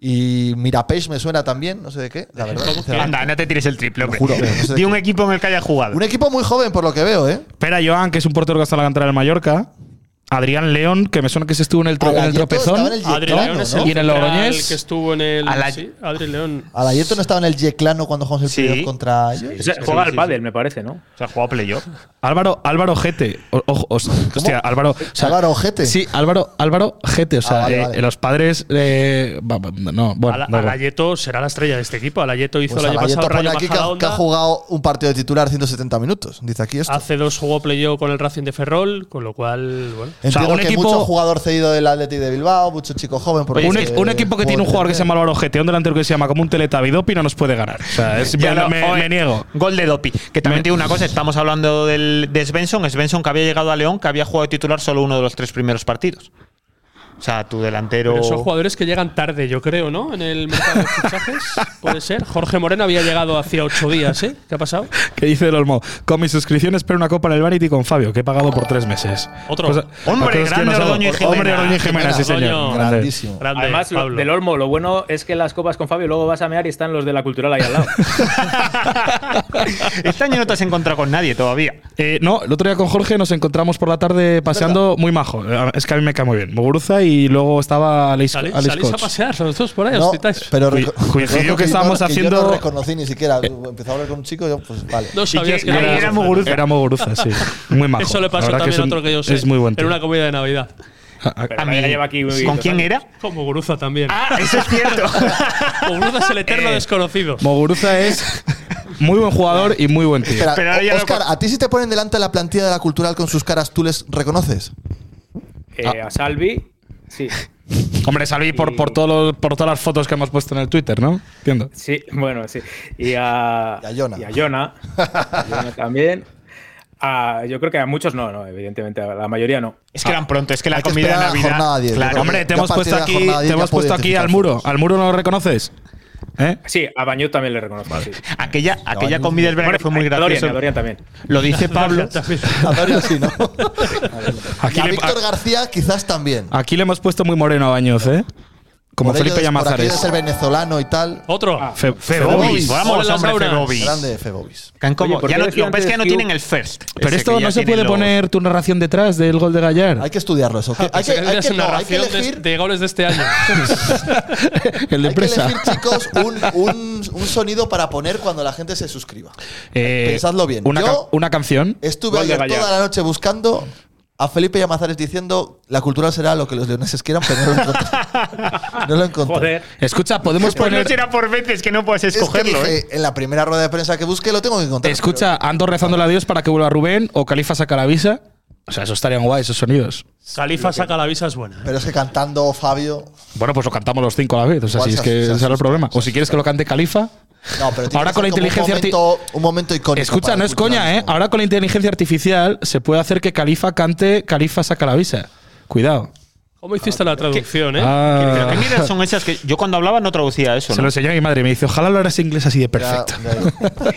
[SPEAKER 1] Y Mirapeix me suena también, no sé de qué, la verdad. sinceramente.
[SPEAKER 4] Anda, no te tires el triple, hombre.
[SPEAKER 1] juro, no sé de
[SPEAKER 4] Di un
[SPEAKER 1] qué.
[SPEAKER 4] equipo en el que haya jugado.
[SPEAKER 1] Un equipo muy joven, por lo que veo, ¿eh?
[SPEAKER 3] Espera, Joan, que es un portero que está en la cantera del Mallorca. Adrián León, que me suena que se estuvo en el, tro- en el
[SPEAKER 1] Alayeto
[SPEAKER 3] tropezón.
[SPEAKER 1] Ah, estaba en el
[SPEAKER 2] Adri
[SPEAKER 1] Yeclano,
[SPEAKER 2] León es
[SPEAKER 1] ¿no?
[SPEAKER 2] el
[SPEAKER 3] Y en el
[SPEAKER 2] central
[SPEAKER 3] Logroñés.
[SPEAKER 2] que estuvo en el.
[SPEAKER 4] A la-
[SPEAKER 2] sí, Adri León.
[SPEAKER 1] Alayeto no estaba en el Yeclano cuando jugamos el
[SPEAKER 4] Sí.
[SPEAKER 1] playoff contra ellos.
[SPEAKER 5] O sea,
[SPEAKER 4] sí,
[SPEAKER 5] juega
[SPEAKER 4] sí,
[SPEAKER 5] al
[SPEAKER 4] sí.
[SPEAKER 5] pádel, me parece, ¿no?
[SPEAKER 4] O sea, ha jugado playoff.
[SPEAKER 3] Álvaro, Álvaro Gete. O- ojo, os- hostia, Álvaro. o sea,
[SPEAKER 1] Álvaro Ojete.
[SPEAKER 3] Sí, Álvaro, Álvaro Gete. O sea,
[SPEAKER 1] Ah, vale,
[SPEAKER 3] eh,
[SPEAKER 1] vale.
[SPEAKER 3] los padres. eh, va- va- no, bueno.
[SPEAKER 2] Ala-
[SPEAKER 3] da igual.
[SPEAKER 2] Alayeto será la estrella de este equipo. Alayeto hizo
[SPEAKER 1] Pues
[SPEAKER 2] el año
[SPEAKER 1] Alayeto
[SPEAKER 2] pasado
[SPEAKER 1] pone
[SPEAKER 2] Rayo
[SPEAKER 1] aquí que ha, que ha
[SPEAKER 2] Majadahonda. Ah,
[SPEAKER 1] jugado un partido de titular 170 minutos. Dice aquí esto.
[SPEAKER 2] Hace dos jugó playoff con el Racing de Ferrol, con lo cual, bueno.
[SPEAKER 1] Entiendo
[SPEAKER 3] un
[SPEAKER 1] que
[SPEAKER 3] equipo-
[SPEAKER 1] mucho jugador cedido del Atleti de Bilbao, mucho chico joven. por
[SPEAKER 3] un, ex- un equipo que tiene un jugador que se llama Álvaro Gete, un delantero que se llama como un teletabidopi, no nos puede ganar. O sea, es-
[SPEAKER 4] Ya
[SPEAKER 3] me-
[SPEAKER 4] lo-
[SPEAKER 3] me-
[SPEAKER 4] joder,
[SPEAKER 3] me niego.
[SPEAKER 4] Gol de Dopi. Que también tiene una cosa, estamos hablando del, de Svensson. Svensson que había llegado a León, que había jugado de titular solo uno de los tres primeros partidos. O sea, tu delantero.
[SPEAKER 2] Pero son jugadores que llegan tarde, yo creo, ¿no? En el mercado de fichajes, puede ser. Jorge Moreno había llegado hacía ocho días, ¿eh? ¿Qué ha pasado?
[SPEAKER 3] ¿Qué dice el Olmo? Con mis suscripciones espero una copa en el Vanity con Fabio, que he pagado por tres meses.
[SPEAKER 2] Otro.
[SPEAKER 3] Cosa- las
[SPEAKER 4] hombre,
[SPEAKER 3] cosas que
[SPEAKER 4] grande
[SPEAKER 3] nos hago.
[SPEAKER 4] Ordoño y Jimena.
[SPEAKER 3] Hombre, Ordoño y Jimena, sí, señor.
[SPEAKER 2] Ordoño.
[SPEAKER 3] Grande.
[SPEAKER 2] Grande,
[SPEAKER 5] Además, lo-
[SPEAKER 2] Pablo.
[SPEAKER 5] del Olmo, lo bueno es que las copas con Fabio luego vas a mear y están los de la cultural ahí al lado.
[SPEAKER 4] Este año no te has encontrado con nadie todavía.
[SPEAKER 3] Eh, no, el otro día con Jorge nos encontramos por la tarde paseando muy majo. Eh, Es que a mí me cae muy bien. Moguruza y luego estaba Alex,
[SPEAKER 2] Salís,
[SPEAKER 3] Alex
[SPEAKER 2] salís a
[SPEAKER 3] Koch.
[SPEAKER 2] pasear los dos por ahí,
[SPEAKER 1] No,
[SPEAKER 2] os citáis.
[SPEAKER 1] pero
[SPEAKER 3] Cui-
[SPEAKER 1] reco-
[SPEAKER 3] coincidió que
[SPEAKER 1] yo no-
[SPEAKER 3] estábamos
[SPEAKER 1] Yo no
[SPEAKER 3] haciendo- Eh.
[SPEAKER 1] reconocí ni siquiera. Empezó a hablar con un chico, yo, pues vale.
[SPEAKER 2] No sabías
[SPEAKER 4] que-
[SPEAKER 2] que
[SPEAKER 4] y
[SPEAKER 2] era,
[SPEAKER 4] era Muguruza.
[SPEAKER 3] Era Moguruza, sí. Muy majo.
[SPEAKER 2] Eso le
[SPEAKER 3] La
[SPEAKER 2] pasó
[SPEAKER 3] verdad
[SPEAKER 2] también
[SPEAKER 3] es
[SPEAKER 2] a
[SPEAKER 3] un-
[SPEAKER 2] otro que yo sé.
[SPEAKER 3] Es muy buen tío.
[SPEAKER 2] En una comida de Navidad.
[SPEAKER 3] A- a-
[SPEAKER 5] Pero María lleva aquí
[SPEAKER 4] ¿Con
[SPEAKER 5] dos
[SPEAKER 4] quién
[SPEAKER 5] años.
[SPEAKER 4] era?
[SPEAKER 2] Con Muguruza también.
[SPEAKER 4] Ah, eso es cierto.
[SPEAKER 2] Muguruza es el
[SPEAKER 5] Eh,
[SPEAKER 2] eterno desconocido.
[SPEAKER 3] Moguruza es muy buen jugador y muy buen tío.
[SPEAKER 1] Espera,
[SPEAKER 4] Pero ahora ya
[SPEAKER 1] O-
[SPEAKER 4] lo-
[SPEAKER 1] Oscar, ¿a ti si te ponen delante de la plantilla de la cultural con sus caras, tú les reconoces?
[SPEAKER 5] Eh, a Salvi, sí.
[SPEAKER 3] Hombre, salí por, por, todos los- por todas las fotos que hemos puesto en el Twitter, ¿no? Entiendo.
[SPEAKER 5] Sí, bueno, sí. Y a,
[SPEAKER 1] Y a Jona.
[SPEAKER 5] Y a Jona, a Jona también. A- yo creo que a muchos no, no, evidentemente, a la mayoría no.
[SPEAKER 4] Es que eran pronto, es que la
[SPEAKER 1] Hay que
[SPEAKER 4] comida de
[SPEAKER 1] esperar a
[SPEAKER 4] Navidad.
[SPEAKER 1] jornada 10, yo
[SPEAKER 4] claro,
[SPEAKER 1] creo
[SPEAKER 4] hombre,
[SPEAKER 1] que-
[SPEAKER 3] Hombre, Eh, te
[SPEAKER 1] Ya
[SPEAKER 3] hemos
[SPEAKER 1] a partir
[SPEAKER 3] puesto
[SPEAKER 1] de la
[SPEAKER 3] aquí,
[SPEAKER 1] jornada
[SPEAKER 3] te
[SPEAKER 1] ya
[SPEAKER 3] hemos
[SPEAKER 1] puedo
[SPEAKER 3] puesto aquí al
[SPEAKER 1] identificarlos.
[SPEAKER 3] muro. ¿Al muro no lo reconoces? ¿Eh?
[SPEAKER 5] Sí, a Bañut también le reconozco. Sí.
[SPEAKER 4] aquella, aquella
[SPEAKER 1] no,
[SPEAKER 4] comida del verano
[SPEAKER 5] Bueno,
[SPEAKER 4] fue muy
[SPEAKER 5] a Dorian, a
[SPEAKER 4] graciosa.
[SPEAKER 5] Dorian también.
[SPEAKER 4] Lo dice Pablo.
[SPEAKER 1] A Dorian sí, ¿no? Y
[SPEAKER 3] Aquí
[SPEAKER 1] a
[SPEAKER 3] le,
[SPEAKER 1] Víctor García quizás también.
[SPEAKER 3] aquí le hemos puesto muy moreno a Bañoz, ¿eh? Ah, Como
[SPEAKER 1] Por ello
[SPEAKER 3] Felipe
[SPEAKER 1] de- por aquello de
[SPEAKER 3] Llamazares.
[SPEAKER 1] ser venezolano y tal.
[SPEAKER 2] Otro.
[SPEAKER 3] Fe-
[SPEAKER 4] Febobis,
[SPEAKER 3] Febobis.
[SPEAKER 4] vamos,
[SPEAKER 2] Hola,
[SPEAKER 4] hombre,
[SPEAKER 2] Laura.
[SPEAKER 4] Febobis.
[SPEAKER 1] Grande Febobis.
[SPEAKER 4] Que han como-
[SPEAKER 5] Oye, ¿por
[SPEAKER 4] ya
[SPEAKER 5] qué
[SPEAKER 4] no,
[SPEAKER 5] decía
[SPEAKER 4] lo que pasa es que ya no
[SPEAKER 5] antes que
[SPEAKER 4] tienen el first.
[SPEAKER 3] Pero
[SPEAKER 4] Ese
[SPEAKER 3] esto
[SPEAKER 4] que ya
[SPEAKER 3] no se
[SPEAKER 4] tienen
[SPEAKER 3] puede
[SPEAKER 4] los-
[SPEAKER 3] poner tu narración detrás del gol de Gallar.
[SPEAKER 1] Hay que estudiarlo eso. Hay que,
[SPEAKER 2] Pensé que
[SPEAKER 1] hay
[SPEAKER 2] tenías
[SPEAKER 1] que-
[SPEAKER 2] una
[SPEAKER 1] no, hay que
[SPEAKER 2] ración de-
[SPEAKER 1] elegir,
[SPEAKER 2] de goles de este año.
[SPEAKER 3] el de
[SPEAKER 1] hay que
[SPEAKER 3] empresa.
[SPEAKER 1] elegir, chicos, un, un- un sonido para poner cuando la gente se suscriba.
[SPEAKER 3] Eh,
[SPEAKER 1] Pensadlo bien.
[SPEAKER 3] Una,
[SPEAKER 1] Yo-
[SPEAKER 3] ca- una canción.
[SPEAKER 1] Estuve
[SPEAKER 5] Gol de
[SPEAKER 1] ayer
[SPEAKER 5] Gallardo.
[SPEAKER 1] toda la noche buscando a Felipe Llamazares diciendo la cultura será lo que los leoneses quieran, pero no lo encontré. No lo encontré.
[SPEAKER 5] Joder.
[SPEAKER 3] Escucha, podemos
[SPEAKER 4] Pues no
[SPEAKER 3] poner.
[SPEAKER 4] será por veces que no puedes
[SPEAKER 1] Es que
[SPEAKER 4] escogerlo, ¿eh?
[SPEAKER 1] dije, en la primera rueda de prensa que busqué lo tengo que encontrar.
[SPEAKER 3] Escucha, ando rezándole a Dios para que vuelva Rubén o Califa saca la visa. O sea, eso estarían guay, esos sonidos.
[SPEAKER 2] Califa saca la visa, es buena.
[SPEAKER 1] Pero es que cantando Fabio.
[SPEAKER 3] Bueno, pues lo cantamos los cinco a la vez. O sea,
[SPEAKER 1] Igual
[SPEAKER 3] si es
[SPEAKER 1] se
[SPEAKER 3] que
[SPEAKER 1] asusta,
[SPEAKER 3] ese
[SPEAKER 1] se
[SPEAKER 3] será el
[SPEAKER 1] asusta,
[SPEAKER 3] problema.
[SPEAKER 1] se
[SPEAKER 3] O si quieres que lo cante Califa.
[SPEAKER 1] No, pero tiene que
[SPEAKER 3] Ahora con
[SPEAKER 1] ser
[SPEAKER 3] la
[SPEAKER 1] como
[SPEAKER 3] inteligencia
[SPEAKER 1] un
[SPEAKER 3] arti-
[SPEAKER 1] momento, un momento icónico.
[SPEAKER 3] Escucha,
[SPEAKER 1] para
[SPEAKER 3] no
[SPEAKER 1] la
[SPEAKER 3] es
[SPEAKER 1] cultura
[SPEAKER 3] coña, ¿eh?
[SPEAKER 1] nacional.
[SPEAKER 3] Ahora con la inteligencia artificial se puede hacer que Califa cante Califa saca la visa. Cuidado.
[SPEAKER 2] ¿Cómo hiciste la traducción, eh?
[SPEAKER 4] Pero qué mierdas son esas que yo cuando hablaba no traducía eso,
[SPEAKER 3] se lo
[SPEAKER 4] ¿no?
[SPEAKER 3] enseñó a mi madre y me dice, ojalá lo hagas inglés así de
[SPEAKER 1] Ya,
[SPEAKER 3] perfecto.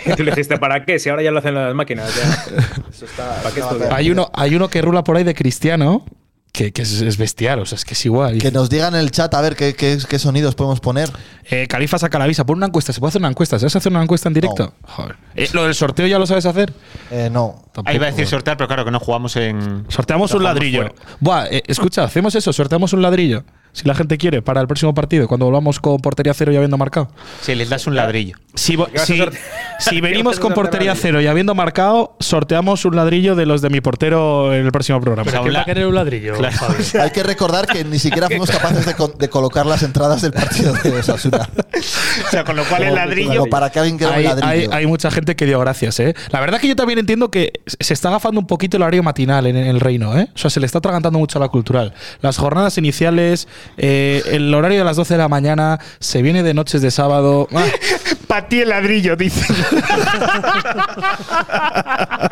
[SPEAKER 1] ya-
[SPEAKER 5] Y tú le dijiste, ¿para qué? Si ahora ya lo hacen las máquinas. ya. Eso está, ¿Para qué estudiar?
[SPEAKER 3] Hay uno, hay uno que rula por ahí de cristiano, que, que es, es bestial, o sea, es que es igual.
[SPEAKER 1] que nos digan en el chat a ver qué, qué- qué sonidos podemos poner.
[SPEAKER 3] Eh, Califa saca la visa, pon una encuesta, se puede hacer una encuesta, ¿sabes hacer una encuesta en directo? Joder. Eh, lo del sorteo ya lo sabes hacer.
[SPEAKER 1] Eh, no.
[SPEAKER 4] Ahí va a decir sortear, pero claro que no jugamos en.
[SPEAKER 3] Sorteamos un
[SPEAKER 4] Dejamos
[SPEAKER 3] ladrillo.
[SPEAKER 4] fuera.
[SPEAKER 3] Buah, eh, escucha, hacemos eso, sorteamos un ladrillo. Si la gente quiere, para el próximo partido, cuando volvamos con portería cero y habiendo marcado.
[SPEAKER 4] Sí, les das un ladrillo.
[SPEAKER 3] Si, vo-
[SPEAKER 5] ¿Qué vas a
[SPEAKER 3] si-
[SPEAKER 5] sorte-
[SPEAKER 3] si
[SPEAKER 5] ¿Qué
[SPEAKER 3] venimos
[SPEAKER 5] vas a
[SPEAKER 3] con
[SPEAKER 5] sortear
[SPEAKER 3] portería
[SPEAKER 5] ladrillo?
[SPEAKER 3] cero y habiendo marcado, sorteamos un ladrillo de los de mi portero en el próximo programa.
[SPEAKER 4] Pero
[SPEAKER 2] ¿Quién va a
[SPEAKER 4] Habla-
[SPEAKER 2] querer un ladrillo? Fabio?
[SPEAKER 1] Hay que recordar que ni siquiera fuimos capaces de, con- de colocar las entradas del partido de Osasuna.
[SPEAKER 4] O sea, con lo cual el
[SPEAKER 1] Como-
[SPEAKER 4] ladrillo.
[SPEAKER 1] como para que alguien quiera un
[SPEAKER 3] hay, hay-
[SPEAKER 1] ladrillo.
[SPEAKER 3] hay mucha gente que dio gracias, ¿eh? La verdad que yo también entiendo que se está agafando un poquito el horario matinal en, en el reino, ¿eh? O sea, se le está atragantando mucho a la cultural. Las jornadas iniciales, eh, el horario de las 12 de la mañana, se viene de noches de sábado. Ah,
[SPEAKER 4] Para ti el ladrillo, dice.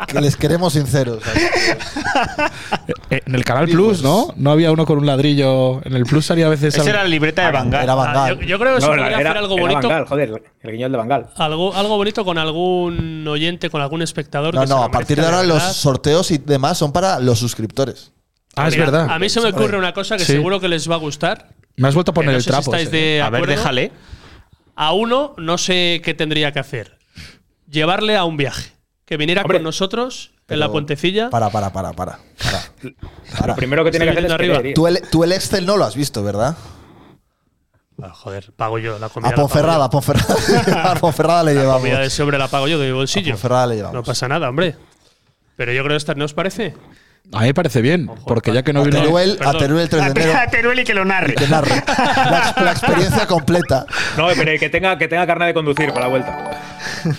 [SPEAKER 1] que les queremos sinceros.
[SPEAKER 3] eh, en el Canal Plus, ¿no? No había uno con un ladrillo. En el Plus salía a veces.
[SPEAKER 4] Esa
[SPEAKER 3] algo-
[SPEAKER 4] era la libreta de Bangal.
[SPEAKER 1] Era
[SPEAKER 2] Ah,
[SPEAKER 1] Vandal.
[SPEAKER 2] yo, yo creo que se
[SPEAKER 5] No,
[SPEAKER 2] podría
[SPEAKER 5] era-
[SPEAKER 2] hacer
[SPEAKER 5] era-
[SPEAKER 2] algo
[SPEAKER 5] era
[SPEAKER 2] bonito. Ah,
[SPEAKER 5] Van Gaal, joder, el guiñol de Bangal.
[SPEAKER 2] Algo, algo bonito con algún oyente, con algún espectador.
[SPEAKER 1] No,
[SPEAKER 2] que se
[SPEAKER 1] no,
[SPEAKER 2] lo
[SPEAKER 1] a partir de
[SPEAKER 2] merezca,
[SPEAKER 1] ahora los
[SPEAKER 2] verdad.
[SPEAKER 1] sorteos y demás son para los suscriptores.
[SPEAKER 3] Ah, es
[SPEAKER 2] Mira,
[SPEAKER 3] verdad.
[SPEAKER 2] A mí se me ocurre una cosa que
[SPEAKER 3] Sí.
[SPEAKER 2] seguro que les va a gustar.
[SPEAKER 3] Me has vuelto a
[SPEAKER 2] que
[SPEAKER 3] poner
[SPEAKER 2] no
[SPEAKER 3] el
[SPEAKER 2] sé si
[SPEAKER 3] trapo. este.
[SPEAKER 2] estáis
[SPEAKER 3] ese.
[SPEAKER 2] de
[SPEAKER 4] A ver,
[SPEAKER 2] acuerdo.
[SPEAKER 4] déjale.
[SPEAKER 2] A uno no sé qué tendría que hacer. Llevarle a un viaje. Que viniera
[SPEAKER 5] Hombre.
[SPEAKER 2] con nosotros en la
[SPEAKER 1] Pero-
[SPEAKER 2] puentecilla.
[SPEAKER 1] Para, para, para, para. para.
[SPEAKER 5] Lo primero que tiene que
[SPEAKER 2] Estoy
[SPEAKER 5] hacer es
[SPEAKER 2] viendo
[SPEAKER 5] creer.
[SPEAKER 1] Tú, el, tú el Excel no lo has visto, ¿verdad?
[SPEAKER 2] Ah, joder, pago yo la comida.
[SPEAKER 1] A
[SPEAKER 2] la pago
[SPEAKER 1] Ponferrada,
[SPEAKER 2] yo.
[SPEAKER 1] a Ponferrada. A Ponferrada le
[SPEAKER 2] La
[SPEAKER 1] llevamos.
[SPEAKER 2] comida de ese hombre la pago yo de mi bolsillo.
[SPEAKER 1] A Ponferrada le llevamos.
[SPEAKER 2] No pasa nada, hombre. Pero yo creo que esta, ¿no os parece?
[SPEAKER 3] A mí me parece bien, porque ya que no
[SPEAKER 1] A
[SPEAKER 3] vino.
[SPEAKER 1] Teruel, a
[SPEAKER 2] perdón.
[SPEAKER 1] Teruel el 3 de enero.
[SPEAKER 4] A Teruel y que lo narre.
[SPEAKER 1] que narre. La, ex- la experiencia completa.
[SPEAKER 5] No, pero que tenga, que tenga carne de conducir para la vuelta.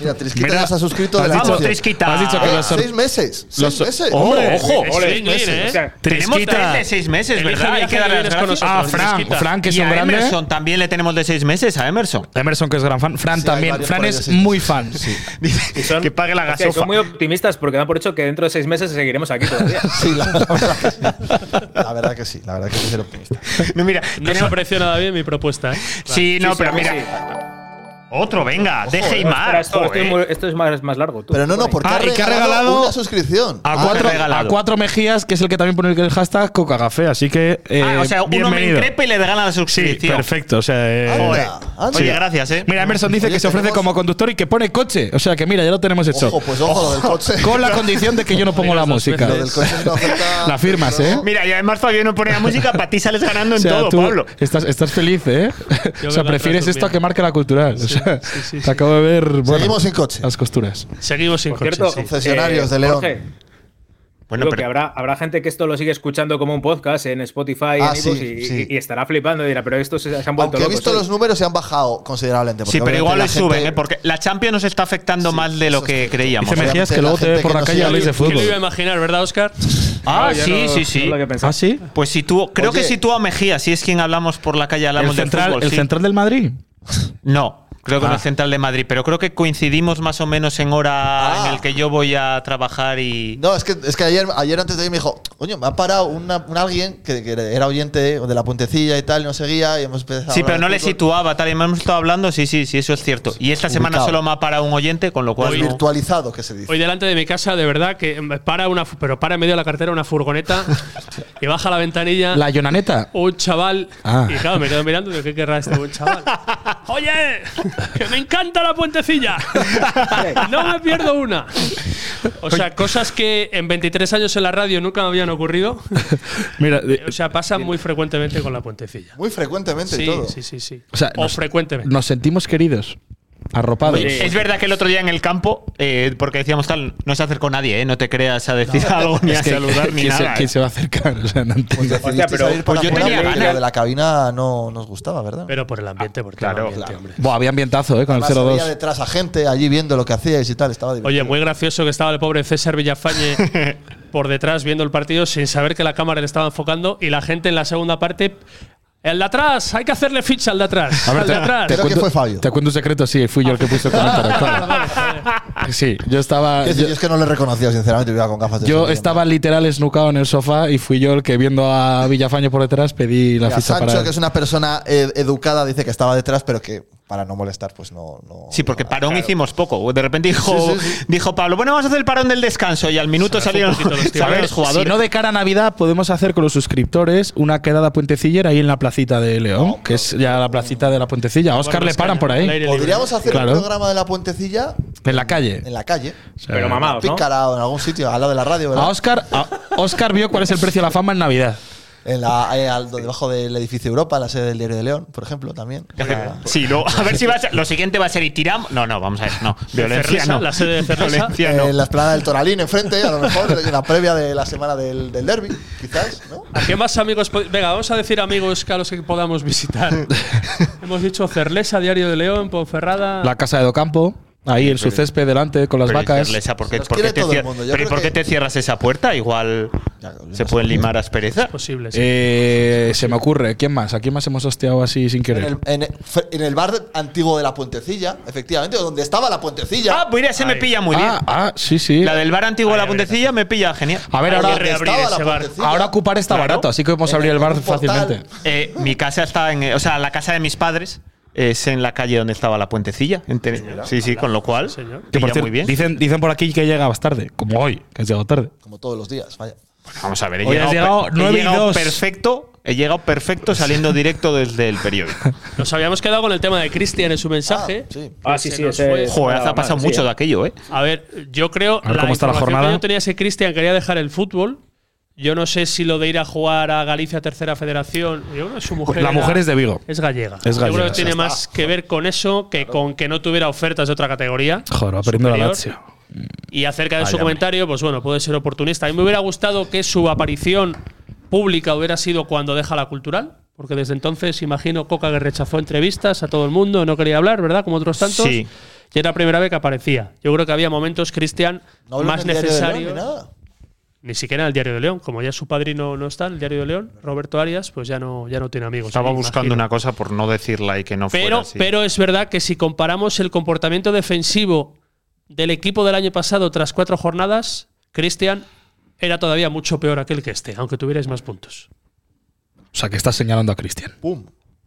[SPEAKER 1] Mira, Trisquita
[SPEAKER 3] Mira,
[SPEAKER 1] ya se ha suscrito.
[SPEAKER 3] has
[SPEAKER 1] de la
[SPEAKER 3] dicho-
[SPEAKER 1] noche.
[SPEAKER 3] Trisquita. has dicho que
[SPEAKER 1] Eh,
[SPEAKER 3] los-
[SPEAKER 1] Seis meses.
[SPEAKER 3] los-
[SPEAKER 1] seis meses.
[SPEAKER 3] ¡Oh,
[SPEAKER 1] Hombre,
[SPEAKER 3] ojo!
[SPEAKER 1] seis
[SPEAKER 3] Ole,
[SPEAKER 1] meses.
[SPEAKER 4] ¿eh?
[SPEAKER 1] O sea,
[SPEAKER 4] Tenemos
[SPEAKER 3] Trisquita.
[SPEAKER 4] tres de seis meses,
[SPEAKER 3] Elige
[SPEAKER 4] ¿verdad?
[SPEAKER 3] bien
[SPEAKER 4] Hay que
[SPEAKER 3] que
[SPEAKER 4] darle
[SPEAKER 3] vienes
[SPEAKER 4] las
[SPEAKER 3] con
[SPEAKER 4] gracias.
[SPEAKER 3] nosotros, Ah, Fran, Trisquita. Fran, que es
[SPEAKER 4] Y
[SPEAKER 3] un
[SPEAKER 4] a
[SPEAKER 3] grande.
[SPEAKER 4] Emerson también le tenemos de seis meses a Emerson.
[SPEAKER 3] Emerson, que es gran fan. Fran
[SPEAKER 4] Sí, hay
[SPEAKER 3] también.
[SPEAKER 4] varios
[SPEAKER 3] Fran
[SPEAKER 4] por ahí de
[SPEAKER 3] es
[SPEAKER 4] seis
[SPEAKER 3] muy fan.
[SPEAKER 5] Y son-
[SPEAKER 3] Que pague la
[SPEAKER 5] es que
[SPEAKER 3] gasofa.
[SPEAKER 5] Son muy optimistas porque dan por hecho que dentro de seis meses seguiremos aquí todavía.
[SPEAKER 1] sí, la, verdad que sí. La verdad que sí, la verdad que sí, ser optimista.
[SPEAKER 4] No, mira,
[SPEAKER 2] No me pareció nada bien mi propuesta. ¿eh?
[SPEAKER 4] Sí, no, pero mira. Otro, venga,
[SPEAKER 5] Ojo,
[SPEAKER 4] deje y
[SPEAKER 5] no, espera,
[SPEAKER 4] más.
[SPEAKER 5] esto,
[SPEAKER 4] jo,
[SPEAKER 5] esto es
[SPEAKER 4] eh.
[SPEAKER 5] muy- esto es más, más largo. tú.
[SPEAKER 1] Pero no, no, porque
[SPEAKER 3] Ah, y que ha regalado
[SPEAKER 1] una suscripción.
[SPEAKER 3] A
[SPEAKER 4] Ah,
[SPEAKER 3] cuatro,
[SPEAKER 4] regalado.
[SPEAKER 3] a cuatro Mejías, que es el que también pone el hashtag Cocagafe. Así que. eh,
[SPEAKER 4] Ah, o sea, uno me
[SPEAKER 3] bienvenido.
[SPEAKER 4] increpa y le regala la suscripción.
[SPEAKER 3] Sí, perfecto. O sea, eh,
[SPEAKER 4] Joder.
[SPEAKER 1] anda.
[SPEAKER 4] Oye, gracias, eh.
[SPEAKER 3] Mira, Emerson dice
[SPEAKER 1] Oye,
[SPEAKER 3] que se ofrece
[SPEAKER 1] tenemos-
[SPEAKER 3] como conductor y que pone coche. O sea que mira, ya lo tenemos hecho.
[SPEAKER 1] Ojo, pues ojo, lo del coche.
[SPEAKER 3] Con la condición de que yo no pongo la música.
[SPEAKER 1] Lo del coche es una oferta.
[SPEAKER 3] La firmas, ¿eh?
[SPEAKER 4] Mira, y además Fabio no pone la música, para ti sales ganando
[SPEAKER 3] O
[SPEAKER 4] en
[SPEAKER 3] sea,
[SPEAKER 4] todo,
[SPEAKER 3] tú
[SPEAKER 4] Pablo.
[SPEAKER 3] Estás, estás feliz, ¿eh?
[SPEAKER 2] Yo
[SPEAKER 3] o sea,
[SPEAKER 2] me la
[SPEAKER 3] prefieres
[SPEAKER 2] trato
[SPEAKER 3] esto a
[SPEAKER 2] bien.
[SPEAKER 3] que marque la cultural. o sea, te acabo de ver. Bueno,
[SPEAKER 1] Seguimos sin coche.
[SPEAKER 3] Las costuras.
[SPEAKER 2] Seguimos sin
[SPEAKER 5] Por
[SPEAKER 2] coche.
[SPEAKER 5] cierto,
[SPEAKER 2] sí.
[SPEAKER 1] Concesionarios de León.
[SPEAKER 5] Eh, Jorge,
[SPEAKER 4] Bueno,
[SPEAKER 5] digo
[SPEAKER 4] pero-
[SPEAKER 5] que habrá, habrá gente que esto lo sigue escuchando como un podcast en Spotify
[SPEAKER 1] Ah,
[SPEAKER 5] en
[SPEAKER 1] sí,
[SPEAKER 5] iVoox, y,
[SPEAKER 1] sí.
[SPEAKER 5] y- y estará flipando y dirá, pero estos se, se han vuelto
[SPEAKER 1] Aunque he
[SPEAKER 5] locos.
[SPEAKER 1] visto
[SPEAKER 5] hoy".
[SPEAKER 1] los números se han bajado considerablemente.
[SPEAKER 4] Sí,
[SPEAKER 1] porque
[SPEAKER 4] pero igual lo
[SPEAKER 1] obviamente la
[SPEAKER 4] suben,
[SPEAKER 1] gente-
[SPEAKER 4] ¿eh? porque la Champions nos está afectando más de lo que creíamos.
[SPEAKER 3] Dice Mejías que
[SPEAKER 1] la
[SPEAKER 3] luego te ve
[SPEAKER 1] gente
[SPEAKER 3] por
[SPEAKER 1] que
[SPEAKER 3] la
[SPEAKER 1] no
[SPEAKER 3] calle y
[SPEAKER 1] sigue
[SPEAKER 3] habléis de
[SPEAKER 1] YouTube.
[SPEAKER 2] ¿Quién lo iba a
[SPEAKER 3] fútbol.
[SPEAKER 2] imaginar, verdad, Oscar?
[SPEAKER 4] Ah,
[SPEAKER 5] No, yo
[SPEAKER 4] sí,
[SPEAKER 5] no-
[SPEAKER 4] sí,
[SPEAKER 5] no es
[SPEAKER 4] sí.
[SPEAKER 5] lo que pensaba.
[SPEAKER 3] ¿Ah, sí?
[SPEAKER 4] Pues si tú, creo
[SPEAKER 1] Oye.
[SPEAKER 4] que si tú a Mejías, si es quien hablamos por la calle,
[SPEAKER 3] ¿El
[SPEAKER 4] hablamos de
[SPEAKER 3] central,
[SPEAKER 4] fútbol.
[SPEAKER 3] el
[SPEAKER 4] sí.
[SPEAKER 3] central del Madrid?
[SPEAKER 4] No, creo que
[SPEAKER 3] Ah.
[SPEAKER 4] no es central de Madrid, pero creo que coincidimos más o menos en hora
[SPEAKER 1] Ah.
[SPEAKER 4] en el que yo voy a trabajar y.
[SPEAKER 1] No, es que, es que ayer, ayer antes de ir me dijo, coño, me ha parado una, un alguien que, que era oyente de la puentecilla y tal, y no seguía, y hemos empezado. a
[SPEAKER 4] Sí,
[SPEAKER 1] hablar
[SPEAKER 4] pero no
[SPEAKER 1] de
[SPEAKER 4] le
[SPEAKER 1] fútbol.
[SPEAKER 4] situaba, tal y me hemos estado hablando, sí, sí, sí, eso es cierto. Y esta semana
[SPEAKER 1] Ubicado.
[SPEAKER 4] solo me ha parado un oyente, con lo cual. no-
[SPEAKER 1] Pues Virtualizado, que se dice.
[SPEAKER 2] Hoy delante de mi casa, de verdad, que em, para una, fu- pero para en medio de la cartera una furgoneta y baja la ventanilla
[SPEAKER 3] La Yonaneta.
[SPEAKER 2] un chaval.
[SPEAKER 3] Ah.
[SPEAKER 2] Y claro, me quedo mirando y digo, ¿qué querrá este buen chaval? ¡Oye! ¡Que me encanta la puentecilla! ¡No me pierdo una! O sea, cosas que en 23 años en la radio nunca me habían ocurrido.
[SPEAKER 3] Mira, de-
[SPEAKER 2] O sea, pasan muy frecuentemente con la puentecilla.
[SPEAKER 1] Muy frecuentemente y
[SPEAKER 2] Sí,
[SPEAKER 1] todo.
[SPEAKER 2] sí, sí, sí.
[SPEAKER 3] O sea, nos-
[SPEAKER 2] frecuentemente.
[SPEAKER 3] nos sentimos queridos, arropados.
[SPEAKER 4] Oye, es verdad que el otro día en el campo, eh, porque decíamos tal, no se acercó nadie, eh, no te creas a decir algo ni a
[SPEAKER 3] Es que-
[SPEAKER 4] saludar ni
[SPEAKER 3] ¿quién se-
[SPEAKER 4] nada.
[SPEAKER 3] ¿Quién se va a acercar? O sea, no entiendo.
[SPEAKER 1] Pues decidiste
[SPEAKER 5] Hostia, pero-
[SPEAKER 1] salir para
[SPEAKER 4] pues yo
[SPEAKER 1] afuera
[SPEAKER 4] tenía
[SPEAKER 1] porque
[SPEAKER 4] ganas.
[SPEAKER 1] lo de la cabina no nos gustaba, ¿verdad?
[SPEAKER 2] Pero por el ambiente, por
[SPEAKER 4] Claro,
[SPEAKER 2] claro, ambiente,
[SPEAKER 4] claro.
[SPEAKER 2] hombre.
[SPEAKER 3] Buah, había ambientazo, ¿eh? Con el
[SPEAKER 1] Además, había
[SPEAKER 3] 0-2.
[SPEAKER 1] detrás a gente allí viendo lo que hacíais y tal, estaba divertido.
[SPEAKER 2] Oye, muy gracioso que estaba el pobre César Villafañe por detrás viendo el partido sin saber que la cámara le estaba enfocando y la gente en la segunda parte. El de atrás, hay que hacerle ficha al de atrás.
[SPEAKER 3] A ver,
[SPEAKER 2] al de atrás.
[SPEAKER 1] Creo que fue Fabio.
[SPEAKER 3] Te cuento un secreto, sí, fui yo el que puso el comentario. claro. Sí, yo estaba.
[SPEAKER 1] Quiero decir,
[SPEAKER 3] Yo,
[SPEAKER 1] yo, es que no le reconocía, sinceramente, iba con gafas de sol
[SPEAKER 3] yo
[SPEAKER 1] viendo.
[SPEAKER 3] estaba literal esnucado en el sofá y fui yo el que viendo a Villafaño por detrás pedí la
[SPEAKER 1] Mira,
[SPEAKER 3] ficha
[SPEAKER 1] Sancho,
[SPEAKER 3] para. él.
[SPEAKER 1] que es una persona eh, educada, dice que estaba detrás, pero que para no molestar, pues no. no
[SPEAKER 4] Sí,
[SPEAKER 2] Ah,
[SPEAKER 4] porque parón hicimos poco. De repente dijo, dijo Pablo, bueno, vamos a hacer el parón del descanso y al
[SPEAKER 2] Se
[SPEAKER 4] minuto
[SPEAKER 2] me fue
[SPEAKER 4] salieron,
[SPEAKER 2] un poquito los tiempos.
[SPEAKER 4] salieron
[SPEAKER 2] A ver,
[SPEAKER 4] los
[SPEAKER 3] Si
[SPEAKER 4] jugadores.
[SPEAKER 3] no de cara a Navidad, podemos hacer con los suscriptores una quedada puentecillera ahí en la placita de León, que es ya la placita de la puentecilla. A Oscar le paran por
[SPEAKER 2] Al
[SPEAKER 3] ahí,
[SPEAKER 2] aire libre.
[SPEAKER 1] Podríamos hacer
[SPEAKER 3] Claro.
[SPEAKER 1] un programa de la puentecilla
[SPEAKER 3] en la calle.
[SPEAKER 1] en la calle.
[SPEAKER 5] Pero mamados, ¿no?
[SPEAKER 1] Pícara o en algún sitio, al lado de la radio, ¿verdad?
[SPEAKER 3] A Oscar, a Oscar vio cuál es el precio de la fama en Navidad.
[SPEAKER 1] En la, eh, al- debajo del edificio Europa, la sede del Diario de León, por ejemplo, también.
[SPEAKER 4] Sí, lo- a ver si va a ser- lo siguiente va a ser y tiramos. No, no, vamos a ver, no. Violencia
[SPEAKER 2] Ferresa,
[SPEAKER 4] no.
[SPEAKER 2] la sede de Ferresa.
[SPEAKER 4] Violencia
[SPEAKER 1] Eh,
[SPEAKER 4] no.
[SPEAKER 1] en la esplanada del Toralín enfrente, a lo mejor, en la previa de la semana del, del derby, quizás, ¿no?
[SPEAKER 2] ¿A qué más amigos? pod- Venga, vamos a decir amigos que a los que podamos visitar. Hemos dicho Cerlesa, Diario de León, Ponferrada.
[SPEAKER 3] La casa de Docampo, ahí en su césped delante con las
[SPEAKER 4] Pero,
[SPEAKER 3] vacas.
[SPEAKER 4] Iglesias, ¿por qué,
[SPEAKER 1] Se los
[SPEAKER 4] por qué
[SPEAKER 1] quiere
[SPEAKER 4] te
[SPEAKER 1] todo el
[SPEAKER 4] cier-
[SPEAKER 1] mundo, yo
[SPEAKER 4] pero ¿y
[SPEAKER 1] creo
[SPEAKER 4] por qué
[SPEAKER 1] que-
[SPEAKER 4] te cierras esa puerta? Igual
[SPEAKER 1] Ya, yo no
[SPEAKER 4] se
[SPEAKER 1] sé.
[SPEAKER 4] pueden limar asperezas.
[SPEAKER 2] Posible, sí.
[SPEAKER 3] Eh, se me ocurre, ¿quién más? ¿A quién más hemos hosteado así sin
[SPEAKER 1] En
[SPEAKER 3] querer?
[SPEAKER 1] el, en, el- en el bar antiguo de la puentecilla, efectivamente, donde estaba la puentecilla.
[SPEAKER 4] Ah, pues mira, se me
[SPEAKER 2] Ahí.
[SPEAKER 4] pilla muy bien.
[SPEAKER 3] Ah, ah, sí, sí.
[SPEAKER 4] La del bar antiguo de la
[SPEAKER 2] Ahí, a ver,
[SPEAKER 4] puntecilla me pilla genial.
[SPEAKER 3] A ver,
[SPEAKER 2] Hay
[SPEAKER 3] ahora,
[SPEAKER 2] que reabrir
[SPEAKER 1] estaba la
[SPEAKER 2] ese bar.
[SPEAKER 1] puentecilla.
[SPEAKER 3] ahora ocupar está
[SPEAKER 4] Claro.
[SPEAKER 3] barato, así que podemos
[SPEAKER 1] En
[SPEAKER 3] abrir el bar
[SPEAKER 1] algún portal.
[SPEAKER 3] fácilmente.
[SPEAKER 4] Eh, mi casa está en. O sea, la casa de mis padres es en la calle donde estaba la puentecilla. en Tere- Sí, sí, con lo cual.
[SPEAKER 2] señor.
[SPEAKER 3] Que por
[SPEAKER 4] pilla
[SPEAKER 3] cierto,
[SPEAKER 4] muy bien.
[SPEAKER 3] Dicen, dicen por aquí que llegabas tarde, como hoy, que has llegado tarde.
[SPEAKER 1] Como todos los días, vaya.
[SPEAKER 4] Vamos a ver, he
[SPEAKER 3] Hoy
[SPEAKER 4] llegado,
[SPEAKER 3] has llegado
[SPEAKER 4] per- he
[SPEAKER 3] nueve y
[SPEAKER 4] llegado
[SPEAKER 3] dos.
[SPEAKER 4] perfecto. He llegado perfecto saliendo directo desde el periódico.
[SPEAKER 2] Nos habíamos quedado con el tema de Cristian en su mensaje.
[SPEAKER 1] Ah, sí.
[SPEAKER 5] Ah, sí,
[SPEAKER 2] Se
[SPEAKER 5] sí,
[SPEAKER 2] nos
[SPEAKER 5] ese-
[SPEAKER 2] fue.
[SPEAKER 4] Joder,
[SPEAKER 5] Nada
[SPEAKER 4] ha pasado
[SPEAKER 5] mal,
[SPEAKER 4] mucho
[SPEAKER 5] sí,
[SPEAKER 4] de
[SPEAKER 5] eh.
[SPEAKER 4] aquello, ¿eh?
[SPEAKER 2] A ver, yo creo.
[SPEAKER 3] A ver cómo está la
[SPEAKER 2] información
[SPEAKER 3] jornada.
[SPEAKER 2] Que yo tenía ese Cristian quería dejar el fútbol. Yo no sé si lo de ir a jugar a Galicia Tercera Federación. Yo creo que su mujer.
[SPEAKER 3] Pues la
[SPEAKER 2] era-
[SPEAKER 3] mujer es de Vigo.
[SPEAKER 2] Es gallega.
[SPEAKER 3] Es
[SPEAKER 2] Yo
[SPEAKER 3] gallega,
[SPEAKER 2] creo que tiene
[SPEAKER 3] ya
[SPEAKER 2] más que ver con eso que con que no tuviera ofertas de otra categoría.
[SPEAKER 3] Joder, va perdiendo la
[SPEAKER 2] superior.
[SPEAKER 3] Lazio.
[SPEAKER 2] Y acerca de
[SPEAKER 9] Ah,
[SPEAKER 4] Vaya,
[SPEAKER 2] su
[SPEAKER 4] hombre.
[SPEAKER 2] comentario, pues bueno, puede ser oportunista. A mí me hubiera gustado que su aparición pública hubiera sido cuando deja la cultural. Porque desde entonces, imagino, Coca que rechazó entrevistas a todo el mundo, no quería hablar, ¿verdad? Como otros tantos.
[SPEAKER 4] Sí.
[SPEAKER 2] Y era la primera vez que aparecía. Yo creo que había momentos, Cristian,
[SPEAKER 9] No habló
[SPEAKER 2] más
[SPEAKER 9] en el Diario de León
[SPEAKER 2] necesarios.
[SPEAKER 9] ni nada.
[SPEAKER 2] Ni siquiera en el Diario de León. Como ya su padrino no está en el Diario de León, Roberto Arias, pues ya no, ya no tiene amigos.
[SPEAKER 4] Estaba
[SPEAKER 2] me
[SPEAKER 4] buscando
[SPEAKER 2] imagino.
[SPEAKER 4] una cosa por no decirla y que no fuera
[SPEAKER 2] Pero,
[SPEAKER 4] así.
[SPEAKER 2] pero es verdad que si comparamos el comportamiento defensivo del equipo del año pasado tras cuatro jornadas, Cristian era todavía mucho peor aquel que este, aunque tuvierais más puntos.
[SPEAKER 3] O sea, que estás señalando a Cristian.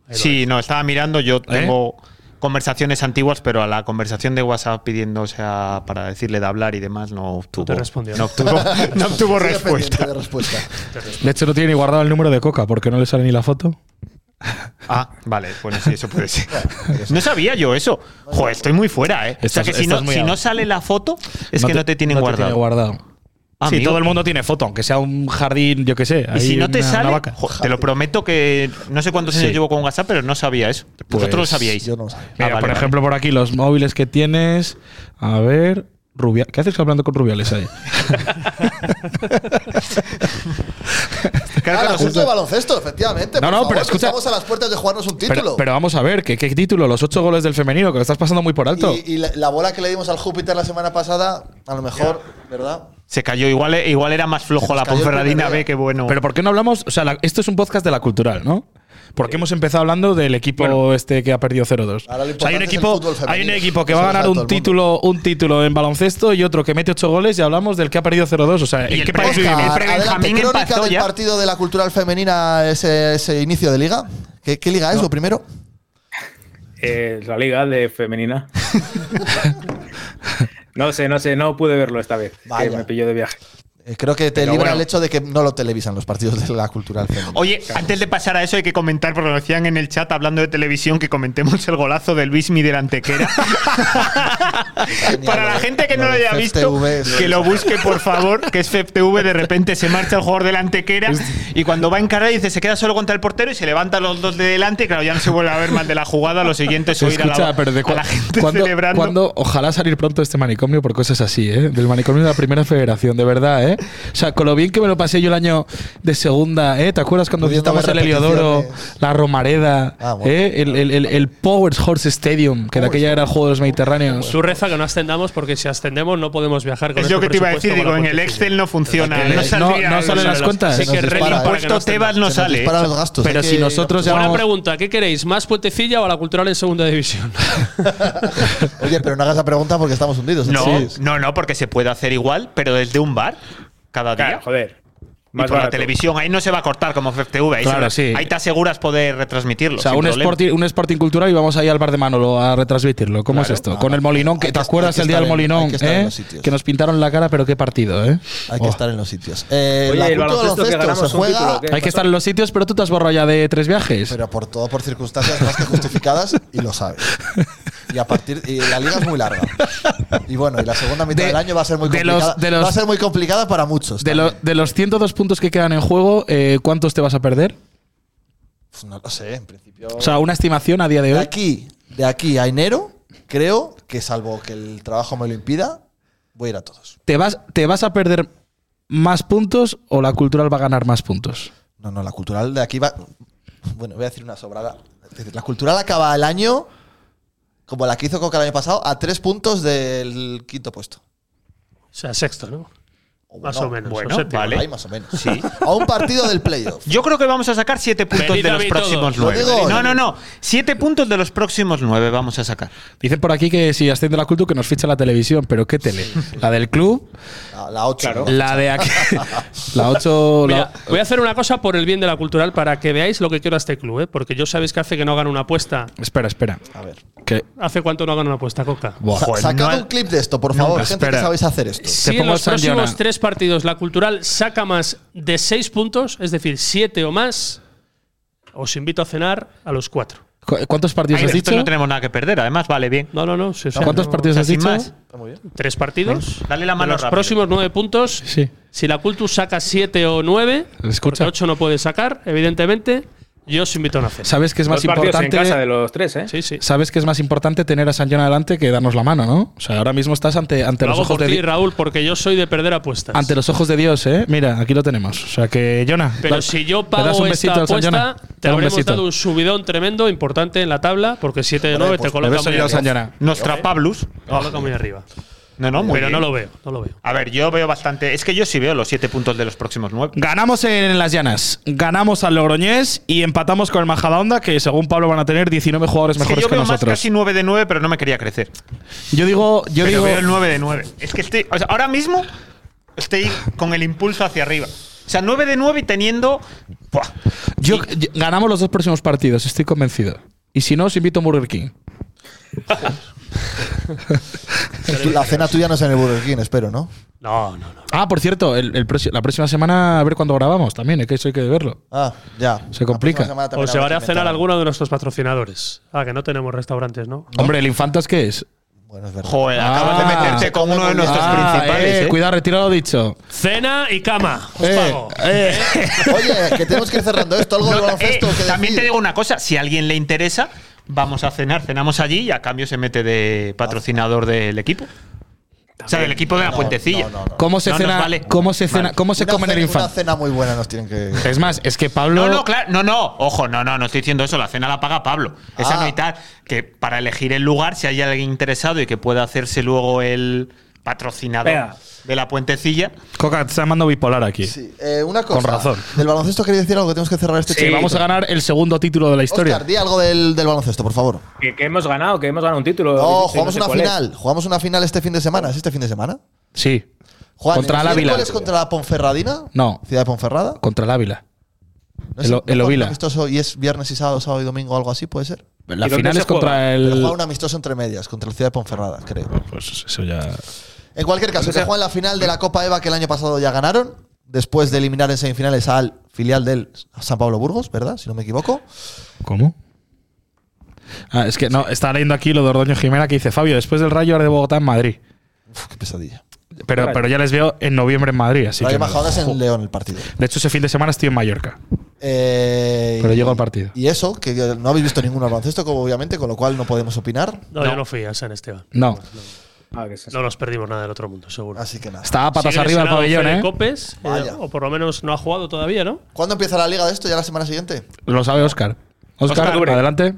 [SPEAKER 4] Sí, no, estaba mirando. Yo tengo conversaciones antiguas, pero a la conversación de WhatsApp pidiendo, o sea, para decirle de hablar y demás, no obtuvo.
[SPEAKER 2] te respondió.
[SPEAKER 4] No obtuvo, no obtuvo
[SPEAKER 1] Sigue
[SPEAKER 4] respuesta.
[SPEAKER 1] pendiente de respuesta.
[SPEAKER 3] De hecho, no tiene ni guardado el número de coca porque no le sale ni la foto.
[SPEAKER 4] Ah, vale, bueno, sí, eso puede ser. No sabía yo eso. Joder, estoy muy fuera, ¿eh? O sea,
[SPEAKER 3] Estás-
[SPEAKER 4] que si no,
[SPEAKER 3] estás muy
[SPEAKER 4] si
[SPEAKER 3] out.
[SPEAKER 4] no sale la foto, es que no te tienen guardado. Ah,
[SPEAKER 3] tiene guardado. Sí,
[SPEAKER 4] Amigo.
[SPEAKER 3] todo el mundo tiene foto, aunque sea un jardín, yo qué sé.
[SPEAKER 4] Y
[SPEAKER 3] ahí
[SPEAKER 4] si no te
[SPEAKER 3] una- una
[SPEAKER 4] sale,
[SPEAKER 3] vaca.
[SPEAKER 4] jo, te lo prometo que no sé cuántos años
[SPEAKER 3] Sí.
[SPEAKER 4] llevo con WhatsApp, pero no sabía eso. Vosotros lo
[SPEAKER 3] Pues,
[SPEAKER 4] sabíais. Ah,
[SPEAKER 3] yo no
[SPEAKER 1] lo
[SPEAKER 4] sabía.
[SPEAKER 3] Mira, por ejemplo, por aquí los móviles que tienes. A ver, Rubia. ¿Qué haces hablando con Rubiales ahí?
[SPEAKER 1] Ah, el
[SPEAKER 3] claro,
[SPEAKER 1] asunto
[SPEAKER 3] justo.
[SPEAKER 1] de baloncesto, efectivamente.
[SPEAKER 3] No,
[SPEAKER 1] por
[SPEAKER 3] no,
[SPEAKER 1] favor,
[SPEAKER 3] pero
[SPEAKER 1] que
[SPEAKER 3] escucha-
[SPEAKER 1] Estamos a las puertas de jugarnos un
[SPEAKER 3] pero,
[SPEAKER 1] título.
[SPEAKER 3] pero vamos a ver, ¿qué, qué título? Los ocho goles del femenino, que lo estás pasando muy por alto.
[SPEAKER 1] y y la, la bola que le dimos al Júpiter la semana pasada, a lo mejor, ¿verdad?
[SPEAKER 4] Se cayó, igual, igual era más flojo la
[SPEAKER 1] cayó el
[SPEAKER 4] Ponferradina
[SPEAKER 1] primer
[SPEAKER 4] B, que bueno.
[SPEAKER 3] Pero ¿por qué no hablamos? O sea, la- esto es un podcast de la cultural, ¿no? Porque hemos empezado hablando del equipo este que ha perdido 0-2.
[SPEAKER 1] Ahora lo
[SPEAKER 3] O sea, hay
[SPEAKER 1] importante es
[SPEAKER 3] un
[SPEAKER 1] el
[SPEAKER 3] equipo,
[SPEAKER 1] fútbol
[SPEAKER 3] hay
[SPEAKER 1] femenino,
[SPEAKER 3] un equipo que
[SPEAKER 1] eso
[SPEAKER 3] va
[SPEAKER 1] lo
[SPEAKER 3] a
[SPEAKER 1] sabe
[SPEAKER 3] ganar
[SPEAKER 1] todo
[SPEAKER 3] un
[SPEAKER 1] el mundo.
[SPEAKER 3] título, un título en baloncesto y otro que mete ocho goles y hablamos del que ha perdido 0-2. O sea, ¿en qué país
[SPEAKER 1] Oscar,
[SPEAKER 3] vivimos?
[SPEAKER 1] adelante, crónica del partido de la cultural femenina ese, ese inicio de liga. ¿Qué, qué liga es lo primero?
[SPEAKER 5] Eh, la liga de femenina. no sé, no sé, no pude verlo esta vez. que
[SPEAKER 1] Vaya.
[SPEAKER 5] me pilló de viaje.
[SPEAKER 1] Eh, creo que te
[SPEAKER 5] Pero
[SPEAKER 1] libra
[SPEAKER 5] bueno.
[SPEAKER 1] el hecho de que no lo televisan los partidos de la cultural femenina.
[SPEAKER 4] Oye, antes de pasar a eso hay que comentar, porque lo decían en el chat hablando de televisión, que comentemos el golazo del Bismi del Antequera. Para la gente que no lo haya visto,
[SPEAKER 1] FTV es-
[SPEAKER 4] que lo busque por favor, que es FTV, de repente se marcha el jugador del Antequera y cuando va a encarar dice, se queda solo contra el portero y se levanta los dos de delante y claro, ya no se vuelve a ver más de la jugada, lo siguiente es oír a la,
[SPEAKER 3] Escucha, pero de
[SPEAKER 4] a la
[SPEAKER 3] cua-
[SPEAKER 4] gente
[SPEAKER 3] ¿cuándo-
[SPEAKER 4] celebrando.
[SPEAKER 3] cuándo- ojalá salir pronto de este manicomio por cosas así, ¿eh? Del manicomio de la primera federación, de verdad, ¿eh? O sea, con lo bien que me lo pasé yo el año de segunda, ¿eh? ¿Te acuerdas cuando
[SPEAKER 1] Pudiendo
[SPEAKER 3] visitamos el
[SPEAKER 1] haber
[SPEAKER 3] Heliodoro, la Romareda,
[SPEAKER 1] Ah, bueno.
[SPEAKER 3] ¿eh? el, el, el- el Powers Horse Stadium, que de aquella era el juego de los mediterráneos?
[SPEAKER 2] Tú reza que no ascendamos porque si ascendemos no podemos viajar con
[SPEAKER 4] Es lo
[SPEAKER 2] este
[SPEAKER 4] que te iba a
[SPEAKER 2] presupuesto con
[SPEAKER 4] decir, digo,
[SPEAKER 2] la
[SPEAKER 4] en el
[SPEAKER 2] cuenta
[SPEAKER 4] Excel no funciona.
[SPEAKER 3] Eh, no-
[SPEAKER 4] saldría-
[SPEAKER 3] no salen las cuentas.
[SPEAKER 2] Así
[SPEAKER 3] Se
[SPEAKER 2] que red
[SPEAKER 3] nos
[SPEAKER 1] eh.
[SPEAKER 3] dispara.
[SPEAKER 2] impuesto
[SPEAKER 4] Impuesto Tebas no sale. ¿eh?
[SPEAKER 3] Pero si nosotros
[SPEAKER 2] Buena
[SPEAKER 3] llamamos…
[SPEAKER 2] pregunta, ¿qué queréis? ¿Más puentecilla o a la cultural en segunda división?
[SPEAKER 1] Oye, pero no hagas la pregunta porque estamos hundidos.
[SPEAKER 4] No,
[SPEAKER 1] Sí.
[SPEAKER 4] no, no, porque se puede hacer igual, pero desde un bar cada día.
[SPEAKER 5] Claro, joder.
[SPEAKER 4] Y
[SPEAKER 5] Más
[SPEAKER 4] por la
[SPEAKER 5] barato.
[SPEAKER 4] televisión, ahí no se va a cortar como FTV. Ahí, se
[SPEAKER 3] Claro,
[SPEAKER 4] va-
[SPEAKER 3] sí.
[SPEAKER 4] ahí te aseguras poder retransmitirlo.
[SPEAKER 3] O sea,
[SPEAKER 4] sin
[SPEAKER 3] un
[SPEAKER 4] problema.
[SPEAKER 3] sporting, un sporting cultural y vamos ahí al bar de Manolo a retransmitirlo. ¿Cómo
[SPEAKER 4] Claro.
[SPEAKER 3] es esto? Con el Molinón, que, ¿te acuerdas
[SPEAKER 1] que
[SPEAKER 3] el día del
[SPEAKER 1] estar en- hay
[SPEAKER 3] Molinón?
[SPEAKER 1] que estar en
[SPEAKER 3] eh?
[SPEAKER 1] los sitios.
[SPEAKER 3] Que nos pintaron la cara, pero qué partido, ¿eh?
[SPEAKER 1] Hay que
[SPEAKER 3] Oh.
[SPEAKER 1] estar en los sitios. Eh,
[SPEAKER 5] Oye,
[SPEAKER 1] la
[SPEAKER 5] el
[SPEAKER 1] cultural
[SPEAKER 5] baloncesto que ganamos
[SPEAKER 1] se
[SPEAKER 5] un
[SPEAKER 1] juega,
[SPEAKER 5] título, ¿qué?
[SPEAKER 3] Hay que estar en los sitios, pero tú te has borrado ya de tres viajes.
[SPEAKER 1] pero por todo por circunstancias más que justificadas y lo sabes. Y a partir y la liga es muy larga. Y bueno, y la segunda mitad
[SPEAKER 3] De-
[SPEAKER 1] del año va a ser muy
[SPEAKER 3] de
[SPEAKER 1] complicada.
[SPEAKER 3] los- de los-
[SPEAKER 1] va a ser muy complicada para muchos.
[SPEAKER 3] de, lo- de los 102 puntos que quedan en juego, eh, ¿cuántos te vas a perder?
[SPEAKER 1] Pues no lo sé, en principio.
[SPEAKER 3] O sea, eh, una estimación a día de
[SPEAKER 1] de
[SPEAKER 3] hoy.
[SPEAKER 1] aquí, de aquí a enero, creo que salvo que el trabajo me lo impida, voy a ir a todos.
[SPEAKER 3] ¿Te vas, te vas a perder más puntos o la cultural va a ganar más puntos?
[SPEAKER 1] No, no, la cultural de aquí va. Bueno, voy a decir una sobrada. Es decir, La cultural acaba el año, como la que hizo Coca el año pasado, a tres puntos del quinto puesto.
[SPEAKER 2] O sea, sexto, ¿no? Más
[SPEAKER 1] bueno,
[SPEAKER 2] o menos.
[SPEAKER 4] bueno,
[SPEAKER 2] o séptimo.
[SPEAKER 4] vale.
[SPEAKER 1] Ahí más o menos.
[SPEAKER 4] Sí.
[SPEAKER 1] A un partido del playoff.
[SPEAKER 4] Yo creo que vamos a sacar siete puntos
[SPEAKER 2] Venid
[SPEAKER 4] de
[SPEAKER 2] a
[SPEAKER 4] los
[SPEAKER 2] mí
[SPEAKER 4] próximos
[SPEAKER 2] todos. Lo
[SPEAKER 4] nueve.
[SPEAKER 1] digo hoy.
[SPEAKER 4] No, no, no. Siete puntos de los próximos nueve vamos a sacar.
[SPEAKER 3] Dicen por aquí que si asciende la cultura que nos ficha la televisión, pero ¿qué tele? ¿La del club?
[SPEAKER 1] La, la ocho. ¿no?
[SPEAKER 3] ¿La de aquí? ¿La 8?
[SPEAKER 2] Mira, voy a hacer una cosa por el bien de la cultural para que veáis lo que quiero a este club, ¿eh? porque yo sabéis que hace que no gano una apuesta.
[SPEAKER 3] Espera, espera.
[SPEAKER 1] A ver.
[SPEAKER 3] Que,
[SPEAKER 2] ¿Hace cuánto no gano una apuesta, Coca?
[SPEAKER 3] Buah.
[SPEAKER 1] Sa-
[SPEAKER 4] Joder,
[SPEAKER 1] sacad
[SPEAKER 4] no-
[SPEAKER 1] un clip de esto, por favor,
[SPEAKER 3] No,
[SPEAKER 1] gente que
[SPEAKER 3] espera.
[SPEAKER 1] sabéis hacer esto.
[SPEAKER 2] Si
[SPEAKER 3] Te
[SPEAKER 2] en
[SPEAKER 3] pongo
[SPEAKER 2] los
[SPEAKER 3] San
[SPEAKER 2] próximos
[SPEAKER 3] Jonah.
[SPEAKER 2] tres partidos la cultural saca más de seis puntos, es decir, siete o más, os invito a cenar a los cuatro.
[SPEAKER 3] ¿cu- ¿Cuántos partidos
[SPEAKER 4] Ahí
[SPEAKER 3] has dicho?
[SPEAKER 4] nosotros no tenemos nada que perder, además, vale bien.
[SPEAKER 2] No, no, no. sí, o sea,
[SPEAKER 3] ¿Cuántos
[SPEAKER 2] no-
[SPEAKER 3] partidos has
[SPEAKER 4] Sin
[SPEAKER 3] dicho?
[SPEAKER 4] más.
[SPEAKER 2] Tres partidos.
[SPEAKER 4] Ven, Pues, dale la mano
[SPEAKER 2] De los
[SPEAKER 4] rápido.
[SPEAKER 2] próximos nueve puntos.
[SPEAKER 3] Sí.
[SPEAKER 2] Si la Cultus saca siete o nueve,
[SPEAKER 3] Escucha.
[SPEAKER 2] porque ocho no puede sacar, evidentemente. Yo os invito a una cena.
[SPEAKER 3] Sabes que es más
[SPEAKER 5] Dos partidos
[SPEAKER 3] importante.
[SPEAKER 5] en casa de los tres, ¿eh?
[SPEAKER 2] Sí, sí.
[SPEAKER 3] Sabes que es más importante tener a San John adelante que darnos la mano, ¿no? O sea, ahora mismo estás ante, ante
[SPEAKER 2] Lo
[SPEAKER 3] los
[SPEAKER 2] hago
[SPEAKER 3] ojos
[SPEAKER 2] por
[SPEAKER 3] de
[SPEAKER 2] ti,
[SPEAKER 3] Dios.
[SPEAKER 2] Raúl, porque yo soy de perder apuestas.
[SPEAKER 3] Ante los ojos de Dios, ¿eh? Mira, aquí lo tenemos. O sea que, Jonah.
[SPEAKER 2] Pero
[SPEAKER 3] da-
[SPEAKER 2] si yo
[SPEAKER 3] le das
[SPEAKER 2] pago
[SPEAKER 3] un besito
[SPEAKER 2] esta
[SPEAKER 3] al San Jona.
[SPEAKER 2] apuesta, te
[SPEAKER 3] Dale un
[SPEAKER 2] habremos
[SPEAKER 3] besito.
[SPEAKER 2] dado un subidón tremendo, importante en la tabla, porque 7 de
[SPEAKER 4] Joder,
[SPEAKER 2] 9
[SPEAKER 4] pues,
[SPEAKER 2] te coloca
[SPEAKER 4] me beso
[SPEAKER 2] muy
[SPEAKER 4] yo a
[SPEAKER 2] arriba.
[SPEAKER 4] San Jona. Nostra
[SPEAKER 2] Te
[SPEAKER 4] Pablus.
[SPEAKER 2] coloca muy arriba.
[SPEAKER 4] No, no, Ah, muy
[SPEAKER 2] Pero no
[SPEAKER 4] bien.
[SPEAKER 2] lo veo, no lo veo.
[SPEAKER 4] A ver, yo veo bastante. Es que yo sí veo los siete puntos de los próximos nueve.
[SPEAKER 3] Ganamos en las llanas, ganamos al Logroñés y empatamos con el Majadahonda, que según Pablo van a tener 19 jugadores
[SPEAKER 4] Es que
[SPEAKER 3] mejores
[SPEAKER 4] yo
[SPEAKER 3] que
[SPEAKER 4] veo
[SPEAKER 3] nosotros.
[SPEAKER 4] más casi 9 de 9, pero no me quería crecer.
[SPEAKER 3] Yo digo, yo
[SPEAKER 4] Pero
[SPEAKER 3] digo,
[SPEAKER 4] veo el 9 de 9. Es que estoy, o sea, ahora mismo estoy con el impulso hacia arriba. O sea, 9 de 9 y teniendo. ¡buah!
[SPEAKER 3] yo- yo- ganamos los dos próximos partidos, estoy convencido. Y si no, os invito a Burger King.
[SPEAKER 1] La cena tuya no es en el Burger King, espero, ¿no?
[SPEAKER 2] No, no, no.
[SPEAKER 3] Ah, por cierto, el- el próxi- la próxima semana a ver cuándo grabamos también, es que eso hay que verlo.
[SPEAKER 1] Ah, ya.
[SPEAKER 3] Se complica.
[SPEAKER 2] O Pues se van a cenar alguno de nuestros patrocinadores. Ah, que no tenemos restaurantes, ¿no?
[SPEAKER 3] Hombre, ¿el Infantas qué es?
[SPEAKER 4] Joder,
[SPEAKER 3] Ah.
[SPEAKER 4] acabas de meterte con uno de nuestros
[SPEAKER 3] Ah,
[SPEAKER 4] principales.
[SPEAKER 3] eh,
[SPEAKER 4] ¿eh?
[SPEAKER 3] Cuidado, retirado lo dicho.
[SPEAKER 2] Cena y cama. Os
[SPEAKER 3] Eh,
[SPEAKER 2] pago.
[SPEAKER 3] eh.
[SPEAKER 1] Oye, que tenemos que ir cerrando esto, algo de
[SPEAKER 4] No,
[SPEAKER 1] baloncesto.
[SPEAKER 4] eh,
[SPEAKER 1] que
[SPEAKER 4] también
[SPEAKER 1] decir.
[SPEAKER 4] te digo una cosa, si a alguien le interesa, vamos a cenar, cenamos allí y a cambio se mete de patrocinador del equipo. O sea, del equipo de la
[SPEAKER 1] No,
[SPEAKER 4] Puentecilla.
[SPEAKER 1] no, no, no.
[SPEAKER 3] ¿Cómo se
[SPEAKER 4] No nos
[SPEAKER 3] cena?
[SPEAKER 4] vale.
[SPEAKER 3] ¿Cómo se cena?
[SPEAKER 4] Vale.
[SPEAKER 3] ¿Cómo se
[SPEAKER 1] Una
[SPEAKER 3] come en el
[SPEAKER 1] cena- Una
[SPEAKER 3] Infantas?
[SPEAKER 1] cena muy buena nos tienen que.
[SPEAKER 3] Es más, es que Pablo
[SPEAKER 4] No, no, claro, no, no, ojo, no, no, no estoy diciendo eso, la cena la paga Pablo. Esa
[SPEAKER 1] Ah.
[SPEAKER 4] no y tal, que para elegir el lugar, si hay alguien interesado y que pueda hacerse luego el patrocinador
[SPEAKER 5] Venga.
[SPEAKER 4] de la puentecilla.
[SPEAKER 3] Coca te está llamando bipolar aquí.
[SPEAKER 1] Sí, eh, una cosa.
[SPEAKER 3] Con razón.
[SPEAKER 1] Del baloncesto quería decir algo que tenemos que cerrar este
[SPEAKER 3] Que vamos a ganar el segundo título de la historia.
[SPEAKER 1] Oscar, di algo del, del baloncesto, por favor.
[SPEAKER 5] Que, que hemos ganado, que hemos ganado un título.
[SPEAKER 1] No,
[SPEAKER 5] dijiste,
[SPEAKER 1] jugamos
[SPEAKER 5] sé
[SPEAKER 1] una
[SPEAKER 5] cuál es.
[SPEAKER 1] final. Jugamos una final este fin de semana. ¿Es este fin de semana?
[SPEAKER 3] sí.
[SPEAKER 1] Juan,
[SPEAKER 3] Contra
[SPEAKER 1] ¿el
[SPEAKER 3] el Ávila.
[SPEAKER 1] miércoles contra la Ponferradina?
[SPEAKER 3] No,
[SPEAKER 1] Ciudad de Ponferrada.
[SPEAKER 3] contra el Ávila.
[SPEAKER 1] No sé,
[SPEAKER 3] El- el
[SPEAKER 1] ¿no juegan un
[SPEAKER 3] Ovila.
[SPEAKER 1] amistoso y es viernes y sábado, sábado y domingo o algo así, puede ser.
[SPEAKER 3] La
[SPEAKER 5] ¿Y dónde
[SPEAKER 3] final
[SPEAKER 5] se
[SPEAKER 3] es contra
[SPEAKER 5] juega?
[SPEAKER 1] Pero juega
[SPEAKER 3] el.
[SPEAKER 1] un amistoso entre medias contra la Ciudad de Ponferrada, creo.
[SPEAKER 3] Pues eso ya.
[SPEAKER 1] En cualquier caso, que juegan la final de la Copa Eva que el año pasado ya ganaron, después de eliminar en semifinales al filial del San Pablo Burgos, ¿verdad? Si no me equivoco.
[SPEAKER 3] ¿Cómo? Ah, es que no, estaba leyendo aquí lo de Ordoño Jimena que dice Fabio, después del Rayo ahora de Bogotá en Madrid.
[SPEAKER 1] Uf, qué pesadilla.
[SPEAKER 3] Pero, pero ya les veo en noviembre en Madrid, así que.
[SPEAKER 1] Rayo Majadahonda es en León el partido.
[SPEAKER 3] De hecho, ese fin de semana estoy en Mallorca.
[SPEAKER 1] Eh,
[SPEAKER 3] Pero
[SPEAKER 1] y-
[SPEAKER 3] llegó el partido.
[SPEAKER 1] Y eso, que no habéis visto ningún baloncesto, como obviamente, con lo cual no podemos opinar.
[SPEAKER 2] No, yo no fui a San Esteban.
[SPEAKER 3] No.
[SPEAKER 5] Ah, que es eso.
[SPEAKER 2] No nos perdimos nada del otro mundo, seguro.
[SPEAKER 4] Ah,
[SPEAKER 1] Así que nada.
[SPEAKER 3] Estaba patas
[SPEAKER 2] Sigue
[SPEAKER 3] arriba el
[SPEAKER 2] lesionado
[SPEAKER 3] pabellón,
[SPEAKER 2] Fede
[SPEAKER 3] ¿eh?
[SPEAKER 2] Copes, eh,
[SPEAKER 1] Vaya.
[SPEAKER 2] o por lo menos no ha jugado todavía, ¿no?
[SPEAKER 1] ¿Cuándo empieza la liga de esto? ¿Ya la semana siguiente?
[SPEAKER 3] Lo sabe Oscar.
[SPEAKER 5] Óscar,
[SPEAKER 3] Oscar,
[SPEAKER 5] cubre.
[SPEAKER 3] adelante.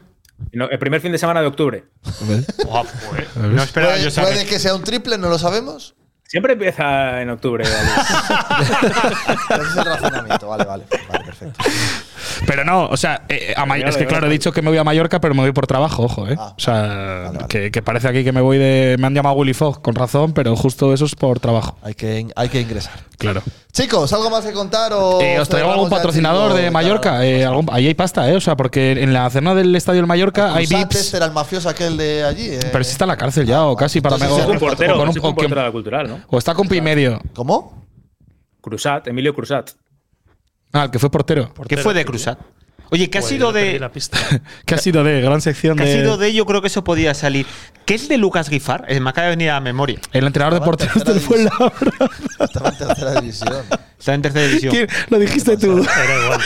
[SPEAKER 5] No, el primer fin de semana de octubre.
[SPEAKER 4] Buah, Ah, joder, no esperaba
[SPEAKER 1] puede
[SPEAKER 4] yo
[SPEAKER 1] puede
[SPEAKER 4] saber.
[SPEAKER 1] que sea un triple, no lo sabemos.
[SPEAKER 5] Siempre empieza en octubre. Alex.
[SPEAKER 1] Ese es el razonamiento. Vale, vale. Vale, perfecto.
[SPEAKER 3] Pero no, o sea, eh, a Ma-
[SPEAKER 5] Vale,
[SPEAKER 3] es que
[SPEAKER 5] vale,
[SPEAKER 3] claro, he
[SPEAKER 5] vale.
[SPEAKER 3] dicho que me voy a Mallorca, pero me voy por trabajo, ojo, ¿eh?
[SPEAKER 1] Ah,
[SPEAKER 3] o sea,
[SPEAKER 1] vale.
[SPEAKER 3] Que, que parece aquí que me voy de. Me han llamado Willy Fox, con razón, pero justo eso es por trabajo.
[SPEAKER 1] Hay que, hay que ingresar.
[SPEAKER 3] Claro.
[SPEAKER 1] Chicos, ¿algo más que contar? O
[SPEAKER 3] Eh, ¿Os traigo algún
[SPEAKER 1] cerramos ya,
[SPEAKER 3] patrocinador
[SPEAKER 1] chicos?
[SPEAKER 3] de Mallorca? Eh, algún- ahí hay pasta, ¿eh? O sea, porque en la cena del Estadio del Mallorca hay
[SPEAKER 1] Cruzates
[SPEAKER 3] VIPs.
[SPEAKER 1] era el mafioso aquel de allí. eh.
[SPEAKER 3] Pero si está en la cárcel ya, o casi para
[SPEAKER 1] Entonces
[SPEAKER 3] Mego-
[SPEAKER 1] es
[SPEAKER 5] un portero,
[SPEAKER 3] o, con un-
[SPEAKER 5] es un
[SPEAKER 3] o que-
[SPEAKER 5] portero de la cultural, ¿no?
[SPEAKER 3] o está con Pi medio.
[SPEAKER 1] ¿Cómo?
[SPEAKER 5] Cruzat, Emilio Cruzat.
[SPEAKER 3] Ah, el que fue portero. Pues
[SPEAKER 4] ¿Qué fue de cruzar? Oye, ¿qué ha
[SPEAKER 2] Joder, le
[SPEAKER 4] sido
[SPEAKER 2] Pues, perdí
[SPEAKER 4] de.?
[SPEAKER 2] la pista.
[SPEAKER 3] Que ha sido de gran sección
[SPEAKER 4] ¿Qué ha
[SPEAKER 3] de.
[SPEAKER 4] sido de? Yo creo que eso podía salir. ¿Qué es de Lucas Guifar? Eh, Me acaba de venir a la memoria.
[SPEAKER 3] El entrenador de
[SPEAKER 1] Estaba en
[SPEAKER 3] porteros
[SPEAKER 1] tercera
[SPEAKER 3] del
[SPEAKER 1] división.
[SPEAKER 3] Fuenlabrada.
[SPEAKER 1] Estaba en tercera división.
[SPEAKER 4] Está en tercera división.
[SPEAKER 3] ¿Quién? Lo dijiste tú.
[SPEAKER 2] Era igual.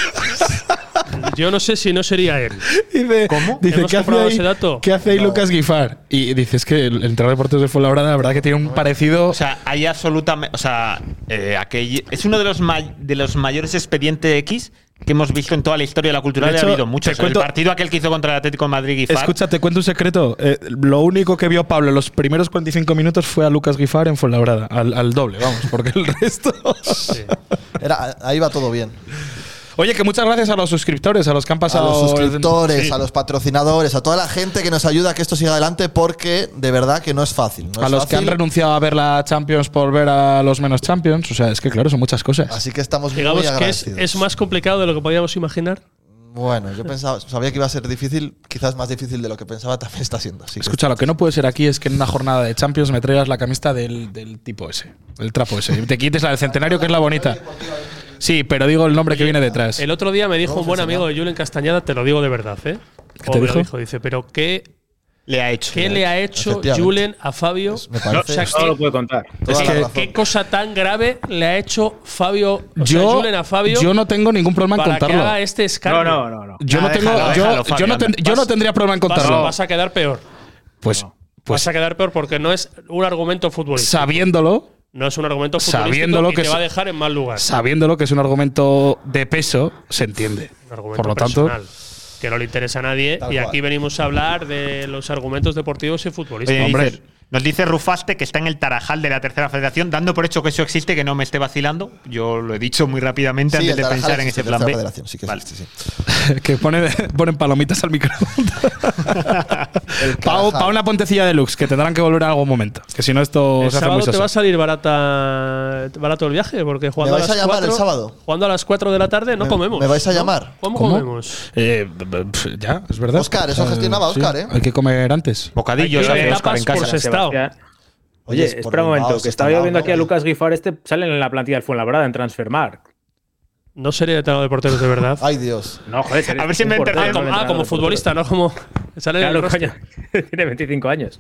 [SPEAKER 2] Yo no sé si no sería él.
[SPEAKER 3] Dice,
[SPEAKER 4] ¿Cómo?
[SPEAKER 3] Dice,
[SPEAKER 2] ¿Hemos
[SPEAKER 3] ¿qué hace,
[SPEAKER 2] comprobado
[SPEAKER 3] ahí,
[SPEAKER 2] ese dato?
[SPEAKER 3] qué hace ahí Lucas Guifar? Y dices que el entrenador de porteros de Fuenlabrada, la verdad que tiene un parecido.
[SPEAKER 4] O sea, hay absolutamente. O sea, eh, aquell- es uno de los, may- de los mayores expedientes X que hemos visto en toda la historia de la cultural.
[SPEAKER 3] De
[SPEAKER 4] y
[SPEAKER 3] hecho,
[SPEAKER 4] ha habido muchos.
[SPEAKER 3] te cuento-
[SPEAKER 4] el partido aquel que hizo contra el Atlético de Madrid Guifar.
[SPEAKER 3] Escucha, te cuento un secreto. Eh, lo único que vio Pablo en los primeros 45 minutos fue a Lucas Guifar en Fuenlabrada. Al, al doble, vamos, porque el resto.
[SPEAKER 1] Era, ahí va todo bien.
[SPEAKER 3] Oye, que muchas gracias a los suscriptores, a los que han
[SPEAKER 1] A
[SPEAKER 3] pasado.
[SPEAKER 1] los
[SPEAKER 3] el-
[SPEAKER 1] suscriptores,
[SPEAKER 3] Sí.
[SPEAKER 1] a los patrocinadores, a toda la gente que nos ayuda a que esto siga adelante, porque de verdad que no es fácil. no
[SPEAKER 3] A
[SPEAKER 1] es
[SPEAKER 3] los que han
[SPEAKER 1] fácil.
[SPEAKER 3] renunciado a ver la Champions por ver a los menos Champions. O sea, es que claro, son muchas cosas.
[SPEAKER 1] Así que estamos
[SPEAKER 2] Digamos
[SPEAKER 1] muy
[SPEAKER 2] que es,
[SPEAKER 1] agradecidos.
[SPEAKER 2] es más complicado de lo que podíamos imaginar.
[SPEAKER 1] Bueno, yo pensaba, sabía que iba a ser difícil, quizás más difícil de lo que pensaba también está siendo. así que-
[SPEAKER 3] Escucha, lo que no puede ser aquí es que en una jornada de Champions me traigas la camisa del, del tipo ese, del trapo ese. Y Te quites la del centenario, que es la bonita. Sí, pero digo el nombre que viene detrás.
[SPEAKER 2] El otro día me dijo
[SPEAKER 1] Vamos
[SPEAKER 2] un buen
[SPEAKER 1] a
[SPEAKER 2] amigo de Julen Castañeda, te lo digo de verdad, ¿eh?
[SPEAKER 3] ¿Qué
[SPEAKER 2] O
[SPEAKER 3] te
[SPEAKER 2] me lo
[SPEAKER 3] dijo?
[SPEAKER 2] dijo? Dice, pero qué
[SPEAKER 4] le ha hecho.
[SPEAKER 2] ¿Qué le ha hecho Julen a Fabio?
[SPEAKER 4] me parece-
[SPEAKER 2] O sea,
[SPEAKER 4] No
[SPEAKER 2] ¿qué-
[SPEAKER 4] lo puede contar.
[SPEAKER 2] ¿qué-
[SPEAKER 4] Toda la
[SPEAKER 2] ¿Qué,
[SPEAKER 4] razón.
[SPEAKER 2] cosa tan grave le ha hecho Fabio? o sea,
[SPEAKER 3] Yo,
[SPEAKER 2] Julen a Fabio
[SPEAKER 3] yo no tengo ningún problema en
[SPEAKER 2] para
[SPEAKER 3] contarlo.
[SPEAKER 2] que haga este escándalo.
[SPEAKER 5] No, no, no, no.
[SPEAKER 3] Yo no tengo. yo- yo, no ten- yo no tendría problema en contarlo.
[SPEAKER 2] Vas, vas a quedar peor.
[SPEAKER 3] pues, pues
[SPEAKER 2] vas a quedar peor porque no es un argumento futbolístico.
[SPEAKER 3] sabiéndolo,
[SPEAKER 2] no es un argumento futbolístico
[SPEAKER 3] Sabiéndolo
[SPEAKER 2] y
[SPEAKER 3] que
[SPEAKER 2] te
[SPEAKER 3] es-
[SPEAKER 2] va a dejar en mal lugar.
[SPEAKER 3] sabiéndolo que es un argumento de peso, se entiende.
[SPEAKER 2] Un argumento
[SPEAKER 3] Por lo tanto,
[SPEAKER 2] personal, que no le interesa a nadie.
[SPEAKER 4] Tal
[SPEAKER 2] y
[SPEAKER 4] cual.
[SPEAKER 2] aquí venimos a hablar de los argumentos deportivos y futbolísticos.
[SPEAKER 4] Oye, eh, dice- nos dice Rufaste que está en el Tarajal de la Tercera Federación, dando por hecho que eso existe, que no me esté vacilando. Yo lo he dicho muy rápidamente
[SPEAKER 1] Sí,
[SPEAKER 4] antes
[SPEAKER 1] el
[SPEAKER 4] de
[SPEAKER 1] Tarajal
[SPEAKER 4] pensar en
[SPEAKER 1] existe
[SPEAKER 4] ese
[SPEAKER 1] en la
[SPEAKER 4] plan B.
[SPEAKER 1] Tercera Federación, sí que existe,
[SPEAKER 3] que pone- ponen palomitas al microondas. Para una pontecilla de lux, que tendrán que volver a algún momento. Que si no, esto
[SPEAKER 2] el
[SPEAKER 3] se hace
[SPEAKER 2] sábado
[SPEAKER 3] muy
[SPEAKER 2] te
[SPEAKER 3] soso.
[SPEAKER 2] va a salir barata, barato el viaje, porque jugando
[SPEAKER 1] vais
[SPEAKER 2] las
[SPEAKER 1] a llamar el
[SPEAKER 2] 4
[SPEAKER 1] sábado?
[SPEAKER 2] Jugando a las 4 de la tarde no
[SPEAKER 1] Me-
[SPEAKER 2] comemos.
[SPEAKER 1] me vais a
[SPEAKER 2] ¿no?
[SPEAKER 1] llamar.
[SPEAKER 2] ¿Cómo,
[SPEAKER 3] ¿Cómo?
[SPEAKER 2] comemos?
[SPEAKER 3] Eh, b- b- pf, ya, es verdad.
[SPEAKER 1] Oscar, eso
[SPEAKER 3] O sea,
[SPEAKER 1] gestionaba Oscar, ¿eh?
[SPEAKER 3] Hay que comer antes.
[SPEAKER 4] Bocadillos
[SPEAKER 5] Hay que
[SPEAKER 4] hace
[SPEAKER 5] ver
[SPEAKER 4] Óscar en
[SPEAKER 5] tapas por
[SPEAKER 4] casa.
[SPEAKER 5] Sestao. Oye,
[SPEAKER 1] Oye, es por
[SPEAKER 5] espera un
[SPEAKER 1] Bilbao,
[SPEAKER 5] momento,
[SPEAKER 1] se
[SPEAKER 5] que estaba
[SPEAKER 1] está
[SPEAKER 5] yo viendo
[SPEAKER 1] dando,
[SPEAKER 5] aquí a Lucas Gifar, este sale en la plantilla del Fuenlabrada en Transfermarkt.
[SPEAKER 2] No sería entrenador de porteros de verdad.
[SPEAKER 1] Ay, Dios.
[SPEAKER 5] No, joder, sería
[SPEAKER 4] A ver si me he
[SPEAKER 5] importante
[SPEAKER 4] enterado.
[SPEAKER 5] un
[SPEAKER 2] ah,
[SPEAKER 5] entrenador
[SPEAKER 2] como
[SPEAKER 5] de porteros.
[SPEAKER 2] futbolista, no como. Sale en el
[SPEAKER 5] Claro,
[SPEAKER 2] roster.
[SPEAKER 5] coño. Tiene 25 años.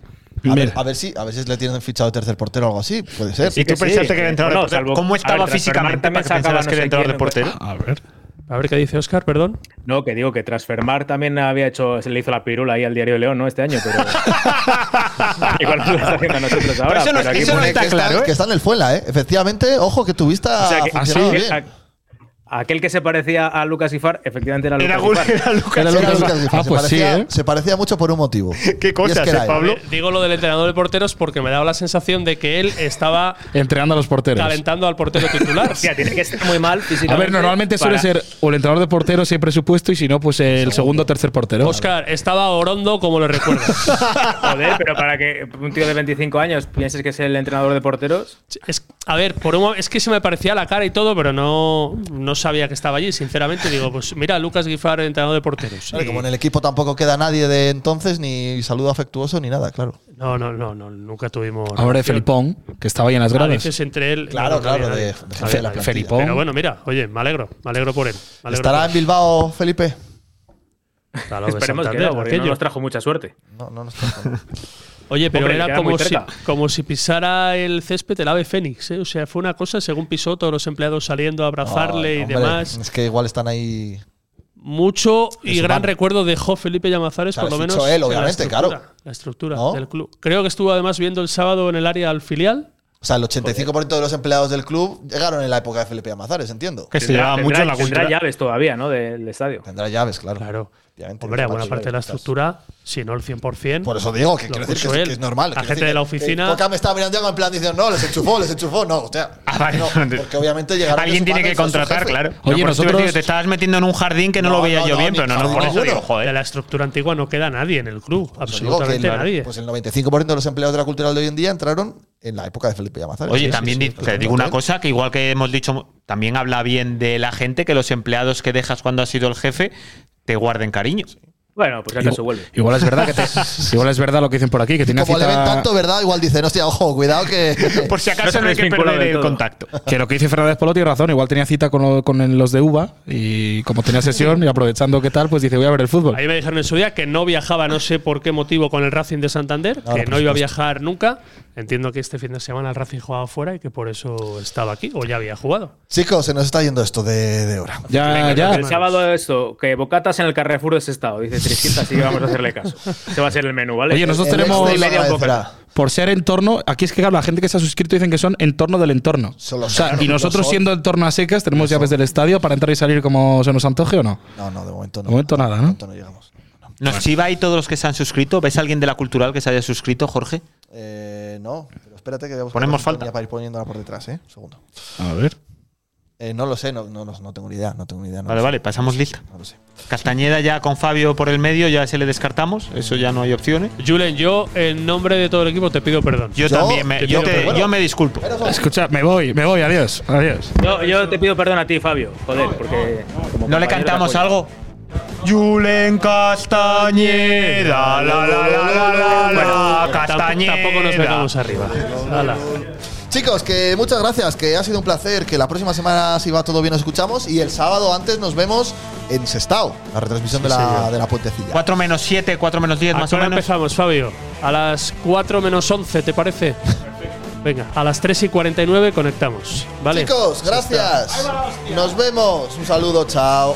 [SPEAKER 1] A ver,
[SPEAKER 3] Mira.
[SPEAKER 1] a ver si, a ver si le tienen fichado de tercer portero o algo así. Puede ser.
[SPEAKER 4] Y tú pensaste que era entrenador
[SPEAKER 5] Bueno,
[SPEAKER 4] de portero.
[SPEAKER 5] salvo-
[SPEAKER 4] ¿Cómo
[SPEAKER 5] a ver,
[SPEAKER 4] estaba
[SPEAKER 5] Transfermarkt
[SPEAKER 4] físicamente
[SPEAKER 5] también
[SPEAKER 4] para que
[SPEAKER 5] sacaba
[SPEAKER 4] pensaras
[SPEAKER 5] no
[SPEAKER 4] que era
[SPEAKER 5] sé
[SPEAKER 4] entrenador de
[SPEAKER 5] quién,
[SPEAKER 4] portero?
[SPEAKER 3] Ah, A ver.
[SPEAKER 2] A ver qué dice Oscar, perdón.
[SPEAKER 5] No, que digo que Transfermarkt también había hecho, se le hizo la pirula ahí al Diario de León, ¿no? Este año, pero. Igual no lo está haciendo a nosotros ahora.
[SPEAKER 4] eso no-
[SPEAKER 5] pero aquí
[SPEAKER 4] eso no
[SPEAKER 5] pone-
[SPEAKER 1] Que
[SPEAKER 4] está
[SPEAKER 1] está-
[SPEAKER 4] claro, ¿eh?
[SPEAKER 1] Que está en el Fuela, ¿eh? Efectivamente, ojo que tu vista
[SPEAKER 5] O sea, que-
[SPEAKER 1] ha funcionado
[SPEAKER 5] aquel-
[SPEAKER 1] bien.
[SPEAKER 5] a- aquel que se parecía a Lucas Gifar, efectivamente era
[SPEAKER 4] Era
[SPEAKER 5] Lucas
[SPEAKER 4] Gus-
[SPEAKER 5] Gifar.
[SPEAKER 4] era Lucas.
[SPEAKER 1] Era Lucas
[SPEAKER 3] Lucas
[SPEAKER 1] Gifar,
[SPEAKER 3] Gifar.
[SPEAKER 1] se
[SPEAKER 3] Ah, pues sí,
[SPEAKER 1] parecía,
[SPEAKER 3] ¿eh?
[SPEAKER 1] se parecía mucho por un motivo.
[SPEAKER 4] Qué
[SPEAKER 1] Y
[SPEAKER 4] cosas,
[SPEAKER 1] es que era
[SPEAKER 4] eh,
[SPEAKER 1] él.
[SPEAKER 4] Pablo.
[SPEAKER 2] Eh, Digo lo del entrenador de porteros porque me daba la sensación de que él estaba
[SPEAKER 3] Entrenando a los porteros.
[SPEAKER 2] calentando al portero titular.
[SPEAKER 5] Hostia, tiene que estar muy mal
[SPEAKER 3] A
[SPEAKER 5] físicamente.
[SPEAKER 3] ver, normalmente suele
[SPEAKER 5] para-
[SPEAKER 3] ser o el entrenador de portero siempre supuesto y si no, pues el segundo o tercer portero.
[SPEAKER 2] Oscar, estaba orondo como lo recuerdas.
[SPEAKER 5] Joder, pero para que un tío de 25 años pienses que es el entrenador de porteros.
[SPEAKER 2] Es- a ver, por un mo- es que se me parecía la cara y todo, pero no, no sabía que estaba allí. Sinceramente, digo, pues mira, Lucas Guifar, entrenador de porteros.
[SPEAKER 1] Claro,
[SPEAKER 2] Y-
[SPEAKER 1] como en el equipo tampoco queda nadie de entonces, ni saludo afectuoso ni nada, claro.
[SPEAKER 2] No, no, no, no, nunca tuvimos.
[SPEAKER 3] Ahora de
[SPEAKER 2] relación.
[SPEAKER 3] Felipón, que estaba ahí en las
[SPEAKER 2] Ah,
[SPEAKER 3] gradas.
[SPEAKER 2] dices entre él.
[SPEAKER 1] Claro,
[SPEAKER 2] no, no había
[SPEAKER 1] claro,
[SPEAKER 2] nadie.
[SPEAKER 1] de- de
[SPEAKER 2] No había
[SPEAKER 1] jefe de la
[SPEAKER 2] nadie.
[SPEAKER 1] plantilla.
[SPEAKER 3] Felipón.
[SPEAKER 2] Pero bueno, mira, oye, me alegro, me alegro por él. me alegro
[SPEAKER 1] ¿Estará
[SPEAKER 2] por
[SPEAKER 1] en
[SPEAKER 2] él.
[SPEAKER 1] Bilbao, Felipe?
[SPEAKER 2] Claro, de
[SPEAKER 5] Esperemos que
[SPEAKER 2] Santander,
[SPEAKER 5] no, porque no
[SPEAKER 2] aquello.
[SPEAKER 5] nos trajo mucha suerte.
[SPEAKER 1] No, no, no está.
[SPEAKER 2] Oye, pero
[SPEAKER 5] Hombre,
[SPEAKER 2] era
[SPEAKER 5] queda
[SPEAKER 2] como
[SPEAKER 5] muy
[SPEAKER 2] si,
[SPEAKER 5] cerca.
[SPEAKER 2] como si pisara el césped el ave fénix, ¿eh? O sea, fue una cosa, según pisó, todos los empleados saliendo a abrazarle y
[SPEAKER 1] Ay, hombre,
[SPEAKER 2] demás.
[SPEAKER 1] Es que igual están ahí.
[SPEAKER 2] Mucho y
[SPEAKER 1] Eso
[SPEAKER 2] gran
[SPEAKER 1] van.
[SPEAKER 2] recuerdo dejó Felipe Llamazares,
[SPEAKER 1] Claro,
[SPEAKER 2] por lo
[SPEAKER 1] fichó
[SPEAKER 2] menos.
[SPEAKER 1] él,
[SPEAKER 2] en la
[SPEAKER 1] obviamente,
[SPEAKER 2] estructura,
[SPEAKER 1] claro.
[SPEAKER 2] La estructura
[SPEAKER 1] ¿No?
[SPEAKER 2] del club. Creo que estuvo además viendo el sábado en el área al filial.
[SPEAKER 1] O sea, el 85% de los empleados del club llegaron en la época de Felipe Amazares, entiendo.
[SPEAKER 4] Que se llevaba mucho en la
[SPEAKER 5] tendrá
[SPEAKER 4] cultura.
[SPEAKER 5] llaves todavía, ¿no? Del estadio.
[SPEAKER 1] Tendrá llaves, claro.
[SPEAKER 2] Claro.
[SPEAKER 1] Obviamente,
[SPEAKER 2] Hombre,
[SPEAKER 1] mucho
[SPEAKER 2] buena
[SPEAKER 1] más
[SPEAKER 2] parte de la
[SPEAKER 1] quizás.
[SPEAKER 2] estructura, si no el 100%.
[SPEAKER 1] Por eso digo que
[SPEAKER 2] Lo
[SPEAKER 1] quiero decir
[SPEAKER 2] puso
[SPEAKER 1] que, es-
[SPEAKER 2] él.
[SPEAKER 1] que es normal.
[SPEAKER 2] La
[SPEAKER 1] quiero
[SPEAKER 2] gente
[SPEAKER 1] decir
[SPEAKER 2] de la
[SPEAKER 1] que-
[SPEAKER 2] oficina-
[SPEAKER 1] que Coca me estaba mirando ya en plan diciendo, no, les enchufó, les enchufó. No, o sea.
[SPEAKER 4] Ah, vale.
[SPEAKER 1] no, porque obviamente llegaron. de
[SPEAKER 4] Alguien
[SPEAKER 1] su
[SPEAKER 4] tiene
[SPEAKER 1] mano
[SPEAKER 4] que
[SPEAKER 1] y fue su
[SPEAKER 4] contratar,
[SPEAKER 1] jefe.
[SPEAKER 4] claro.
[SPEAKER 3] Oye,
[SPEAKER 4] Yo por eso te
[SPEAKER 3] nosotros-
[SPEAKER 4] decía, te estabas metiendo en un jardín que no,
[SPEAKER 1] No,
[SPEAKER 4] lo veía
[SPEAKER 1] no,
[SPEAKER 4] yo
[SPEAKER 1] no,
[SPEAKER 4] bien,
[SPEAKER 1] ni
[SPEAKER 4] pero no, no por
[SPEAKER 1] ninguno.
[SPEAKER 4] eso digo,
[SPEAKER 2] De
[SPEAKER 4] joder.
[SPEAKER 2] la estructura antigua no queda nadie en el club,
[SPEAKER 1] Os digo que
[SPEAKER 2] absolutamente
[SPEAKER 1] el-
[SPEAKER 2] nadie.
[SPEAKER 1] Pues el 95% de los empleados de la cultural de hoy en día entraron en la época de Felipe Amazares. Sí,
[SPEAKER 4] Oye,
[SPEAKER 1] sí,
[SPEAKER 4] también
[SPEAKER 1] sí,
[SPEAKER 4] di- te
[SPEAKER 1] totalmente.
[SPEAKER 4] digo una cosa que igual que hemos dicho, también habla bien de la gente que los empleados que dejas cuando has sido el jefe te guarden cariño.
[SPEAKER 5] Bueno, pues ya acaso vuelve.
[SPEAKER 3] Igual es verdad que te- igual es verdad lo que dicen por aquí, que tiene
[SPEAKER 1] Como le ven
[SPEAKER 3] cita.
[SPEAKER 1] tanto, ¿verdad? Igual dicen, hostia, ojo, cuidado que.
[SPEAKER 4] Por si
[SPEAKER 5] No
[SPEAKER 4] acaso
[SPEAKER 5] te
[SPEAKER 4] no hay que
[SPEAKER 5] desvinculo
[SPEAKER 4] perder
[SPEAKER 5] del
[SPEAKER 4] el
[SPEAKER 5] todo.
[SPEAKER 4] contacto.
[SPEAKER 3] Que lo que dice Fernández Polo tiene razón, igual tenía cita con, lo- con los de UVA y como tenía sesión y aprovechando que tal, pues dice voy a ver el fútbol.
[SPEAKER 2] Ahí me dijeron en su día que no viajaba, no sé por qué motivo, con el Racing de Santander,
[SPEAKER 1] Ahora,
[SPEAKER 2] que
[SPEAKER 1] por
[SPEAKER 2] no iba a
[SPEAKER 1] supuesto.
[SPEAKER 2] viajar nunca. Entiendo que este fin de semana el Racing jugaba fuera y que por eso estaba aquí, o ya había jugado.
[SPEAKER 1] Chicos, se nos está yendo esto de, de hora.
[SPEAKER 3] Ya, Ah, ya.
[SPEAKER 5] El sábado eso, que bocatas en el Carrefour de ese estado. Dice Trisquita, así que vamos a hacerle caso. Ese va a ser el menú, ¿vale?
[SPEAKER 3] Oye, nosotros
[SPEAKER 1] El ex
[SPEAKER 3] tenemos-
[SPEAKER 1] te lo
[SPEAKER 5] Media un poco.
[SPEAKER 1] agradecerá.
[SPEAKER 3] Por ser entorno, aquí es que claro, la gente que se ha suscrito dicen que son entorno del entorno.
[SPEAKER 1] Solo
[SPEAKER 3] O sea,
[SPEAKER 1] claro,
[SPEAKER 3] y nosotros
[SPEAKER 1] no son.
[SPEAKER 3] siendo entorno a secas tenemos llaves del estadio para entrar y salir como se nos antoje o no.
[SPEAKER 1] No, no, de momento no.
[SPEAKER 3] De momento nada, ¿no?
[SPEAKER 1] De momento no llegamos.
[SPEAKER 4] ¿Nos chiva ahí todos los que se han suscrito? ¿Ves a alguien de la cultural que se haya suscrito, Jorge?
[SPEAKER 1] Eh, no, pero espérate que voy a buscar
[SPEAKER 4] Ponemos
[SPEAKER 1] la
[SPEAKER 4] falta.
[SPEAKER 1] sintonía Para ir poniéndola por detrás, ¿eh? Un segundo.
[SPEAKER 3] A ver.
[SPEAKER 1] Eh, no lo sé, no, no, no, no tengo ni idea. No tengo ni idea. no lo
[SPEAKER 4] Vale,
[SPEAKER 1] sé,
[SPEAKER 4] vale, pasamos lista.
[SPEAKER 1] No lo sé.
[SPEAKER 4] Castañeda ya con Fabio por el medio, ya se le descartamos, eso ya no hay opciones.
[SPEAKER 2] Julen, yo en nombre de todo el equipo te pido perdón.
[SPEAKER 4] Yo,
[SPEAKER 1] Yo
[SPEAKER 4] también, me,
[SPEAKER 1] te
[SPEAKER 4] yo,
[SPEAKER 1] pido
[SPEAKER 4] te-
[SPEAKER 1] perdón.
[SPEAKER 4] yo me disculpo.
[SPEAKER 3] Escucha, me voy, me voy, adiós, adiós.
[SPEAKER 5] Yo, yo te pido perdón a ti, Fabio. Joder, porque. como
[SPEAKER 4] ¿No le
[SPEAKER 5] compañero
[SPEAKER 4] cantamos
[SPEAKER 5] te apoyo.
[SPEAKER 4] algo? Julen Castañeda, la la la la la la,
[SPEAKER 2] Bueno,
[SPEAKER 4] la
[SPEAKER 2] tamp-
[SPEAKER 4] Castañeda.
[SPEAKER 2] Tampoco nos vengamos arriba. Hala.
[SPEAKER 1] Chicos, que muchas gracias, que ha sido un placer, que la próxima semana, si va todo bien, nos escuchamos y el sábado antes nos vemos en Sestao, la retransmisión
[SPEAKER 2] Sí,
[SPEAKER 1] de, la,
[SPEAKER 2] señor.
[SPEAKER 1] de la puentecilla.
[SPEAKER 4] 4 menos 7, 4 menos 10,
[SPEAKER 2] ¿A
[SPEAKER 4] más
[SPEAKER 2] qué
[SPEAKER 4] o
[SPEAKER 2] hora
[SPEAKER 4] menos.
[SPEAKER 2] empezamos, Fabio? A las 4 menos 11, ¿te parece? Venga, a las 3 y 49 conectamos. ¿Vale?
[SPEAKER 1] Chicos, gracias. Nos vemos. Un saludo, chao.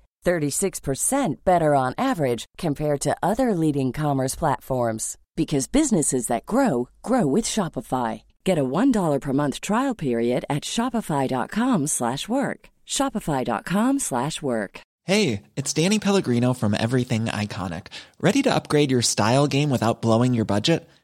[SPEAKER 10] 36% better on average compared to other leading commerce platforms because businesses that grow grow with Shopify. Get a $1 per month trial period at shopify.com/work. slash work. shopify.com/work. slash work.
[SPEAKER 11] Hey, it's Danny Pellegrino from Everything Iconic. Ready to upgrade your style game without blowing your budget?